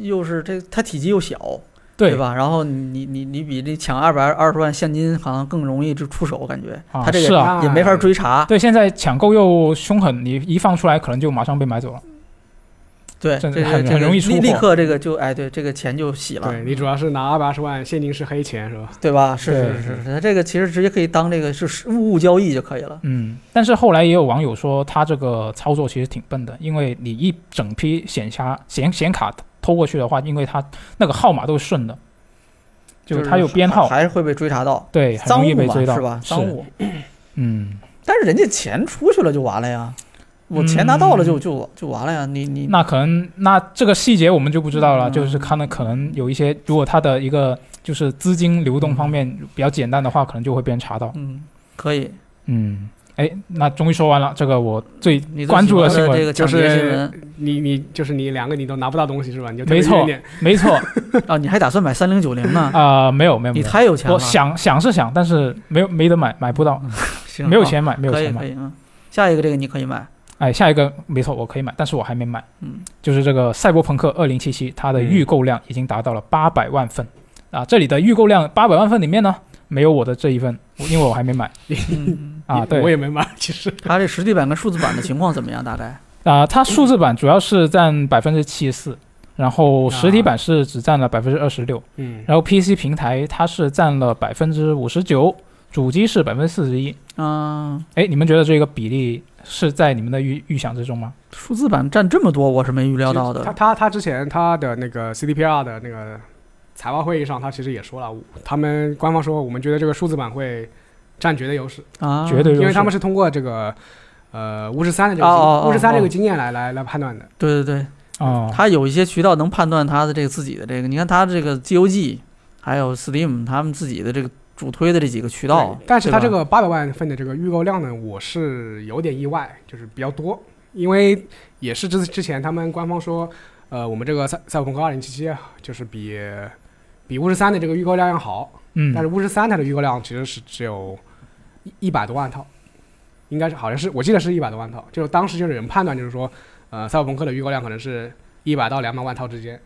Speaker 3: 又是这它体积又小，
Speaker 1: 对吧？
Speaker 3: 吧？然后你你你比这抢二百二十万现金好像更容易就出手，感觉
Speaker 1: 啊
Speaker 3: 他这
Speaker 1: 是
Speaker 3: 个
Speaker 1: 啊
Speaker 3: 也没法追查。
Speaker 1: 对，现在抢购又凶狠，你一放出来可能就马上被买走了。
Speaker 3: 对，这
Speaker 1: 这
Speaker 3: 个
Speaker 1: 很
Speaker 3: 这个
Speaker 1: 很容易出
Speaker 3: 立立
Speaker 1: 货
Speaker 3: 刻这个就哎，对，这个钱就洗了，
Speaker 2: 对你主要是拿二百二十万现金是黑钱是吧？
Speaker 3: 对吧？是
Speaker 1: 对
Speaker 3: 是是是，他这个其实直接可以当这个是物物交易就可以了。
Speaker 1: 嗯，但是后来也有网友说，他这个操作其实挺笨的，因为你一整批显卡显显卡偷过去的话，因为他那个号码都是顺的，就是他有编号，
Speaker 3: 还还是会被追查到，
Speaker 1: 对，很
Speaker 3: 赃
Speaker 1: 容易
Speaker 3: 物
Speaker 1: 被
Speaker 3: 嘛
Speaker 1: 追到，
Speaker 3: 是吧？赃物，
Speaker 1: 嗯，
Speaker 3: 但是人家钱出去了就完了呀，我钱拿到了就就就完了呀，你你
Speaker 1: 嗯那可能那这个细节我们就不知道了，就是
Speaker 3: 嗯
Speaker 1: 看了可能有一些，如果他的一个就是资金流动方面比较简单的话，可能就会被人查到。
Speaker 3: 嗯可以，
Speaker 1: 嗯，哎，那终于说完了，这个我最
Speaker 3: 你最
Speaker 1: 关注的
Speaker 3: 喜
Speaker 1: 新
Speaker 3: 欢
Speaker 1: 闻
Speaker 3: 这个抢
Speaker 2: 就
Speaker 3: 劫
Speaker 2: 是
Speaker 3: 新 闻
Speaker 2: 你你就是你两个你都拿不到东西是吧？你就特
Speaker 1: 没
Speaker 2: 别
Speaker 1: 错
Speaker 2: 怨念
Speaker 1: 没错，
Speaker 3: 啊，你还打算买三零九零呢？
Speaker 1: 啊、没有没有，没
Speaker 3: 你
Speaker 1: 有
Speaker 3: 太有钱了，
Speaker 1: 我想想是想，但是没有没得买，买不到，
Speaker 2: 嗯
Speaker 3: 行
Speaker 1: 没有
Speaker 3: 啊
Speaker 1: 钱买，没有
Speaker 3: 可以
Speaker 1: 钱
Speaker 3: 可
Speaker 1: 买。
Speaker 3: 以，嗯，下一个这个你可以买，
Speaker 1: 哎，下一个没错，我可以买，但是我还没买。
Speaker 3: 嗯，
Speaker 1: 就是这个《赛博朋克2077》，它的
Speaker 2: 嗯
Speaker 1: 预购量已经达到了八百万份、啊！这里的预购量八百万份里面呢，没有我的这一份，我因为我还没买
Speaker 3: 嗯，
Speaker 1: 啊。
Speaker 2: 我
Speaker 1: 对
Speaker 2: 也没买， 其实
Speaker 3: 它这实体版跟数字版的情况怎么样？大概
Speaker 1: 啊，它数字版主要是占百分之七十四，然后实体版是只占了百分之二十六，
Speaker 2: 嗯，
Speaker 1: 然后 PC 平台它是占了百分之五十九，主机是百分之四十一。
Speaker 3: 嗯，
Speaker 1: 哎，你们觉得这个比例是在你们的预预想之中吗？
Speaker 3: 数字版占这么多，我是没预料到
Speaker 2: 其实他
Speaker 3: 的。
Speaker 2: 他他之前他的那个 CDPR 的那个财报会议上，他其实也说了，他们官方说我们觉得这个数字版会占绝对优势，
Speaker 3: 啊，
Speaker 1: 绝对优势，
Speaker 2: 因为他们是通过这个呃巫师三的这
Speaker 3: 哦哦哦
Speaker 2: 个巫师三
Speaker 3: 哦
Speaker 2: 这个经验来来来判断的。
Speaker 3: 对对对，
Speaker 1: 哦，
Speaker 3: 它有一些渠道能判断它的这个自己的这个，你看它这个 GOG 还有 Steam 他们自己的这个主推的这几个渠道
Speaker 2: 对，但是它
Speaker 3: 对
Speaker 2: 这
Speaker 3: 哦吧
Speaker 2: 个八百万份的这个预购量呢，我是有点意外，就是比较多，因为也是之之前他们官方说，呃，我们这个赛赛博朋克二零七七就是比比巫师三的这个预购量要好，
Speaker 1: 嗯，
Speaker 2: 但是巫师三它的预购量其实是只有一百多万套，应该是好像是我记得是一百多万套，就是当时就是有人判断就是说，呃，赛博朋克的预购量可能是一百到两百万套之间，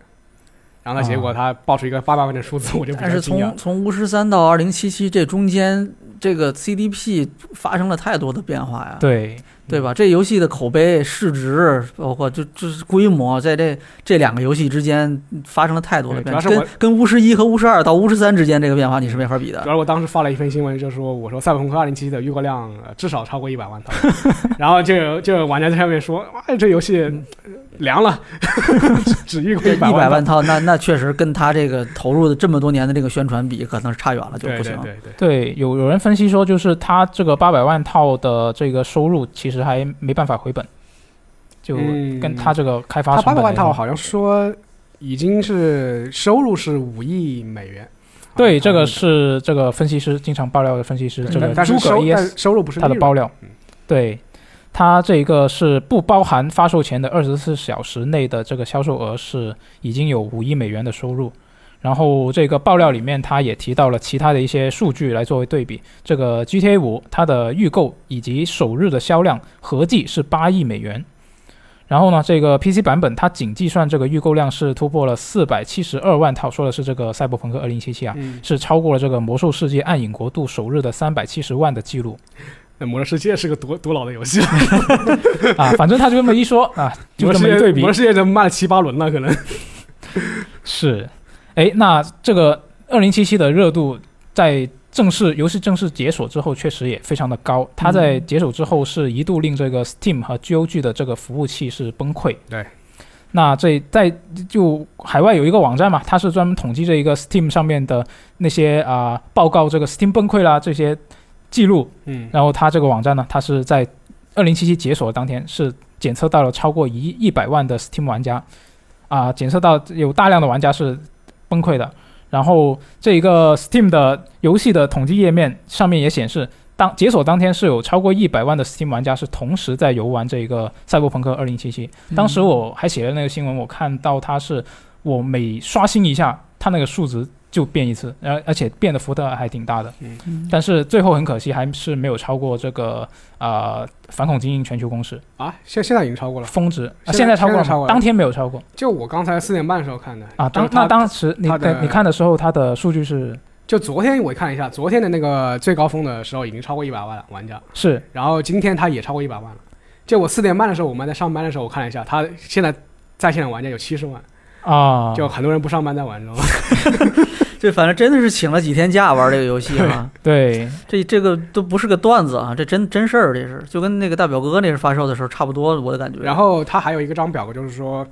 Speaker 2: 然后它结果它爆出一个八百万的数字，我就比
Speaker 3: 啊但
Speaker 2: 较
Speaker 3: 是
Speaker 2: 惊讶
Speaker 3: 从。从巫师三到二零七七这中间，这个 CDP 发生了太多的变化呀。
Speaker 1: 对，
Speaker 3: 对吧？这游戏的口碑、市值，包括就就是规模，在这这两个游戏之间发生了太多的
Speaker 2: 对
Speaker 3: 变化。
Speaker 2: 主要是
Speaker 3: 跟跟巫师一和巫师二到巫师三之间这个变化，你是没法比
Speaker 2: 主
Speaker 3: 的。
Speaker 2: 要我当时发了一篇新闻，就说我说《赛博朋克2077》的预购量、呃、至少超过一百万套， 然后就有就有玩家在下面说，哇，这游戏呃凉了， 只只预购
Speaker 3: 这
Speaker 2: 一
Speaker 3: 一
Speaker 2: 百
Speaker 3: 百
Speaker 2: 万
Speaker 3: 万
Speaker 2: 套，
Speaker 3: 套，那那确实跟他这个投入的这么多年的这个宣传比，可能是差远了，就
Speaker 2: 对
Speaker 3: 不
Speaker 2: 对
Speaker 3: 行。
Speaker 2: 对对，
Speaker 1: 对，有有人分析说，就是他这个八百万套的这个收入，其实还没办法回本，就
Speaker 2: 嗯
Speaker 1: 跟他这个开发
Speaker 2: 他
Speaker 1: 成
Speaker 2: 八
Speaker 1: 本
Speaker 2: 百万套
Speaker 1: 来说
Speaker 2: 好像说已经是收入是五亿美元，
Speaker 1: 对，
Speaker 2: 好
Speaker 1: 这
Speaker 2: 像
Speaker 1: 个是这个分析师经常爆料的分析师，
Speaker 2: 对
Speaker 1: 这个
Speaker 2: 但
Speaker 1: 诸
Speaker 2: 是
Speaker 1: 葛，E
Speaker 2: 收但
Speaker 1: ES
Speaker 2: 收入不是
Speaker 1: 他的
Speaker 2: 利润
Speaker 1: 爆料
Speaker 2: 嗯，
Speaker 1: 对，他这个是不包含发售前的二十四小时内的这个销售额是已经有五亿美元的收入。然后这个爆料里面，他也提到了其他的一些数据来作为对比。这个 GTA 五它的预购以及首日的销量合计是八亿美元，然后呢，这个 PC 版本它仅计算这个预购量是突破了四百七十二万套，说的是这个《赛博朋克二零七七》啊，
Speaker 2: 嗯，
Speaker 1: 是超过了这个《魔兽世界：暗影国度》首日的三百七十万的记录
Speaker 2: 那《魔兽世界》是个多多老的游戏了，
Speaker 1: 啊。反正他就这么一说啊，就
Speaker 2: 魔
Speaker 1: 这
Speaker 2: 兽
Speaker 1: 么
Speaker 2: 世
Speaker 1: 一
Speaker 2: 界
Speaker 1: 对比
Speaker 2: 魔，兽世界都骂了七八轮了，可能。
Speaker 1: 是，哎，那这个二零七七的热度在正式游戏正式解锁之后，确实也非常的高。它在解锁之后是一度令这个 Steam 和 GOG 的这个服务器是崩溃。
Speaker 2: 对。
Speaker 1: 那这在就海外有一个网站嘛，它是专门统计这一个 Steam 上面的那些啊、报告这个 Steam 崩溃啦这些记录，
Speaker 2: 嗯，
Speaker 1: 然后它这个网站呢，它是在二零七七解锁当天是检测到了超过一一百万的 Steam 玩家，啊，检测到有大量的玩家是崩溃的。然后这一个 Steam 的游戏的统计页面上面也显示，当解锁当天是有超过一百万的 Steam 玩家是同时在游玩这一个《赛博朋克2077》。当
Speaker 3: 嗯
Speaker 1: 时我还写了那个新闻，我看到它是我每刷新一下，它那个数值就变一次，而而且变的幅度还挺大的。
Speaker 3: 嗯
Speaker 1: 但是最后很可惜，还是没有超过这个呃反恐精英全球公示
Speaker 2: 啊，现现在已经超过了。
Speaker 1: 峰值，啊、
Speaker 2: 现
Speaker 1: 现
Speaker 2: 在
Speaker 1: 在超过了
Speaker 2: 现在超过
Speaker 1: 吗，
Speaker 2: 了
Speaker 1: 当天没有超过
Speaker 2: 就我刚才四点半的时候看的
Speaker 1: 啊。
Speaker 2: 就
Speaker 1: 当
Speaker 2: 是它
Speaker 1: 那当时你
Speaker 2: 它的
Speaker 1: 对你看的时候，它的数据是
Speaker 2: 就昨天我看了一下，昨天的那个最高峰的时候已经超过一百万了玩家，
Speaker 1: 是
Speaker 2: 然后今天它也超过一百万了。就我四点半的时候，我们在上班的时候，我看了一下，它现在在线的玩家有七十万，
Speaker 1: 啊，
Speaker 2: 就很多人不上班在玩，知道吗？
Speaker 3: 这反正真的是请了几天假玩这个游戏啊，
Speaker 1: 对
Speaker 3: 这这个都不是个段子啊，这真真事儿，这是就跟那个大表哥那是发售的时候差不多，我的感觉。
Speaker 2: 然后它还有一个张表格，就是说，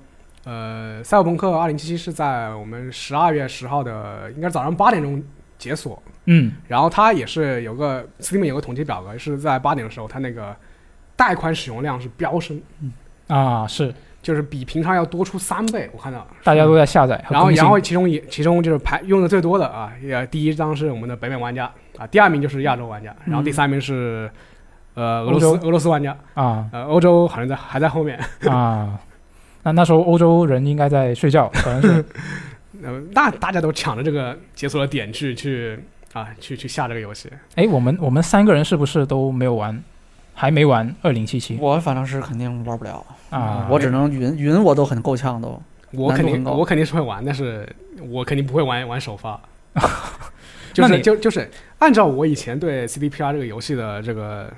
Speaker 2: 呃，《赛博朋克2077》是在我们十二月十号的，应该是早上八点钟解锁，
Speaker 1: 嗯
Speaker 2: 然后它也是有个 Steam 有个统计表格，是在八点的时候，它那个贷款使用量是飙升，
Speaker 1: 啊是，
Speaker 2: 就是比平常要多出三倍，我看到了。
Speaker 1: 大家都在下载和
Speaker 2: 然后，
Speaker 1: 更新
Speaker 2: 然后其中也其中就是排用的最多的啊，也第一张是我们的北美玩家啊，第二名就是亚洲玩家，然后第三名是、呃俄罗斯
Speaker 1: 嗯欧
Speaker 2: 俄罗斯玩家，
Speaker 1: 啊
Speaker 2: 呃欧洲好像在还在后面，
Speaker 1: 啊，那那时候欧洲人应该在睡觉，可能 是
Speaker 2: 呃那大家都抢着这个解锁的点去去啊去去下这个游戏，
Speaker 1: 哎，我们我们三个人是不是都没有玩，还没玩二零七七
Speaker 3: 我反正是肯定玩不了
Speaker 1: 啊？
Speaker 3: 我只能云云我都很够呛都。
Speaker 2: 我肯
Speaker 3: 难度很
Speaker 2: 定
Speaker 3: 高
Speaker 2: 我肯定是会玩，但是我肯定不会玩玩 首发。就
Speaker 1: 那
Speaker 2: 是
Speaker 1: 你
Speaker 2: 就就是按照我以前对 CDPR 这个游戏的这个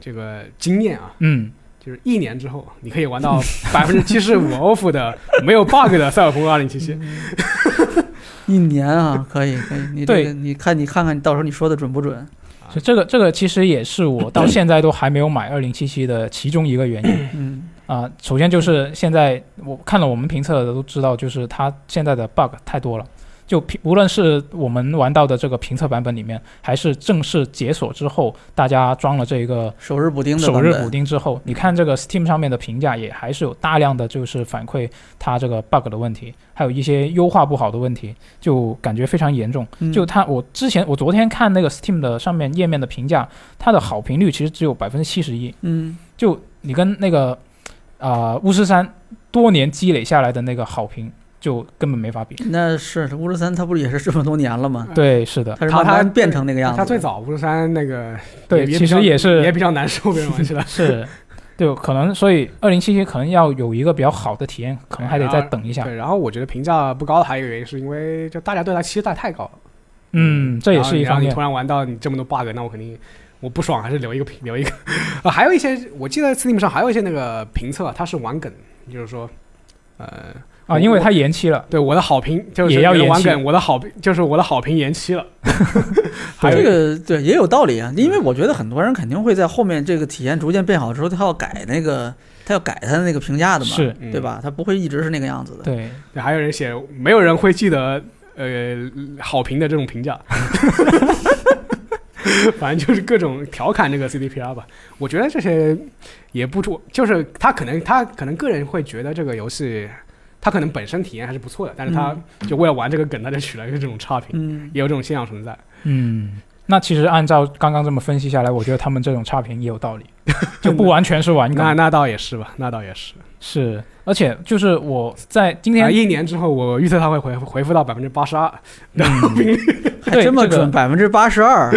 Speaker 2: 这个经验啊，
Speaker 1: 嗯
Speaker 2: 就是一年之后你可以玩到百分之七十五 off 的没有 bug 的《赛博朋克二零七
Speaker 3: 嗯
Speaker 2: 七》。
Speaker 3: 一年啊，可以可以，你这
Speaker 1: 对
Speaker 3: 个你看你看看，你到时候你说的准不准？
Speaker 1: 所以这个这个其实也是我到现在都还没有买二零七七的其中一个原因。
Speaker 3: 嗯，
Speaker 1: 啊、首先就是现在我看了我们评测的都知道，就是它现在的 bug 太多了。就评无论是我们玩到的这个评测版本里面，还是正式解锁之后，大家装了这个
Speaker 3: 首日补丁的
Speaker 1: 首
Speaker 3: 版
Speaker 1: 日
Speaker 3: 本
Speaker 1: 补丁之后，你看这个 Steam 上面的评价也还是有大量的就是反馈它这个 bug 的问题，还有一些优化不好的问题，就感觉非常严重。
Speaker 3: 嗯
Speaker 1: 就它，我之前我昨天看那个 Steam 的上面页面的评价，它的好评率其实只有百分之七十一，
Speaker 3: 嗯
Speaker 1: 就你跟那个啊、呃巫师三多年积累下来的那个好评，就根本没法
Speaker 2: 嗯
Speaker 1: 比。
Speaker 3: 那是巫师三，它不也是这么多年了吗？
Speaker 1: 对，是的，
Speaker 3: 它是
Speaker 2: 它
Speaker 3: 慢
Speaker 2: 它
Speaker 3: 慢变成那个样子。
Speaker 2: 它最早巫师三那个
Speaker 1: 对，
Speaker 2: 也
Speaker 1: 其实也
Speaker 2: 也
Speaker 1: 是。
Speaker 2: 比较难受，别人玩起 来
Speaker 1: 是，对，可能所以二零七七可能要有一个比较好的体验，可能还得再等一下。
Speaker 2: 对，然后我觉得评价不高的还有一个原因，是因为就大家对它期待太高了。
Speaker 1: 嗯，这也是一
Speaker 2: 然后
Speaker 1: 方
Speaker 2: 你
Speaker 1: 面
Speaker 2: 突。然玩到你这么多 bug，那我肯定我不爽，还是留一个留一个。啊，还有一些我记得 Steam 上还有一些那个评测，它是玩梗，就是说，呃，
Speaker 1: 啊，因为它延期了。
Speaker 2: 对我的好评就是
Speaker 1: 也要
Speaker 2: 有人
Speaker 1: 延
Speaker 2: 玩
Speaker 1: 期
Speaker 2: 梗，我的好评就是我的好评延期了。 还有
Speaker 3: 这个对也有道理啊，因为我觉得很多人肯定会在后面这个体验逐渐变好之后，他要改那个，他要改他的那个评价的嘛，
Speaker 1: 是
Speaker 2: 嗯
Speaker 3: 对吧？他不会一直是那个样子的。
Speaker 1: 对，
Speaker 2: 对还有人写没有人会记得呃好评的这种评价， 反正就是各种调侃这个 CDPR 吧。我觉得这些也不出，就是他可能他可能个人会觉得这个游戏，他可能本身体验还是不错的，但是他
Speaker 1: 嗯
Speaker 2: 就为了玩这个梗，他就取了一个这种差评，
Speaker 3: 嗯，
Speaker 2: 也有这种现象存在。
Speaker 1: 嗯，那其实按照刚刚这么分 析下来，我觉得他们这种差评也有道理，就不完全是玩梗
Speaker 2: 那那倒也是吧，那倒也是。
Speaker 1: 是，而且就是我在今天
Speaker 2: 啊，一年之后，我预测它会回回复到百分之八十二，然
Speaker 1: 嗯
Speaker 2: 后并列
Speaker 3: 还
Speaker 1: 对
Speaker 3: 这么
Speaker 1: 这个
Speaker 3: 准，百分之八十二，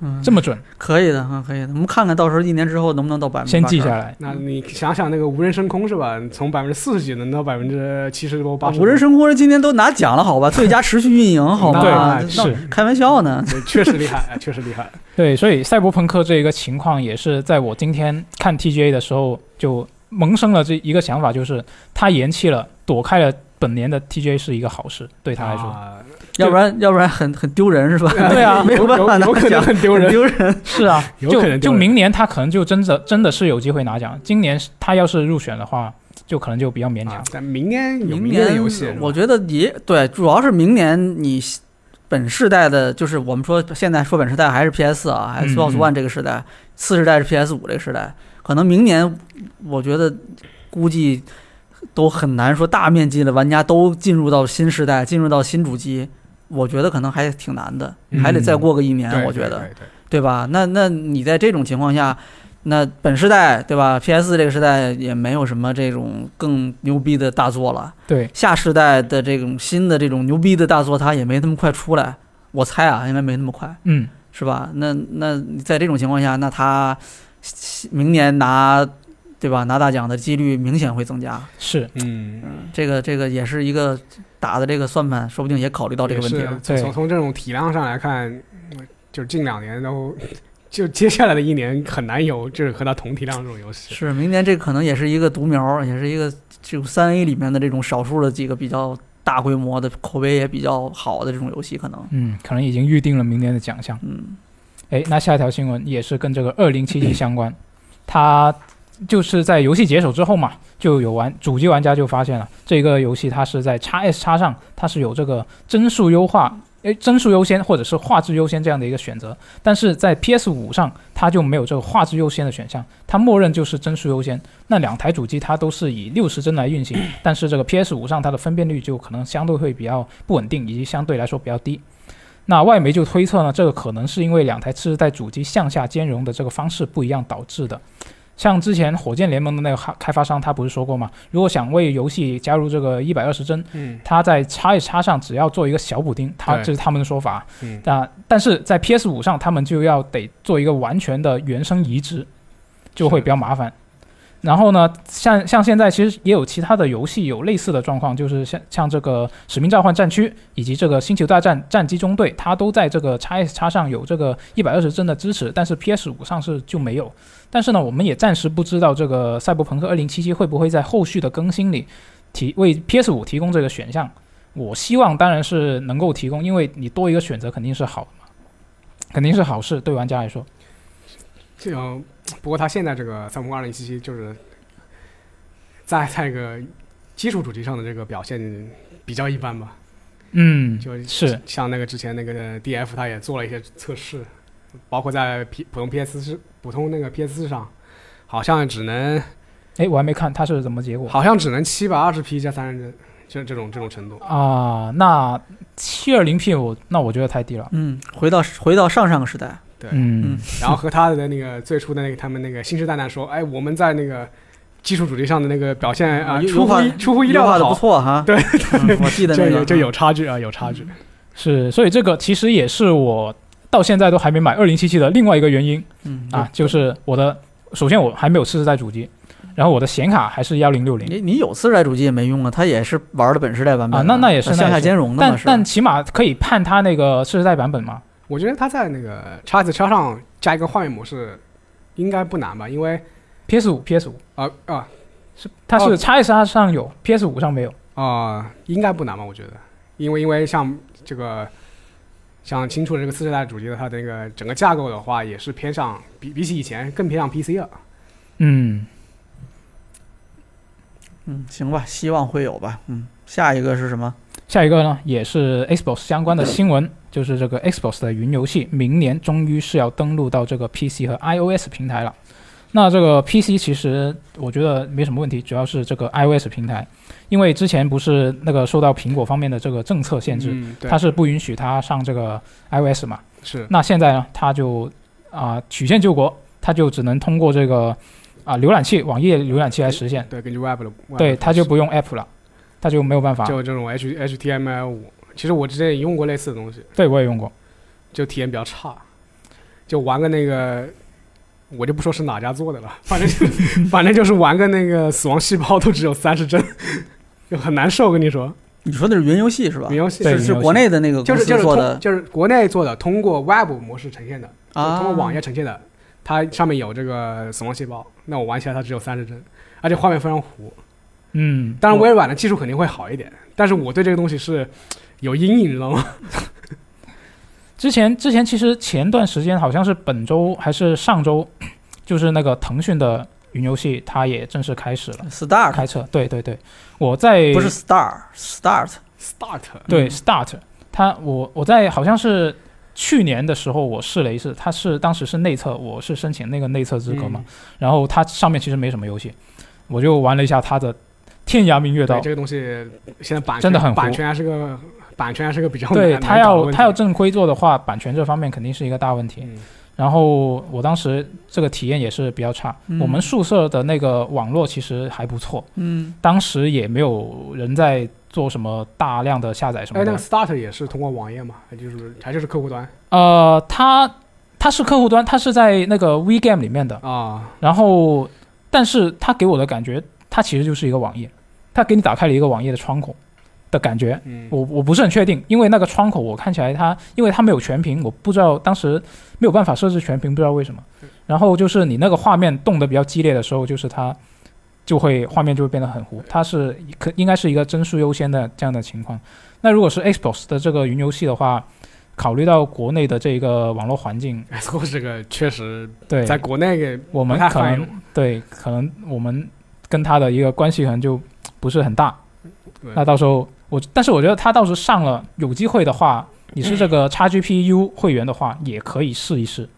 Speaker 3: 嗯，
Speaker 1: 这么 准，
Speaker 3: 可以的啊，可以的。我们看看到时候一年之后能不能到百分之
Speaker 1: 先记下来。
Speaker 2: 那你想想那个无人升空是吧？从百分之四十几能到百分之七十多、八十，
Speaker 3: 无人生活今天都拿奖了，好吧？最佳持续运营，好吧？
Speaker 2: 对
Speaker 3: 这闹
Speaker 1: 是
Speaker 3: 开玩笑呢。
Speaker 2: 对确实厉害，哎确实厉 害。
Speaker 1: 对，所以赛博朋克这一个情况也是在我今天看 TGA 的时候就萌生了这一个想法，就是它延期了，躲开了本年的 TGA 是一个好事，对他来说、
Speaker 2: 啊
Speaker 3: 要不然要不然很很丢人是吧？
Speaker 1: 对啊
Speaker 3: 没有办法拿
Speaker 2: 有有可能
Speaker 3: 奖，
Speaker 2: 很丢人
Speaker 3: 丢人。
Speaker 1: 是啊，
Speaker 2: 有可
Speaker 1: 就
Speaker 2: 能丢
Speaker 1: 就
Speaker 2: 人
Speaker 1: 明年他可能就真的真的是有机会拿奖，今年他要是入选的话，就可能就比较勉强
Speaker 2: 啊。，但明年有
Speaker 3: 明
Speaker 2: 年的
Speaker 3: 年
Speaker 2: 游戏，
Speaker 3: 我觉得也对，主要是明年你本世代的，就是我们说现在说本世代还是 PS 啊，还
Speaker 1: 嗯
Speaker 3: Xbox
Speaker 1: 嗯
Speaker 3: One 这个时代，次世代是 PS 五这个时代，可能明年我觉得估计都很难说大面积的玩家都进入到新时代，进入到新主机。我觉得可能还挺难的，还得再
Speaker 1: 嗯
Speaker 3: 过个一年，
Speaker 2: 对
Speaker 3: 我觉
Speaker 2: 对
Speaker 3: 得。
Speaker 2: 对对
Speaker 3: 对吧？那那你在这种情况下，那本世代对吧？PS 这个时代也没有什么这种更牛逼的大作了，
Speaker 1: 对，
Speaker 3: 下世代的这种新的这种牛逼的大作，它也没那么快出来。我猜啊，应该没那么快，
Speaker 1: 嗯，
Speaker 3: 是吧？那那你在这种情况下，那他明年拿对吧拿大奖的几率明显会增加。
Speaker 1: 是
Speaker 2: 嗯，
Speaker 3: 这个这个也是一个打的这个算盘，说不定也考虑到这个问题啊
Speaker 2: 也
Speaker 3: 了
Speaker 2: 是。从
Speaker 1: 对
Speaker 2: 从从这种体量上来看，嗯就是近两年都。就接下来的一年很难有，就是和它同体量这种游戏。
Speaker 3: 是，明年这可能也是一个独苗儿，也是一个这种三 A 里面的这种少数的几个比较大规模的、口碑也比较好的这种游戏，可能。
Speaker 1: 嗯，可能已经预定了明年的奖项。
Speaker 3: 嗯，
Speaker 1: 哎，那下一条新闻也是跟这个二零七七相关，它就是在游戏解锁之后嘛，就有玩主机玩家就发现了这个游戏它是在 x S 叉上，它是有这个帧数优化，哎，帧数优先或者是画质优先这样的一个选择，但是在 PS 五上它就没有这个画质优先的选项，它默认就是帧数优先。那两台主机它都是以六十帧来运行，但是这个 PS 五上它的分辨率就可能相对会比较不稳定，以及相对来说比较低。那外媒就推测呢，这个可能是因为两台次世代主机向下兼容的这个方式不一样导致的。像之前火箭联盟的那个哈开发商，他不是说过吗？如果想为游戏加入这个一百二十帧，
Speaker 2: 嗯
Speaker 1: 他在 X 一 X 上只要做一个小补丁，他
Speaker 2: 对
Speaker 1: 这是他们的说法。
Speaker 2: 嗯，
Speaker 1: 那但是在 PS 五上，他们就要得做一个完全的原生移植，就会比较麻烦。然后呢，像像现在其实也有其他的游戏有类似的状况，就是像像这个《使命召唤：战区》以及这个《星球大战：战机中队》，它都在这个 x S 叉上有这个一百二十帧的支持，但是 PS 五上是就没有。但是呢，我们也暂时不知道这个《赛博朋克2077》会不会在后续的更新里提为 PS 五提供这个选项。我希望当然是能够提供，因为你多一个选择肯定是好的嘛，肯定是好事对玩家来说。
Speaker 2: 这种不过它现在这个三五二零七七就是在在一个基础主机上的这个表现比较一般吧，
Speaker 1: 嗯，
Speaker 2: 就是像那个之前那个 DF，它也做了一些测试，包括在 P 普通 PS 是普通那个 PS 上，好像只能
Speaker 1: 哎，我还没看它是怎么结果
Speaker 2: 好像只能七百二十 P 加三十帧，就这种这种程度。
Speaker 1: 啊、那七二零 P 我那我觉得太低了。
Speaker 3: 嗯，回到回到上上个时代，
Speaker 2: 对
Speaker 1: 嗯，
Speaker 2: 然后和他的那个最初的那个他们那个信誓旦旦说，哎，我们在那个基础主机上的那个表现啊，
Speaker 3: 优
Speaker 2: 出
Speaker 3: 优
Speaker 2: 乎
Speaker 3: 化
Speaker 2: 意出乎意料
Speaker 3: 优化
Speaker 2: 的
Speaker 3: 的不
Speaker 2: 好，
Speaker 3: 错哈。
Speaker 2: 对
Speaker 3: 嗯，我记得
Speaker 2: 这
Speaker 3: 那
Speaker 2: 有
Speaker 3: 个
Speaker 2: 这有差距啊，有差距。
Speaker 1: 是，所以这个其实也是我到现在都还没买二零七七的另外一个原因
Speaker 3: 嗯
Speaker 1: 啊，就是我的首先我还没有次世代主机，然后我的显卡还是幺零
Speaker 2: 嗯
Speaker 1: 六零，
Speaker 3: 你你有次世代主机也没用啊，它也是玩的本世代版本
Speaker 1: 啊那那也是
Speaker 3: 向
Speaker 1: 那
Speaker 3: 下
Speaker 1: 也是
Speaker 3: 兼容的嘛，
Speaker 1: 但
Speaker 3: 是
Speaker 1: 但起码可以判它那个次世代版本嘛。
Speaker 2: 我觉得他在那个 X S 叉上加一个画面模式，应该不难吧？因为
Speaker 1: PS 五 PS 五
Speaker 2: 啊啊
Speaker 1: 是它
Speaker 2: 哦
Speaker 1: 是 X S 上有，PS 五上没有。
Speaker 2: 啊，应该不难吧？我觉得，因为因为像这个像清楚这个次世代主机的它的那个整个架构的话，也是偏向比比起以前更偏向 P C 了。
Speaker 1: 嗯。
Speaker 3: 嗯，行吧，希望会有吧。嗯，下一个是什么？
Speaker 1: 下一个呢，也是 Xbox 相关的新闻，就是这个 Xbox 的云游戏明年终于是要登陆到这个 PC 和 iOS 平台了。那这个 PC 其实我觉得没什么问题，主要是这个 iOS 平台，因为之前不是那个受到苹果方面的这个政策限制，
Speaker 2: 嗯、对
Speaker 1: 它，是不允许它上这个 iOS 嘛。
Speaker 2: 是
Speaker 1: 那现在呢，它就啊、曲线救国，它就只能通过这个啊，浏览器网页浏览器来实现，
Speaker 2: 对，根据 Web 的 Web
Speaker 1: 对，
Speaker 2: 的
Speaker 1: 它就
Speaker 2: 方
Speaker 1: 不用 app 了，它就没有办法
Speaker 2: 式。就这种 H HTML 五，其实我之前也用过类似的东西，
Speaker 1: 对我也用过，
Speaker 2: 就体验比较差，就玩个那个，我就不说是哪家做的了，反 正就反正就是玩个那个死亡细胞都只有三十帧，就很难受。跟你说，
Speaker 3: 你说的是云游戏是吧？
Speaker 2: 云游戏
Speaker 1: 对
Speaker 3: 是是国内的那个
Speaker 2: 就
Speaker 3: 公
Speaker 2: 是
Speaker 3: 司
Speaker 2: 就是
Speaker 3: 做
Speaker 2: 通
Speaker 3: 的
Speaker 2: 就是国内做的，通过 Web 模式呈现的，就
Speaker 3: 啊，
Speaker 2: 通过网页呈现的，它上面有这个死亡细胞，那我玩起来它只有三十帧，而且画面非常糊。
Speaker 1: 嗯，
Speaker 2: 当然，微软的技术肯定会好一点，但是我对这个东西是有阴影，你知道吗？
Speaker 1: 之前之前其实前段时间好像是本周还是上周， 就是那个腾讯的云游戏，它也正式开始了
Speaker 3: Start
Speaker 1: 开车。对对对，我在
Speaker 3: 不是 Star Start
Speaker 2: Start，
Speaker 1: 对
Speaker 3: 嗯
Speaker 1: Start，它我我在好像是去年的时候我试了一试，它是当时是内测，我是申请那个内测资格嘛，
Speaker 2: 嗯
Speaker 1: 然后它上面其实没什么游戏，我就玩了一下它的《天涯明月刀
Speaker 2: 对，》这个东西现在版权
Speaker 1: 真的很糊
Speaker 2: 版权还是个版权还是个比较
Speaker 1: 对
Speaker 2: 难
Speaker 1: 它
Speaker 2: 难搞的
Speaker 1: 要
Speaker 2: 问题
Speaker 1: 它要正规做的话，版权这方面肯定是一个大问题。
Speaker 2: 嗯
Speaker 1: 然后我当时这个体验也是比较差，
Speaker 3: 嗯
Speaker 1: 我们宿舍的那个网络其实还不错，
Speaker 3: 嗯，
Speaker 1: 当时也没有人在做什么大量的下载什
Speaker 2: 哎，
Speaker 1: 么
Speaker 2: 那
Speaker 1: 的。
Speaker 2: 个 Start 也是通过网页嘛，还就是还就是客户端
Speaker 1: 呃，它它是客户端，它是在那个 V Game 里面的，
Speaker 2: 啊，
Speaker 1: 然后但是它给我的感觉，它其实就是一个网页，它给你打开了一个网页的窗口的感觉。
Speaker 2: 嗯，
Speaker 1: 我我不是很确定，因为那个窗口我看起来它，因为它没有全屏，我不知道当时没有办法设置全屏，不知道为什么
Speaker 2: 对。
Speaker 1: 然后就是你那个画面动的比较激烈的时候，就是它就会画面就会变得很糊，它是可应该是一个帧数优先的这样的情况。那如果是 Xbox 的这个云游戏的话，考虑到国内的这个网络环境，
Speaker 2: Xbox 这个确实
Speaker 1: 对
Speaker 2: 在国内给
Speaker 1: 我们
Speaker 2: 不太
Speaker 1: 可
Speaker 2: 泛
Speaker 1: 能对可能我们跟它的一个关系可能就不是很大。
Speaker 2: 对
Speaker 1: 那到时候我，但是我觉得他到时候上了，有机会的话，你是这个 XGPU 会员的话，也可以试一试，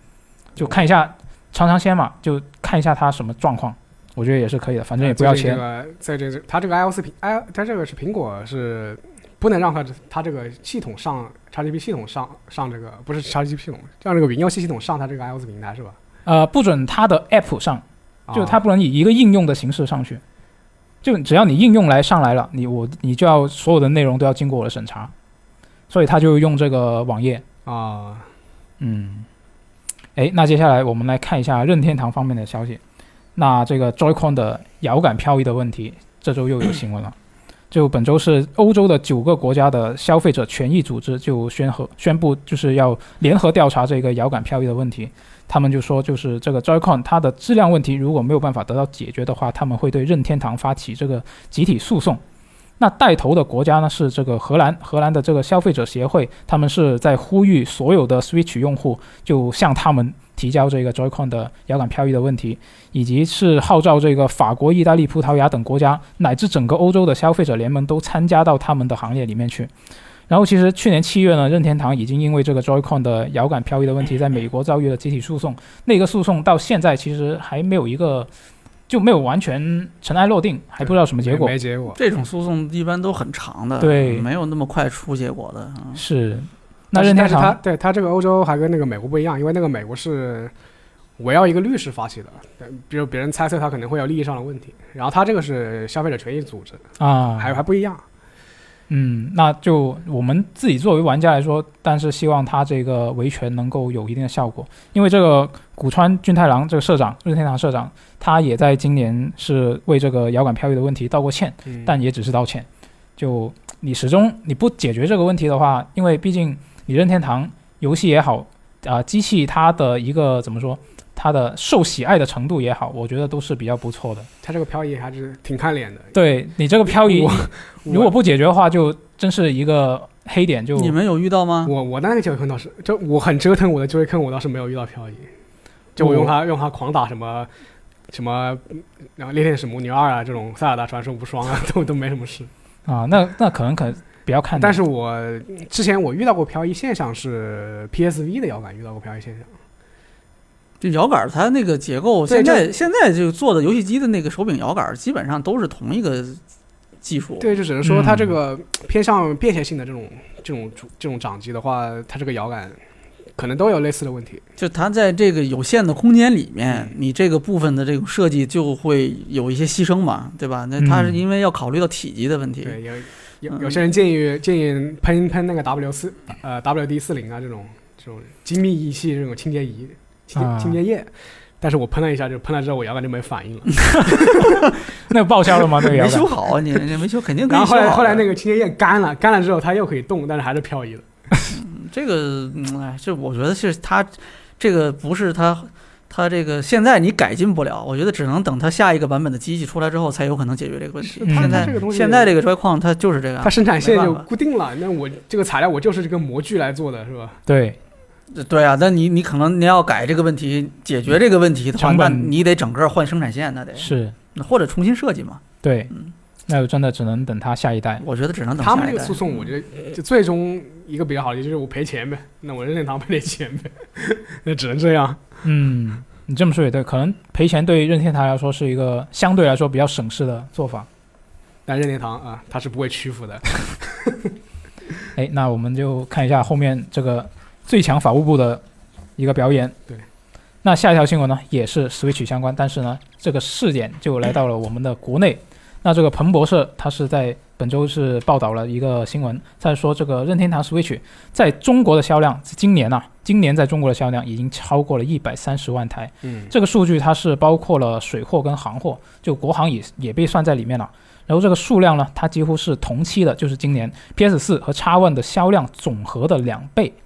Speaker 1: 就看一下尝尝鲜嘛，就看一下它什么状况。我觉得也是可以的，反正也不要
Speaker 2: 最近
Speaker 1: 钱
Speaker 2: 啊这。个在这个它这个 iOS 苹 i 哎它这个是苹果是不能让它它这个系统上 XGP 系统上上这个不是 XGP 系统，让这个云游戏系统上它这个 iOS 平台是吧？
Speaker 1: 呃，不准它的 App 上，
Speaker 2: 啊
Speaker 1: 就它不能以一个应用的形式上去。就只要你应用来上来了，你我你就要所有的内容都要经过我的审查，所以他就用这个网页。
Speaker 2: 啊，
Speaker 1: 嗯，哎，那接下来我们来看一下任天堂方面的消息。那这个 Joy-Con 的摇杆漂移的问题，这周又有新闻了。就本周是欧洲的九个国家的消费者权益组织就宣和宣布，就是要联合调查这个摇杆漂移的问题。他们就说，就是这个 Joy-Con 它的质量问题如果没有办法得到解决的话，他们会对任天堂发起这个集体诉讼。那带头的国家呢是这个荷兰，荷兰的这个消费者协会，他们是在呼吁所有的 Switch 用户就向他们提交这个 Joy-Con 的摇杆漂移的问题，以及是号召这个法国、意大利、葡萄牙等国家乃至整个欧洲的消费者联盟都参加到他们的行列里面去。然后，其实去年七月呢，任天堂已经因为这个 Joy-Con 的摇杆漂移的问题，在美国遭遇了集体诉讼。那个诉讼到现在其实还没有一个，就没有完全尘埃落定，还不知道什么结果
Speaker 2: 没。没结果，
Speaker 3: 这种诉讼一般都很长的，
Speaker 1: 对
Speaker 3: 没有那么快出结果的。嗯
Speaker 1: 是，那
Speaker 2: 但是
Speaker 1: 任天
Speaker 2: 但是它
Speaker 1: 堂
Speaker 2: 对它这个欧洲还跟那个美国不一样，因为那个美国是围绕一个律师发起的，对比如别人猜测他可能会有利益上的问题，然后它这个是消费者权益组织，
Speaker 1: 啊，
Speaker 2: 还还不一样。
Speaker 1: 嗯，那就我们自己作为玩家来说，但是希望他这个维权能够有一定的效果，因为这个古川俊太郎这个社长，任天堂社长，他也在今年是为这个摇杆漂移的问题道过歉，
Speaker 2: 嗯
Speaker 1: 但也只是道歉。就你始终你不解决这个问题的话，因为毕竟你任天堂游戏也好，啊、机器它的一个怎么说，它的受喜爱的程度也好，我觉得都是比较不错的。
Speaker 2: 它这个漂移还是挺看脸的。
Speaker 1: 对你这个漂移
Speaker 2: 我，我
Speaker 1: 如果不解决的话，就真是一个黑点就。
Speaker 3: 你们有遇到吗？
Speaker 2: 我我那个九尾坑倒是，就我很折腾我的九尾坑，我倒是没有遇到漂移，就我用它用它狂打什么什么，嗯然后猎天使魔女二啊这种塞尔达传说无双啊 都都没什么事。
Speaker 1: 啊，那那可能可比较看你，
Speaker 2: 但是我之前我遇到过漂移现象是 PSV 的摇杆遇到过漂移现象，
Speaker 3: 这摇杆儿它那个结构，
Speaker 2: 对
Speaker 3: 现在现在就做的游戏机的那个手柄摇杆儿，基本上都是同一个技术。
Speaker 2: 对，就只能说它这个偏向便携性的这种这种主这种掌机的话，它这个摇杆可能都有类似的问题。
Speaker 3: 就它在这个有限的空间里
Speaker 2: 嗯
Speaker 3: 面，你这个部分的这种设计就会有一些牺牲嘛，对吧？那它是因为要考虑到体积的问题，
Speaker 2: 嗯对，有有
Speaker 3: 嗯
Speaker 2: 有些人建议建议喷喷那个 W 四呃 WD 四零啊这种这种精密仪器这种清洁仪
Speaker 1: 啊
Speaker 2: 清清洁液，但是我喷了一下，就喷了之后我摇杆就没反应了。
Speaker 1: 那报销 了吗？这个摇
Speaker 3: 没
Speaker 1: 杆
Speaker 3: 修好啊，你你没修肯定可
Speaker 2: 然
Speaker 3: 以
Speaker 2: 后后
Speaker 3: 修好的。
Speaker 2: 来后来那个清洁液干了，干了之后它又可以动，但是还是漂移的。
Speaker 3: 这个，嗯哎，这我觉得是它这个不是它。它这个现在你改进不了，我觉得只能等它下一个版本的机器出来之后，才有可能解决这个问题
Speaker 2: 是。嗯
Speaker 1: 它
Speaker 3: 现
Speaker 1: 它
Speaker 3: 在
Speaker 2: 这个东西
Speaker 3: 嗯现在这个摔框它就是这样
Speaker 2: 它，生产线
Speaker 3: 没
Speaker 2: 就
Speaker 3: 办法
Speaker 2: 固定了，那我这个材料我就是跟模具来做的，是吧？
Speaker 1: 对，
Speaker 3: 对啊，但你你可能你要改这个问题，解决这个问题的话，
Speaker 1: 成
Speaker 3: 那
Speaker 1: 本
Speaker 3: 你得整个换生产线，那得
Speaker 1: 是，
Speaker 3: 那或者重新设计嘛。
Speaker 1: 对
Speaker 3: 嗯，
Speaker 1: 那就真的只能等它下一代。
Speaker 3: 我觉得只能等
Speaker 2: 他们
Speaker 3: 下
Speaker 2: 这
Speaker 3: 一
Speaker 2: 个
Speaker 3: 代
Speaker 2: 诉讼，我觉得就最终一个比较好的就是我赔钱呗，那我任天堂赔点钱呗，那只能这样。
Speaker 1: 嗯，你这么说也对，可能赔钱对任天堂来说是一个相对来说比较省事的做法。
Speaker 2: 但任天堂啊，它是不会屈服的。
Speaker 1: 哎，那我们就看一下后面这个最强法务部的一个表演。
Speaker 2: 对，
Speaker 1: 那下一条新闻呢，也是 Switch 相关，但是呢，这个事件就来到了我们的国内。那这个彭博社他是在本周是报道了一个新闻，在说这个任天堂 Switch 在中国的销量，今年呐、今年在中国的销量已经超过了一百三十万台。
Speaker 2: 嗯，
Speaker 1: 这个数据它是包括了水货跟行货，就国行也也被算在里面了。然后这个数量呢，它几乎是同期的，就是今年 PS 四和 X One 的销量总和的两倍。
Speaker 2: 啊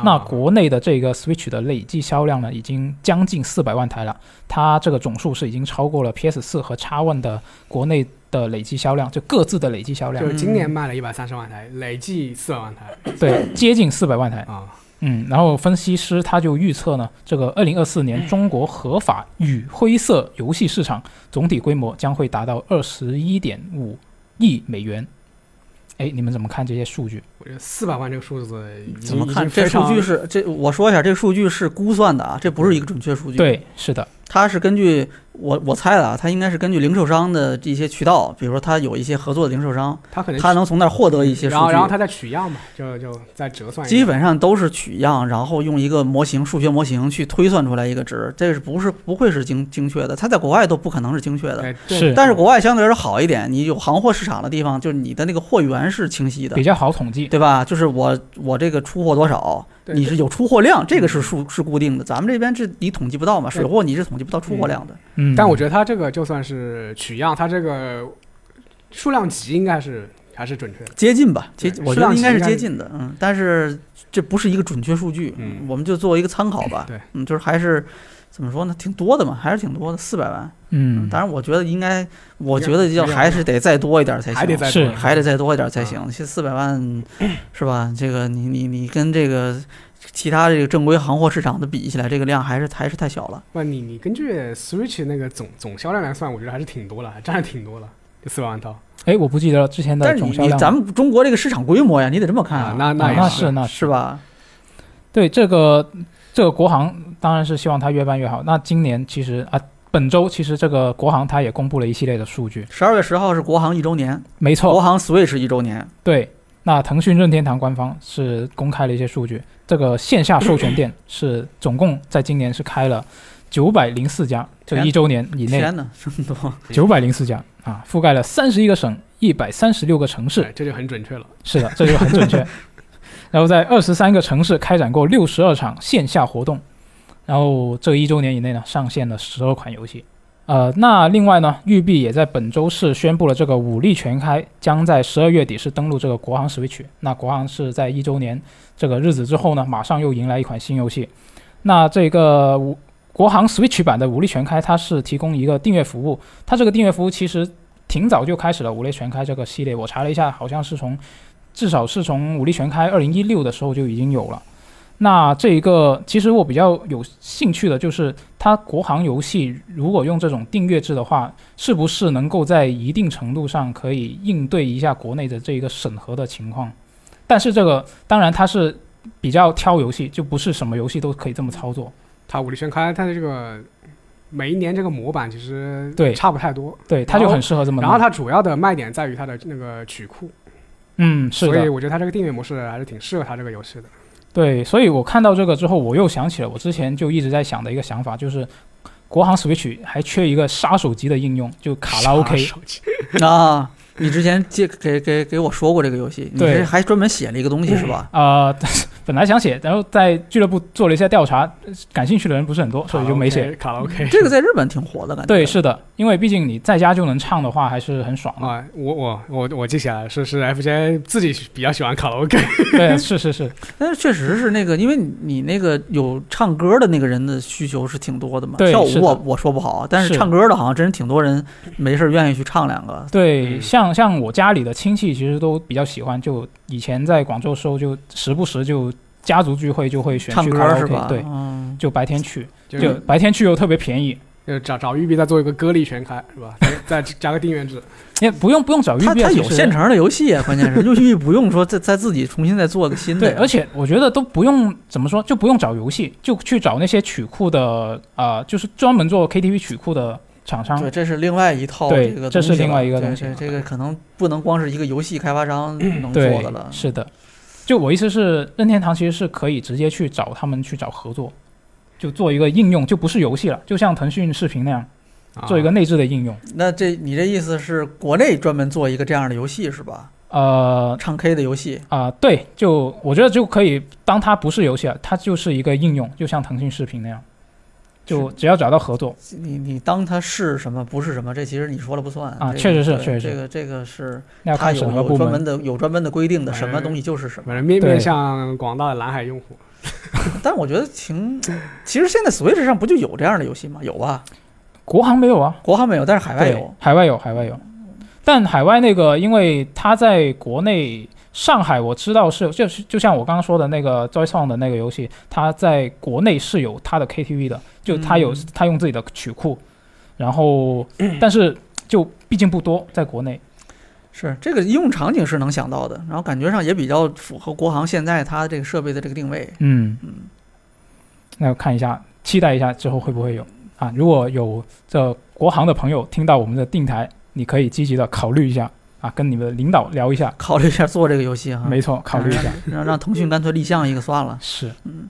Speaker 3: 啊
Speaker 1: 那国内的这个 Switch 的累计销量呢，已经将近四百万台了，它这个总数是已经超过了 PS 四和 X One 的国内的累计销量，就各自的累计销量
Speaker 2: 就，今年卖了一百三十万台，累计四百万台
Speaker 1: 嗯对，接近四百万台。
Speaker 2: 啊。
Speaker 1: 嗯，然后分析师他就预测呢，这个二零二四年中国合法与灰色游戏市场总体规模将会达到二十一点五亿美元。哎，你们怎么看这些数据？
Speaker 2: 我觉得四百万这个数字已经
Speaker 3: 怎么看？
Speaker 2: 已经非
Speaker 3: 这数
Speaker 2: 常
Speaker 3: 据是这，我说一下，这个数据是估算的啊，这不是一个准确数据。，
Speaker 1: 对，是的，
Speaker 3: 它是根据我我猜的啊，它应该是根据零售商的一些渠道，比如说它有一些合作的零售商，
Speaker 2: 它可能
Speaker 3: 它能从那儿获得一些数
Speaker 2: 然后然后
Speaker 3: 据，
Speaker 2: 它再取样嘛，就就再折算一下。
Speaker 3: 基本上都是取样，然后用一个模型数学模型去推算出来一个值，这是不是不会是精精确的？它在国外都不可能是精确的。
Speaker 2: 哎对
Speaker 1: 是
Speaker 3: 但是国外相对来说好一点，你有行货市场的地方，就是你的那个货源是清晰的
Speaker 1: 比，较好统计。
Speaker 3: 对吧？就是我我这个出货多少，
Speaker 2: 对嗯
Speaker 3: 你是有出货量，这个是数是固定的。咱们这边是你统计不到嘛，水货你是统计不到出货量的。
Speaker 1: 嗯，
Speaker 2: 但我觉得它这个就算是取样，它这个数量级应该是还是准确的。
Speaker 3: 接近吧，接
Speaker 2: 对
Speaker 3: 我
Speaker 2: 数
Speaker 3: 觉
Speaker 2: 量
Speaker 3: 得应
Speaker 2: 级
Speaker 3: 该是
Speaker 2: 应该
Speaker 3: 接
Speaker 2: 是
Speaker 3: 近的，嗯，但是这不是一个准确数据，
Speaker 2: 嗯
Speaker 3: 我们就作为一个参考吧，
Speaker 2: 对，
Speaker 3: 嗯，就是还是怎么说呢，挺多的嘛，还是挺多的，四百万，
Speaker 1: 嗯，
Speaker 3: 当然我觉得应该，我
Speaker 2: 应该
Speaker 3: 觉得要
Speaker 2: 应该
Speaker 3: 还是得再多一点才行，啊
Speaker 2: 还得再
Speaker 1: 是
Speaker 2: 多
Speaker 3: 还得再多一点
Speaker 1: 啊
Speaker 3: 才行，这四百万是吧？这个你你你跟这个其他这个正规行货市场的比起来，这个量还是还是太小了。
Speaker 2: 不，你你根据 Switch 那个总总销量来算，我觉得还是挺多了，还占了挺多了，就四百万套
Speaker 1: 哎，我不记得了之前的
Speaker 3: 但是
Speaker 1: 总
Speaker 3: 你
Speaker 1: 销
Speaker 3: 你
Speaker 1: 量。
Speaker 3: 咱们中国这个市场规模呀，你得这么看
Speaker 2: 啊，那
Speaker 1: 啊
Speaker 2: 也
Speaker 1: 那
Speaker 2: 是
Speaker 1: 是那
Speaker 3: 是吧？
Speaker 1: 对这个这个国行当然是希望它越办越好。那今年其实啊，本周其实这个国行它也公布了一系列的数据，
Speaker 3: 十二月十号是国行一周年，
Speaker 1: 没错，
Speaker 3: 国行 Switch 一周年，
Speaker 1: 对，那腾讯任天堂官方是公开了一些数据，这个线下授权店是总共在今年是开了九百零四家，这
Speaker 3: 天
Speaker 1: 一周年以内
Speaker 3: 天哪，这么多！
Speaker 1: 九百零四家啊，覆盖了三十一个省、一百三十六个城市
Speaker 2: 哎，这就很准确了。
Speaker 1: 是的，这就很准确。然后在二十三个城市开展过六十二场线下活动，然后这一周年以内呢，上线了十二款游戏。呃，那另外呢，育碧也在本周是宣布了这个武力全开将在十二月底是登陆这个国行 Switch。那国行是在一周年这个日子之后呢，马上又迎来一款新游戏。那这个武国行 Switch 版的武力全开，它是提供一个订阅服务，它这个订阅服务其实挺早就开始了。武力全开这个系列，我查了一下，好像是从至少是从《武力全开》二零一六的时候就已经有了。那这一个，其实我比较有兴趣的就是，它国行游戏如果用这种订阅制的话，是不是能够在一定程度上可以应对一下国内的这一个审核的情况？但是这个当然它是比较挑游戏，就不是什么游戏都可以这么操作。
Speaker 2: 它武力全开，它的这个每一年这个模板其实
Speaker 1: 对嗯
Speaker 2: 差不太多。
Speaker 1: 对，它就很适合这么弄。
Speaker 2: 然后它主要的卖点在于它的那个曲库，
Speaker 1: 嗯，是
Speaker 2: 所以
Speaker 1: 的，
Speaker 2: 我觉得它这个订阅模式还是挺适合它这个游戏的。
Speaker 1: 对，所以我看到这个之后，我又想起了我之前就一直在想的一个想法，就是国行 Switch 还缺一个杀手级的应用，就卡拉 OK。
Speaker 2: 杀手级
Speaker 3: 啊，你之前借给给给我说过这个游戏，你
Speaker 1: 对
Speaker 3: 是还专门写了一个东西是吧？
Speaker 1: 啊、 本来想写，然后在俱乐部做了一下调查，感兴趣的人不是很多， 所以就没写。
Speaker 2: 卡拉 OK。
Speaker 3: 这个在日本挺火的感觉。
Speaker 1: 对，是的，因为毕竟你在家就能唱的话，还是很爽的。
Speaker 2: 啊，我我我我记起来了，是是 FJ 自己比较喜欢卡拉 OK，
Speaker 1: 对，是是是，
Speaker 3: 但是确实是那个，因为你那个有唱歌的那个人的需求是挺多的嘛。
Speaker 1: 对
Speaker 3: 跳
Speaker 1: 是
Speaker 3: 舞
Speaker 1: 的
Speaker 3: 我我说不好，但是
Speaker 1: 是
Speaker 3: 唱歌的好像真是挺多人没事儿愿意去唱两个。
Speaker 1: 对，
Speaker 2: 嗯
Speaker 1: 像像我家里的亲戚其实都比较喜欢，就以前在广州的时候，就时不时就家族聚会就会选
Speaker 3: 唱
Speaker 1: 去卡
Speaker 3: 歌
Speaker 1: 拉
Speaker 3: 是
Speaker 1: OK，
Speaker 3: 吧？
Speaker 1: 对，
Speaker 3: 嗯，
Speaker 1: 就白天去，
Speaker 2: 就
Speaker 1: 就白天去又特别便宜，
Speaker 2: 就找找玉碧再做一个歌力全开是吧？ 再再加个订阅制，
Speaker 1: 也不用不用找玉
Speaker 3: 他
Speaker 1: 碧，
Speaker 3: 他有
Speaker 1: 其实
Speaker 3: 现成的游戏啊，关键是就玉不用说再再自己重新再做个新的
Speaker 1: 对，
Speaker 3: 呀。
Speaker 1: 而且我觉得都不用怎么说，就不用找游戏，就去找那些曲库的啊、呃就是专门做 KTV 曲库的厂商
Speaker 3: 对，。这是另外一套
Speaker 1: 对
Speaker 3: 这个东西
Speaker 1: 这
Speaker 3: 了，
Speaker 1: 是另外一个东西
Speaker 3: 对这这个可能不能光是一个游戏开 发商能做
Speaker 1: 对
Speaker 3: 的了，。
Speaker 1: 是的。就我意思是，任天堂其实是可以直接去找他们去找合作，就做一个应用，就不是游戏了，就像腾讯视频那样
Speaker 2: 啊
Speaker 1: 做一个内置的应用。
Speaker 3: 那这你这意思是国内专门做一个这样的游戏是吧？
Speaker 1: 呃
Speaker 3: 唱 K 的游戏，
Speaker 1: 啊、对，就我觉得就可以当它不是游戏了，它就是一个应用，就像腾讯视频那样，就只要找到合作，
Speaker 3: 你你当它是什么不是什么，这其实你说了不算
Speaker 1: 啊
Speaker 3: 这个
Speaker 1: 确实是
Speaker 3: 对
Speaker 1: 确实是
Speaker 3: 这个这个是
Speaker 1: 那要
Speaker 3: 它
Speaker 1: 看审
Speaker 3: 有
Speaker 1: 核
Speaker 3: 有
Speaker 1: 部
Speaker 3: 专
Speaker 1: 门
Speaker 3: 门。的有专门的规定的，
Speaker 2: 哎
Speaker 3: 什么东西就是什么。
Speaker 2: 反正面
Speaker 1: 对
Speaker 2: 面向广大的蓝海用户，
Speaker 3: 但我觉得挺，其实现在 Switch 上不就有这样的游戏吗？有吧？
Speaker 1: 国行没有啊，
Speaker 3: 国行没有，但是海外
Speaker 1: 对，
Speaker 3: 有。
Speaker 1: 海外有，海外有。但海外那个，因为它在国内上海，我知道是就是就像我刚刚说的那个 Joyson 的那个游戏，它在国内是有它的 KTV 的，就它有、
Speaker 3: 嗯
Speaker 1: 它用自己的曲库，然 后但是就毕竟不多，在国内。
Speaker 3: 是这个应用场景是能想到的，然后感觉上也比较符合国行现在它这个设备的这个定位。
Speaker 1: 嗯
Speaker 3: 嗯，
Speaker 1: 那要看一下，期待一下之后会不会有啊？如果有这国行的朋友听到我们的定台，你可以积极的考虑一下啊，跟你们的领导聊一下。
Speaker 3: 考虑一下做这个游戏哈，
Speaker 1: 没错，考虑一下。
Speaker 3: 让 让腾讯干脆立项一个算了。
Speaker 1: 是，
Speaker 3: 嗯，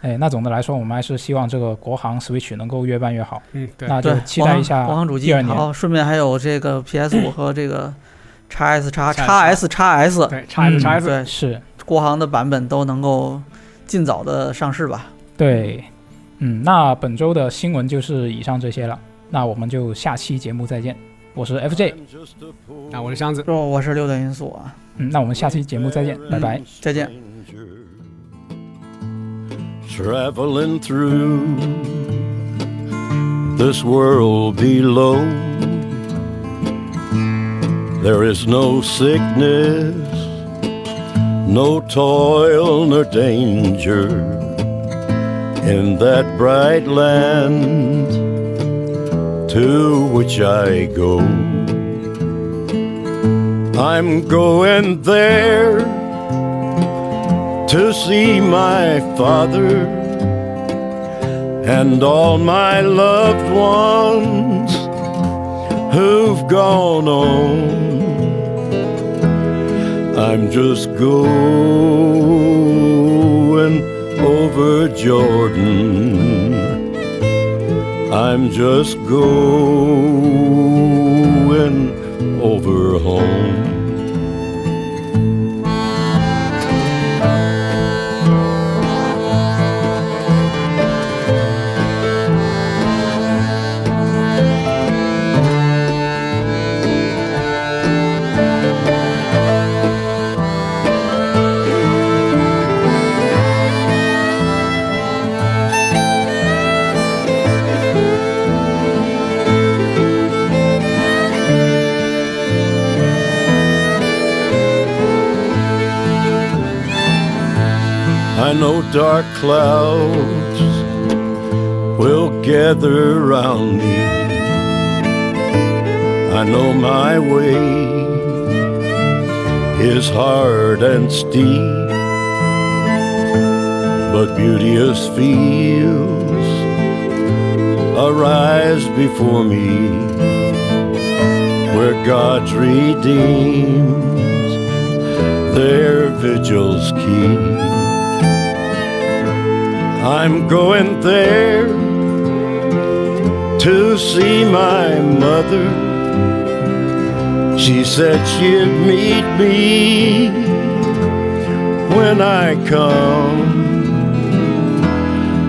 Speaker 1: 哎，那总的来说，我们还是希望这个国行 Switch 能够越办越好。
Speaker 2: 嗯，对，
Speaker 1: 那就
Speaker 3: 对，
Speaker 1: 期待一下
Speaker 3: 国行主机，
Speaker 1: 第二
Speaker 3: 然
Speaker 1: 年。
Speaker 3: 后顺便还有这个 PS 五和这个 x S 叉 x S 叉 S，
Speaker 2: 对，叉 S
Speaker 1: 嗯
Speaker 2: 叉 S，
Speaker 3: 对，
Speaker 1: 是，
Speaker 3: 国行的版本都能够尽早的上市吧。
Speaker 1: 对，嗯，那本周的新闻就是以上这些了。那我们就下期节目再见。我是 FJ，
Speaker 2: 那我的箱子，
Speaker 3: 哦，我是六点因素啊。
Speaker 1: 嗯，那我们下期节目再见，拜拜。
Speaker 3: 再见。
Speaker 4: Traveling through this world below, there is no sickness, no toil, nor danger in that bright land to which I go. I'm going there to see my father and all my loved ones who've gone on. I'm just going over Jordan. I'm just going over home. I know dark clouds will gather round me. I know my way is hard and steep, but beauteous fields arise before me where God's redeemed their vigils keep. I'm going there to see my mother. She said she'd meet me when I come.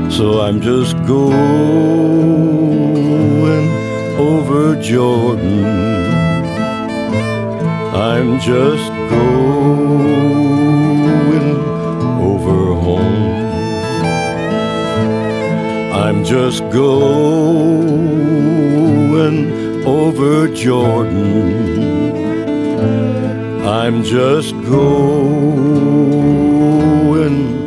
Speaker 4: So I'm just going over Jordan. I'm just going over home. I'm just going over Jordan. I'm just going